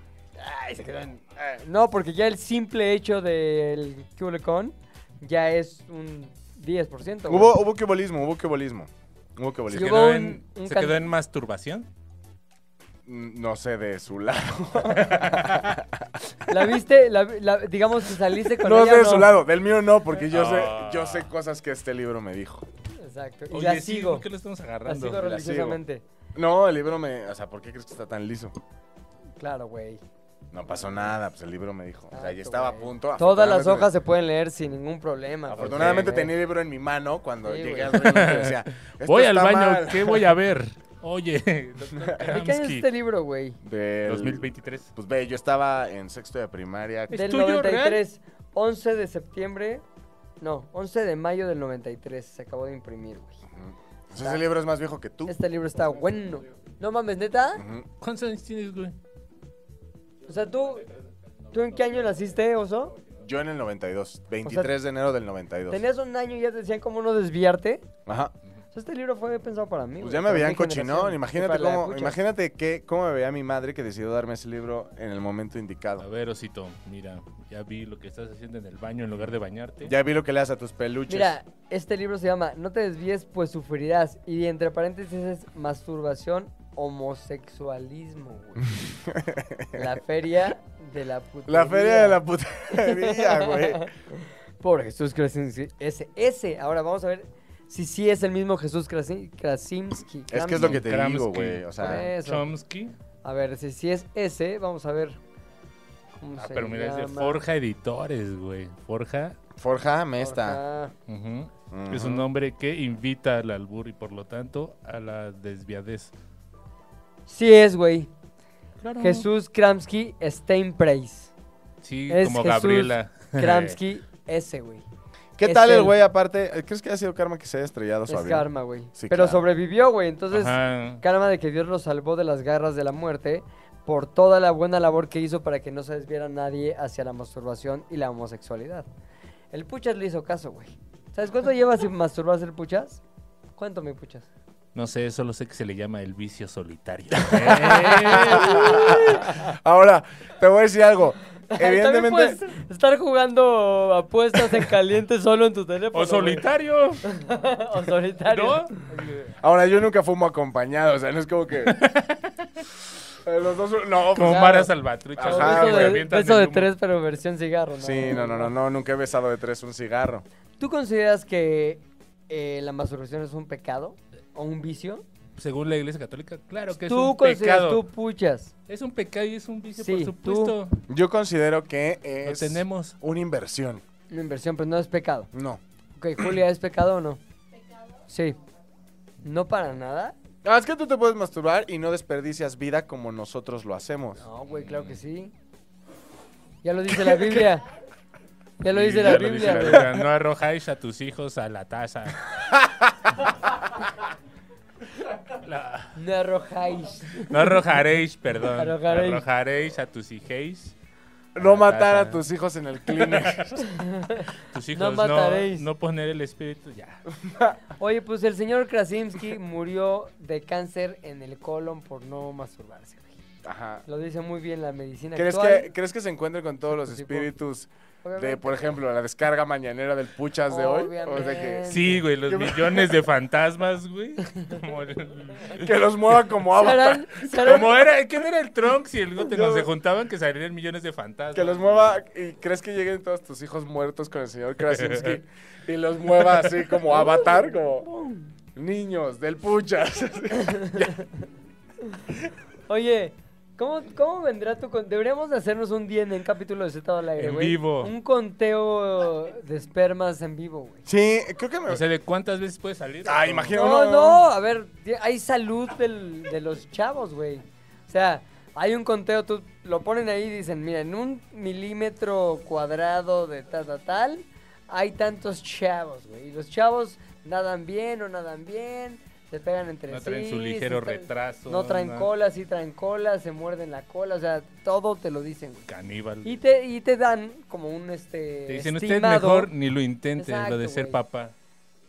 [SPEAKER 2] Ay, se eh, quedó en- No, porque ya el simple hecho del QLCon ya es un 10%. güey.
[SPEAKER 3] Hubo, hubo cubolismo, hubo cubolismo. Hubo
[SPEAKER 4] ¿Se,
[SPEAKER 3] cubolismo.
[SPEAKER 2] Yo-
[SPEAKER 4] quedó
[SPEAKER 2] hubo
[SPEAKER 4] en,
[SPEAKER 2] un- un
[SPEAKER 4] se
[SPEAKER 2] can-
[SPEAKER 4] quedó en masturbación?
[SPEAKER 3] Mm, No sé de su lado.
[SPEAKER 2] ¿La viste? La, la- digamos que saliste con
[SPEAKER 3] No
[SPEAKER 2] ella.
[SPEAKER 3] sé de
[SPEAKER 2] no?
[SPEAKER 3] su lado, del mío no, porque yo sé,
[SPEAKER 4] Ah.
[SPEAKER 3] yo sé cosas que este libro me dijo.
[SPEAKER 2] Exacto. Y
[SPEAKER 4] Oye,
[SPEAKER 2] la
[SPEAKER 4] sí,
[SPEAKER 2] sigo.
[SPEAKER 4] ¿por qué lo estamos
[SPEAKER 2] la
[SPEAKER 4] agarrando?
[SPEAKER 2] sigo
[SPEAKER 3] la sigo.
[SPEAKER 2] religiosamente.
[SPEAKER 3] No, el libro me. O sea, ¿por qué crees que está tan liso?
[SPEAKER 2] Claro, güey.
[SPEAKER 3] No pasó nada, pues el libro me dijo. O sea, ya
[SPEAKER 2] Exacto,
[SPEAKER 3] estaba a
[SPEAKER 2] güey.
[SPEAKER 3] punto.
[SPEAKER 2] Ah, Todas las
[SPEAKER 3] Ah, afortunadamente-
[SPEAKER 2] hojas se pueden leer sin ningún problema.
[SPEAKER 3] Afortunadamente
[SPEAKER 2] porque-
[SPEAKER 3] tenía el libro en mi mano cuando
[SPEAKER 2] Sí, güey.
[SPEAKER 3] llegué al reino y decía. "Esto
[SPEAKER 4] Voy al
[SPEAKER 3] está
[SPEAKER 4] baño,
[SPEAKER 3] mal".
[SPEAKER 4] ¿qué voy a ver? Oye,
[SPEAKER 2] ¿De
[SPEAKER 4] doctor
[SPEAKER 2] qué año es
[SPEAKER 4] Karamsky,
[SPEAKER 2] este libro, güey?
[SPEAKER 3] Del-
[SPEAKER 4] 2023.
[SPEAKER 3] Pues ve, yo estaba en sexto de primaria.
[SPEAKER 4] ¿Es
[SPEAKER 2] Del
[SPEAKER 4] tuyo,
[SPEAKER 2] 93. 11 de septiembre. No, 11 de mayo del 93. Se acabó de imprimir, güey.
[SPEAKER 3] O sea, ese libro es más viejo que tú.
[SPEAKER 2] Este libro está bueno. No mames, neta.
[SPEAKER 3] Ujú.
[SPEAKER 4] ¿Cuántos años tienes, güey?
[SPEAKER 2] O sea, tú. ¿Tú en qué año naciste, oso?
[SPEAKER 3] Yo en el 92, 23 de enero del 92.
[SPEAKER 2] Tenías un año y ya te decían cómo no desviarte.
[SPEAKER 3] Ajá.
[SPEAKER 2] O sea, este libro fue pensado para mí.
[SPEAKER 3] Pues
[SPEAKER 2] güey,
[SPEAKER 3] ya me
[SPEAKER 2] para
[SPEAKER 3] veían
[SPEAKER 2] mi generación.
[SPEAKER 3] cochinón.
[SPEAKER 2] Y
[SPEAKER 3] Imagínate
[SPEAKER 2] para la
[SPEAKER 3] cómo,
[SPEAKER 2] escucha.
[SPEAKER 3] imagínate que, cómo me veía mi madre que decidió darme ese libro en el momento
[SPEAKER 4] A
[SPEAKER 3] indicado.
[SPEAKER 4] ver, Osito, mira, ya vi lo que estás haciendo en el baño en lugar de bañarte.
[SPEAKER 3] Ya vi lo que le das a tus peluches.
[SPEAKER 2] Mira, este libro se llama No te desvíes, pues sufrirás. Y entre paréntesis es masturbación, homosexualismo, güey. la feria de la puta.
[SPEAKER 3] La feria de la putería, güey.
[SPEAKER 2] Por Jesús Krasinski. Ese, ese. Ahora vamos a ver si sí es el mismo Jesús Krasin- Krasinski.
[SPEAKER 3] es que es lo que te
[SPEAKER 4] Kramsky.
[SPEAKER 3] digo, güey. O
[SPEAKER 2] Por
[SPEAKER 3] sea,
[SPEAKER 2] eso.
[SPEAKER 4] Chomsky.
[SPEAKER 2] A ver, si sí es ese, vamos a ver. ¿Cómo
[SPEAKER 4] Ah,
[SPEAKER 2] se
[SPEAKER 4] pero mira, es de
[SPEAKER 2] llama?
[SPEAKER 4] Forja Editores, güey. Forja
[SPEAKER 3] forjame esta.
[SPEAKER 2] Forja.
[SPEAKER 4] ujú,
[SPEAKER 3] Ujú.
[SPEAKER 4] es un nombre que invita al albur y por lo tanto a la desviadez.
[SPEAKER 2] Sí es, güey.
[SPEAKER 4] Claro.
[SPEAKER 2] Jesús Kramsky Steinpreis.
[SPEAKER 4] Sí,
[SPEAKER 2] es
[SPEAKER 4] como
[SPEAKER 2] Jesús.
[SPEAKER 4] Gabriela.
[SPEAKER 2] Kramsky ese, güey.
[SPEAKER 3] ¿Qué
[SPEAKER 2] es
[SPEAKER 3] tal el
[SPEAKER 2] el-
[SPEAKER 3] güey aparte? ¿Crees que ha sido karma que se haya estrellado su
[SPEAKER 2] Es
[SPEAKER 3] avión?
[SPEAKER 2] karma, güey.
[SPEAKER 3] Sí,
[SPEAKER 2] Pero
[SPEAKER 3] claro.
[SPEAKER 2] sobrevivió, güey. Entonces,
[SPEAKER 4] Ajá.
[SPEAKER 2] karma de que Dios lo salvó de las garras de la muerte por toda la buena labor que hizo para que no se desviara nadie hacia la masturbación y la homosexualidad. El Puchas le hizo caso, güey. ¿Sabes cuánto lleva sin masturbarse el Puchas? ¿Cuánto, mi Puchas?
[SPEAKER 4] No sé, solo sé que se le llama el vicio solitario. Eh,
[SPEAKER 3] Ahora, te voy a decir algo.
[SPEAKER 2] También
[SPEAKER 3] Evidentemente,
[SPEAKER 2] puedes estar jugando apuestas en caliente solo en tu teléfono. güey.
[SPEAKER 4] ¡O solitario!
[SPEAKER 2] o solitario.
[SPEAKER 4] ¿No?
[SPEAKER 3] ahora yo nunca fumo acompañado, o sea, no es como que Eh, los dos no,
[SPEAKER 4] Como
[SPEAKER 3] pues,
[SPEAKER 4] Mara Salvatrucha.
[SPEAKER 2] Como
[SPEAKER 3] Ajá,
[SPEAKER 2] beso
[SPEAKER 3] güey,
[SPEAKER 2] de, beso de tres, pero versión cigarro, ¿no?
[SPEAKER 3] Sí, no, no, no, no, nunca he besado de tres un cigarro.
[SPEAKER 2] ¿Tú consideras que eh, la masturbación es un pecado o un vicio?
[SPEAKER 4] Según la iglesia católica, claro que es
[SPEAKER 2] ¿Tú
[SPEAKER 4] un
[SPEAKER 2] consideras
[SPEAKER 4] pecado.
[SPEAKER 2] tú puchas?
[SPEAKER 4] Es un pecado y es un vicio,
[SPEAKER 2] Sí,
[SPEAKER 4] por
[SPEAKER 2] tú-
[SPEAKER 4] supuesto.
[SPEAKER 3] Yo considero que
[SPEAKER 4] Lo
[SPEAKER 3] es
[SPEAKER 4] tenemos.
[SPEAKER 3] una inversión.
[SPEAKER 2] Una inversión, pero no es pecado.
[SPEAKER 3] No.
[SPEAKER 2] Ok, Julia, ¿es pecado o no? Sí. ¿No para nada?
[SPEAKER 3] Ah, es que tú te puedes masturbar y no desperdicias vida como nosotros lo hacemos.
[SPEAKER 2] No, güey, claro que sí. Ya lo dice la Biblia. Ya lo dice la
[SPEAKER 4] Ya lo dice
[SPEAKER 2] Biblia,
[SPEAKER 4] la
[SPEAKER 2] güey.
[SPEAKER 4] Biblia, No arrojáis a tus hijos a la taza. La-
[SPEAKER 2] No arrojáis.
[SPEAKER 4] no arrojaréis, perdón.
[SPEAKER 2] Arrojaréis.
[SPEAKER 4] Arrojaréis. a tus hijéis.
[SPEAKER 3] No matar a
[SPEAKER 4] Ajá.
[SPEAKER 3] tus hijos en el Kleenex.
[SPEAKER 4] Tus hijos
[SPEAKER 2] No
[SPEAKER 4] no,
[SPEAKER 2] mataréis.
[SPEAKER 4] no poner el espíritu. Ya.
[SPEAKER 2] Oye, pues el señor Krasinski murió de cáncer en el colon por no masturbarse, güey.
[SPEAKER 3] Ajá.
[SPEAKER 2] Lo dice muy bien la medicina
[SPEAKER 3] ¿Crees
[SPEAKER 2] actual.
[SPEAKER 3] que, ¿Crees que se encuentre con todos los
[SPEAKER 2] Pues, tipo,
[SPEAKER 3] espíritus de,
[SPEAKER 2] Obviamente.
[SPEAKER 3] por ejemplo, la descarga mañanera del Puchas de hoy? O sea, que,
[SPEAKER 4] Sí, güey, los millones de fantasmas, güey. Como el-
[SPEAKER 3] que los mueva como avatar.
[SPEAKER 2] Serán- serán-
[SPEAKER 4] Como era, ¿quién era el Trunks y el Goten?
[SPEAKER 3] Yo-
[SPEAKER 4] Nos se juntaban que salían millones de fantasmas.
[SPEAKER 3] Que los mueva y crees que lleguen todos tus hijos muertos con el señor Krasinski y los mueva así como avatar, como niños del puchas.
[SPEAKER 2] Oye, ¿cómo, ¿cómo vendrá tu con- Deberíamos de hacernos un día en el capítulo de Z al aire,
[SPEAKER 4] En
[SPEAKER 2] güey.
[SPEAKER 4] vivo.
[SPEAKER 2] Un conteo de espermas en vivo, güey.
[SPEAKER 3] Sí, creo que me...
[SPEAKER 4] O sea, ¿de cuántas veces puede salir?
[SPEAKER 3] Ah, imagino.
[SPEAKER 2] No,
[SPEAKER 3] uno-
[SPEAKER 2] no, a ver, di- hay salud del- de los chavos, güey. O sea, hay un conteo, tú lo ponen ahí y dicen, mira, en un milímetro cuadrado de tal, tal, tal, hay tantos chavos, güey. Y los chavos nadan bien o nadan bien, se pegan entre
[SPEAKER 4] No
[SPEAKER 2] sí.
[SPEAKER 4] traen su
[SPEAKER 2] se
[SPEAKER 4] ligero
[SPEAKER 2] tra-
[SPEAKER 4] retraso.
[SPEAKER 2] No traen
[SPEAKER 4] na-
[SPEAKER 2] cola, sí traen cola, se muerden la cola, o sea, todo te lo dicen, güey.
[SPEAKER 4] Caníbal.
[SPEAKER 2] Y te, y te dan como un este.
[SPEAKER 4] Te dicen, usted
[SPEAKER 2] estimado,
[SPEAKER 4] mejor ni lo intente, lo de
[SPEAKER 2] Exacto,
[SPEAKER 4] ser
[SPEAKER 2] güey.
[SPEAKER 4] papá.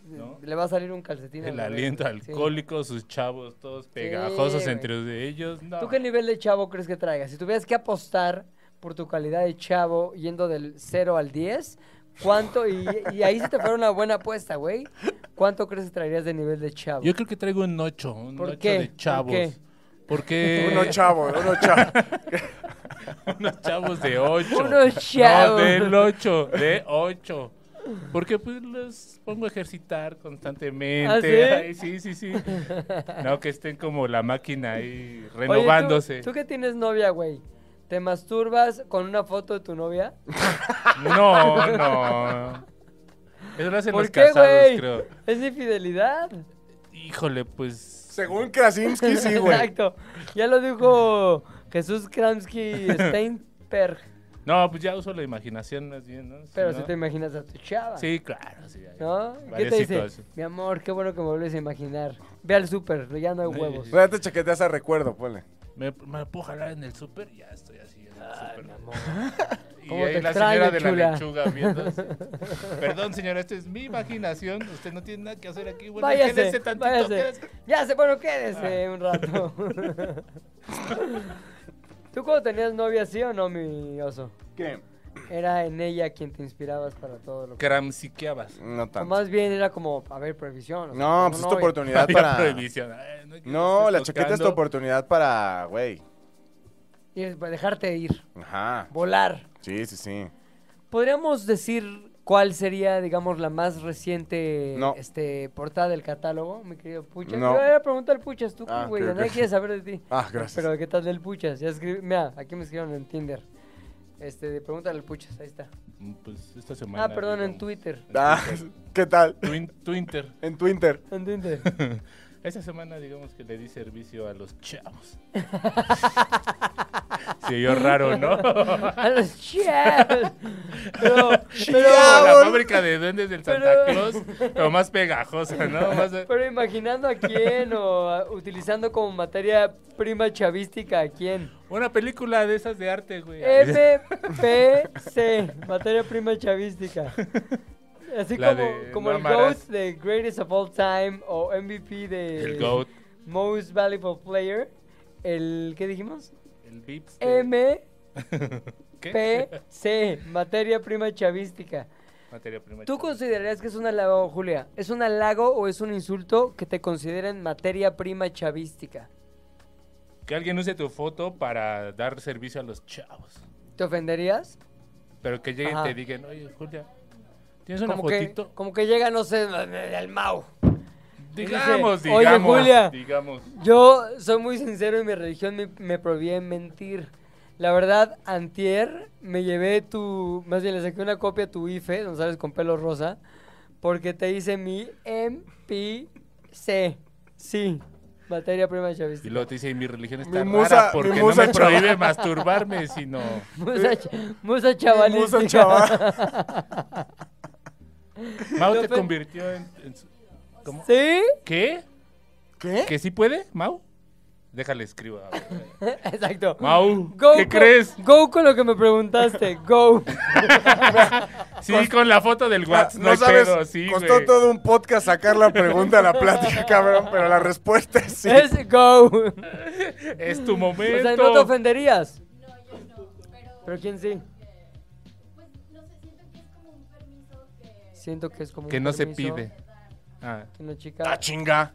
[SPEAKER 4] ¿no?
[SPEAKER 2] Le va a salir un calcetín. al
[SPEAKER 4] El
[SPEAKER 2] bebé,
[SPEAKER 4] aliento
[SPEAKER 2] güey, sí.
[SPEAKER 4] alcohólico, sus chavos todos pegajosos
[SPEAKER 2] güey.
[SPEAKER 4] entre ellos. No.
[SPEAKER 2] ¿Tú qué nivel de chavo crees que traigas? Si tuvieras que apostar por tu calidad de chavo yendo del 0 al 10, ¿cuánto? Y, y ahí se te fuera una buena apuesta, güey. ¿Cuánto crees que traerías de nivel de chavo?
[SPEAKER 4] Yo creo que traigo un 8, un
[SPEAKER 2] ¿Por
[SPEAKER 4] 8
[SPEAKER 2] qué?
[SPEAKER 4] de
[SPEAKER 2] ¿Por
[SPEAKER 4] chavos.
[SPEAKER 2] qué?
[SPEAKER 4] Porque
[SPEAKER 3] Uno chavo, uno chavo.
[SPEAKER 4] unos chavos de 8.
[SPEAKER 2] Unos chavos.
[SPEAKER 4] No, del 8, de 8. Porque pues los pongo a ejercitar constantemente.
[SPEAKER 2] ¿Ah, sí?
[SPEAKER 4] Ay, sí, sí, sí. No, que estén como la máquina ahí
[SPEAKER 2] Oye, ¿tú-
[SPEAKER 4] renovándose.
[SPEAKER 2] ¿tú, que tienes novia, güey? ¿Te masturbas con una foto de tu novia?
[SPEAKER 4] No, no. Eso lo hacen
[SPEAKER 2] ¿Por
[SPEAKER 4] los
[SPEAKER 2] qué,
[SPEAKER 4] casados,
[SPEAKER 2] güey?
[SPEAKER 4] creo.
[SPEAKER 2] Es infidelidad.
[SPEAKER 4] Híjole, pues.
[SPEAKER 3] Según Krasinski, sí, güey.
[SPEAKER 2] Exacto. Ya lo dijo Jesús Kramsky Steinberg.
[SPEAKER 4] No, pues ya uso la imaginación más bien, ¿no? Si
[SPEAKER 2] Pero
[SPEAKER 4] no-
[SPEAKER 2] si te imaginas a tu chava.
[SPEAKER 4] Sí, claro, sí. ahí.
[SPEAKER 2] ¿No? ¿Qué
[SPEAKER 4] Varias
[SPEAKER 2] te dice?
[SPEAKER 4] situaciones.
[SPEAKER 2] Mi amor, qué bueno que me volvés a imaginar. Ve al súper, ya no hay huevos.
[SPEAKER 3] Ya te chaqueteas a recuerdo, ponle.
[SPEAKER 4] Me, me puedo jalar en el súper y ya estoy así en el súper. Y
[SPEAKER 2] Ah, ¿Cómo
[SPEAKER 4] ahí
[SPEAKER 2] te
[SPEAKER 4] la
[SPEAKER 2] extraño,
[SPEAKER 4] señora de
[SPEAKER 2] chula?
[SPEAKER 4] la lechuga viendo. así. Perdón, señora, esta es mi imaginación. Usted no tiene nada que hacer aquí. Bueno,
[SPEAKER 2] váyase,
[SPEAKER 4] quédese tantito.
[SPEAKER 2] váyase.
[SPEAKER 4] quédese.
[SPEAKER 2] Ya se, bueno, quédese
[SPEAKER 3] Ah.
[SPEAKER 2] un rato. ¿Tú cuando tenías novia, sí o no, mi oso?
[SPEAKER 3] ¿Qué?
[SPEAKER 2] Era en ella quien te inspirabas para todo lo que...
[SPEAKER 4] Cramsiqueabas.
[SPEAKER 3] No
[SPEAKER 2] O
[SPEAKER 3] tanto.
[SPEAKER 2] más bien era como, a ver, previsión. o sea, tengo
[SPEAKER 3] No, pues es tu
[SPEAKER 2] novia.
[SPEAKER 3] oportunidad
[SPEAKER 4] Había
[SPEAKER 3] para...
[SPEAKER 4] prohibición. Ay, hay que
[SPEAKER 3] No,
[SPEAKER 4] estés
[SPEAKER 3] la chaqueta es tu
[SPEAKER 4] tocando.
[SPEAKER 3] oportunidad para, güey.
[SPEAKER 2] Y es para dejarte ir,
[SPEAKER 3] Ajá.
[SPEAKER 2] volar.
[SPEAKER 3] Sí, sí, sí.
[SPEAKER 2] ¿Podríamos decir cuál sería, digamos, la más reciente
[SPEAKER 3] No.
[SPEAKER 2] este, portada del catálogo, mi querido Puchas?
[SPEAKER 3] No.
[SPEAKER 2] Yo era pregunta al Puchas, tú,
[SPEAKER 3] Ah,
[SPEAKER 2] güey,
[SPEAKER 3] ok,
[SPEAKER 2] ya
[SPEAKER 3] ok.
[SPEAKER 2] nadie quiere saber de ti.
[SPEAKER 3] Ah, gracias.
[SPEAKER 2] Pero, ¿qué tal del Puchas? Ya escribí, mira, aquí me escribieron en Tinder. Este, de pregúntale al Puchas, ahí está.
[SPEAKER 4] Mm, Pues esta semana.
[SPEAKER 2] Ah, perdón, en
[SPEAKER 4] digamos,
[SPEAKER 2] Twitter.
[SPEAKER 3] Ah, ¿Qué tal?
[SPEAKER 4] Twin- Twitter.
[SPEAKER 3] En Twitter.
[SPEAKER 2] En Tinder.
[SPEAKER 4] Esta semana, digamos que le di servicio a los chavos. Se oyó raro, ¿no?
[SPEAKER 2] A los chavos. Pero, pero,
[SPEAKER 4] Como
[SPEAKER 3] Chavos.
[SPEAKER 4] la fábrica de duendes del Santa
[SPEAKER 2] Pero-
[SPEAKER 4] Claus, pero más pegajosa, ¿no? Más-
[SPEAKER 2] pero imaginando a quién o a- utilizando como materia prima chavística a quién.
[SPEAKER 4] Una película de esas de arte, güey.
[SPEAKER 2] Eh, MPC, materia prima chavística. Así
[SPEAKER 4] La
[SPEAKER 2] como,
[SPEAKER 4] de
[SPEAKER 2] como
[SPEAKER 4] no
[SPEAKER 2] el
[SPEAKER 4] amarás.
[SPEAKER 2] GOAT de Greatest of All Time o MVP de
[SPEAKER 4] El GOAT,
[SPEAKER 2] Most Valuable Player. El, ¿qué dijimos?
[SPEAKER 4] el Vips. de- ¿Qué?
[SPEAKER 2] MPC, materia prima chavística.
[SPEAKER 4] Materia prima.
[SPEAKER 2] ¿Tú
[SPEAKER 4] chafa.
[SPEAKER 2] considerarías que es un halago, Julia? ¿Es un halago o es un insulto que te consideren materia prima chavística?
[SPEAKER 4] Que alguien use tu foto para dar servicio a los chavos.
[SPEAKER 2] ¿Te ofenderías?
[SPEAKER 4] Pero que lleguen y
[SPEAKER 2] Ajá.
[SPEAKER 4] te digan, oye, Julia, ¿tienes una
[SPEAKER 2] Como que,
[SPEAKER 4] fotito?
[SPEAKER 2] como que llega, no sé, el Mau.
[SPEAKER 4] Digamos,
[SPEAKER 2] Dice, "Oye,
[SPEAKER 4] digamos.
[SPEAKER 2] Julia".
[SPEAKER 4] Digamos.
[SPEAKER 2] Yo soy muy sincero y mi religión me, me prohíbe mentir. La verdad, antier me llevé tu... Más bien, le saqué una copia a tu IFE, no sabes, con pelo rosa, porque te hice mi MPC. Sí, materia prima
[SPEAKER 4] Y
[SPEAKER 2] chavística.
[SPEAKER 4] luego te dice, mi religión está
[SPEAKER 3] Mi
[SPEAKER 4] rara
[SPEAKER 3] musa-
[SPEAKER 4] porque
[SPEAKER 3] mi
[SPEAKER 4] no
[SPEAKER 3] musa
[SPEAKER 4] me
[SPEAKER 3] chaval".
[SPEAKER 4] prohíbe masturbarme, sino...
[SPEAKER 2] Musa, ch- musa
[SPEAKER 3] Eh, Musa
[SPEAKER 2] chavalística.
[SPEAKER 3] chaval.
[SPEAKER 4] Mau
[SPEAKER 2] Yo
[SPEAKER 4] te
[SPEAKER 2] pe-
[SPEAKER 4] convirtió en... en su- ¿Cómo?
[SPEAKER 2] ¿Sí?
[SPEAKER 4] ¿Qué?
[SPEAKER 3] ¿Qué?
[SPEAKER 4] ¿Que sí puede, Mau? Déjale escriba.
[SPEAKER 2] Exacto.
[SPEAKER 4] Mau,
[SPEAKER 2] Go con-
[SPEAKER 4] ¿qué crees?
[SPEAKER 2] Go con lo que me preguntaste. Go.
[SPEAKER 4] Sí, con la foto del WhatsApp. No,
[SPEAKER 3] no
[SPEAKER 4] hay
[SPEAKER 3] sabes,
[SPEAKER 4] pedo, sí,
[SPEAKER 3] costó
[SPEAKER 4] güey.
[SPEAKER 3] todo un podcast sacar la pregunta a la plática, cabrón, pero la respuesta es sí.
[SPEAKER 2] Let's go. O
[SPEAKER 4] Es tu momento.
[SPEAKER 2] sea, no te ofenderías.
[SPEAKER 5] No, yo no, pero...
[SPEAKER 2] Pero quién sí.
[SPEAKER 5] Pues, no sé, siento que es como un permiso que...
[SPEAKER 2] Siento que es como un
[SPEAKER 4] que no se
[SPEAKER 2] permiso
[SPEAKER 4] pide. Ah,
[SPEAKER 2] que una chica.
[SPEAKER 3] ¡Ah, chinga!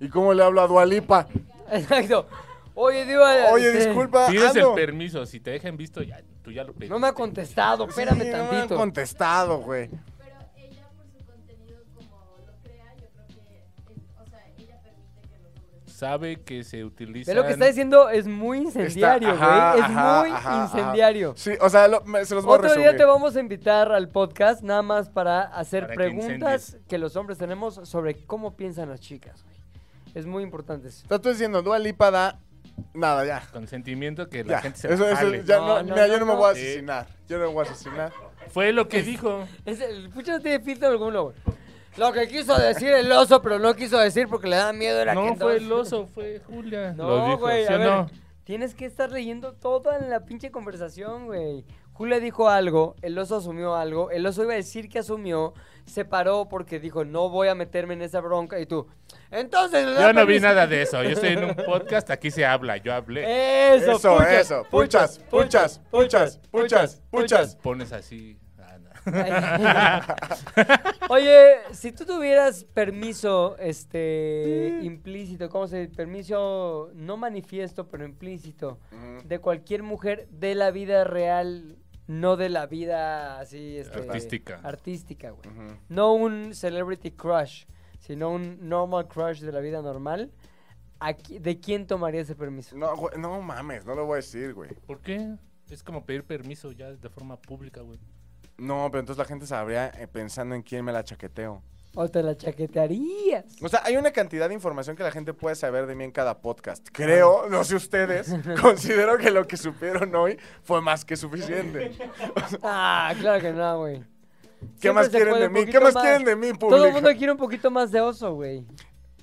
[SPEAKER 3] ¿Y cómo le hablo a Dualipa?
[SPEAKER 2] Exacto. Oye, Diva.
[SPEAKER 3] Oye,
[SPEAKER 2] este,
[SPEAKER 3] disculpa,
[SPEAKER 4] pides el
[SPEAKER 3] ando.
[SPEAKER 4] permiso. Si te dejan visto, ya, tú ya lo pediste.
[SPEAKER 2] No me ha contestado, espérame
[SPEAKER 3] Sí, no me han
[SPEAKER 2] tantito.
[SPEAKER 3] contestado, güey.
[SPEAKER 5] Pero ella, por su contenido, como lo crea, yo creo que... es- O sea, ella permite que los hombres...
[SPEAKER 4] Sabe que se utiliza.
[SPEAKER 2] Ve lo que está diciendo es muy
[SPEAKER 3] Está-
[SPEAKER 2] incendiario, güey.
[SPEAKER 3] ajá,
[SPEAKER 2] Es
[SPEAKER 3] ajá,
[SPEAKER 2] muy
[SPEAKER 3] ajá, ajá.
[SPEAKER 2] incendiario.
[SPEAKER 3] Sí, o sea, lo- me- se los voy a
[SPEAKER 2] Otro
[SPEAKER 3] resumir.
[SPEAKER 2] día te vamos a invitar al podcast nada más para hacer
[SPEAKER 4] Para que
[SPEAKER 2] preguntas
[SPEAKER 4] incendies.
[SPEAKER 2] que, los hombres tenemos sobre cómo piensan las chicas, güey. Es muy importante eso.
[SPEAKER 3] Te estoy diciendo, Dualipa da... Nada, ya.
[SPEAKER 4] Consentimiento que la
[SPEAKER 3] Ya,
[SPEAKER 4] gente se
[SPEAKER 3] eso,
[SPEAKER 4] la
[SPEAKER 3] eso-
[SPEAKER 4] jale.
[SPEAKER 3] ya
[SPEAKER 2] No,
[SPEAKER 3] no,
[SPEAKER 2] no,
[SPEAKER 3] mira,
[SPEAKER 2] no,
[SPEAKER 3] yo no me
[SPEAKER 2] no.
[SPEAKER 3] voy a asesinar. Yo no me voy a asesinar.
[SPEAKER 4] Fue lo que dijo.
[SPEAKER 2] Es el pucha no tiene filtro alguno, güey. Lo que quiso decir el oso, pero no quiso decir porque le da miedo era que
[SPEAKER 4] No fue
[SPEAKER 2] entonces-
[SPEAKER 4] el oso, fue Julia. lo
[SPEAKER 2] No,
[SPEAKER 4] dijo,
[SPEAKER 2] güey,
[SPEAKER 4] ¿sí
[SPEAKER 2] a
[SPEAKER 4] o
[SPEAKER 2] ver,
[SPEAKER 4] no?
[SPEAKER 2] tienes que estar leyendo toda la pinche conversación, güey. Julia dijo algo, el oso asumió algo, el oso iba a decir que asumió, se paró porque dijo, no voy a meterme en esa bronca, y tú, entonces... le
[SPEAKER 4] Yo
[SPEAKER 2] da
[SPEAKER 4] no vi
[SPEAKER 2] permiso".
[SPEAKER 4] nada de eso. Yo estoy en un podcast, aquí se habla, yo
[SPEAKER 2] Eh.
[SPEAKER 4] hablé.
[SPEAKER 2] Eso,
[SPEAKER 3] Eso,
[SPEAKER 2] puchas,
[SPEAKER 3] eso. Puchas, puchas, puchas, puchas, puchas.
[SPEAKER 4] Pones así. ah, no.
[SPEAKER 2] Oye, si tú tuvieras permiso, este, implícito, ¿cómo se dice? Permiso no manifiesto, pero implícito, de cualquier mujer de la vida real, no de la vida así, este,
[SPEAKER 4] Artística.
[SPEAKER 2] Artística, güey.
[SPEAKER 3] Ujú.
[SPEAKER 2] No un celebrity crush, sino un normal crush de la vida normal. ¿a qui- ¿De quién tomaría ese permiso?
[SPEAKER 3] No, güey, no mames, no lo voy a decir, güey.
[SPEAKER 4] ¿Por qué? Es como pedir permiso ya de forma pública, güey.
[SPEAKER 3] No, pero entonces la gente sabría eh, pensando en quién me la chaqueteo.
[SPEAKER 2] ¿O te la chaquetearías?
[SPEAKER 3] O sea, hay una cantidad de información que la gente puede saber de mí en cada podcast. Creo, no sé ustedes, considero que lo que supieron hoy fue más que suficiente.
[SPEAKER 2] Ah, claro que no, güey.
[SPEAKER 3] ¿Qué
[SPEAKER 2] Siempre
[SPEAKER 3] más
[SPEAKER 2] se
[SPEAKER 3] quieren
[SPEAKER 2] puede
[SPEAKER 3] de
[SPEAKER 2] un
[SPEAKER 3] mí?
[SPEAKER 2] poquito
[SPEAKER 3] ¿Qué más
[SPEAKER 2] más.
[SPEAKER 3] quieren de mí,
[SPEAKER 2] Todo el mundo
[SPEAKER 3] público?
[SPEAKER 2] quiere un poquito más de oso, güey.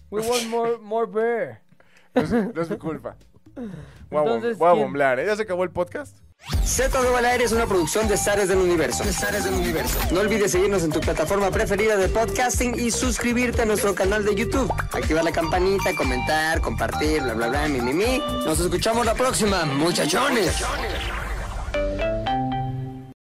[SPEAKER 2] We want more, more bear.
[SPEAKER 3] No es, no es mi culpa. Voy a, bom-
[SPEAKER 2] Entonces,
[SPEAKER 3] voy a
[SPEAKER 2] ¿quién?
[SPEAKER 3] bomblear, ¿eh? ¿Ya se acabó el podcast?
[SPEAKER 1] Z2 al aire es una producción de Zares del Universo. del Universo. No olvides seguirnos en tu plataforma preferida de podcasting y suscribirte a nuestro canal de YouTube. Activar la campanita, comentar, compartir, bla, bla, bla, mi, mi, mi. Nos escuchamos la próxima, muchachones.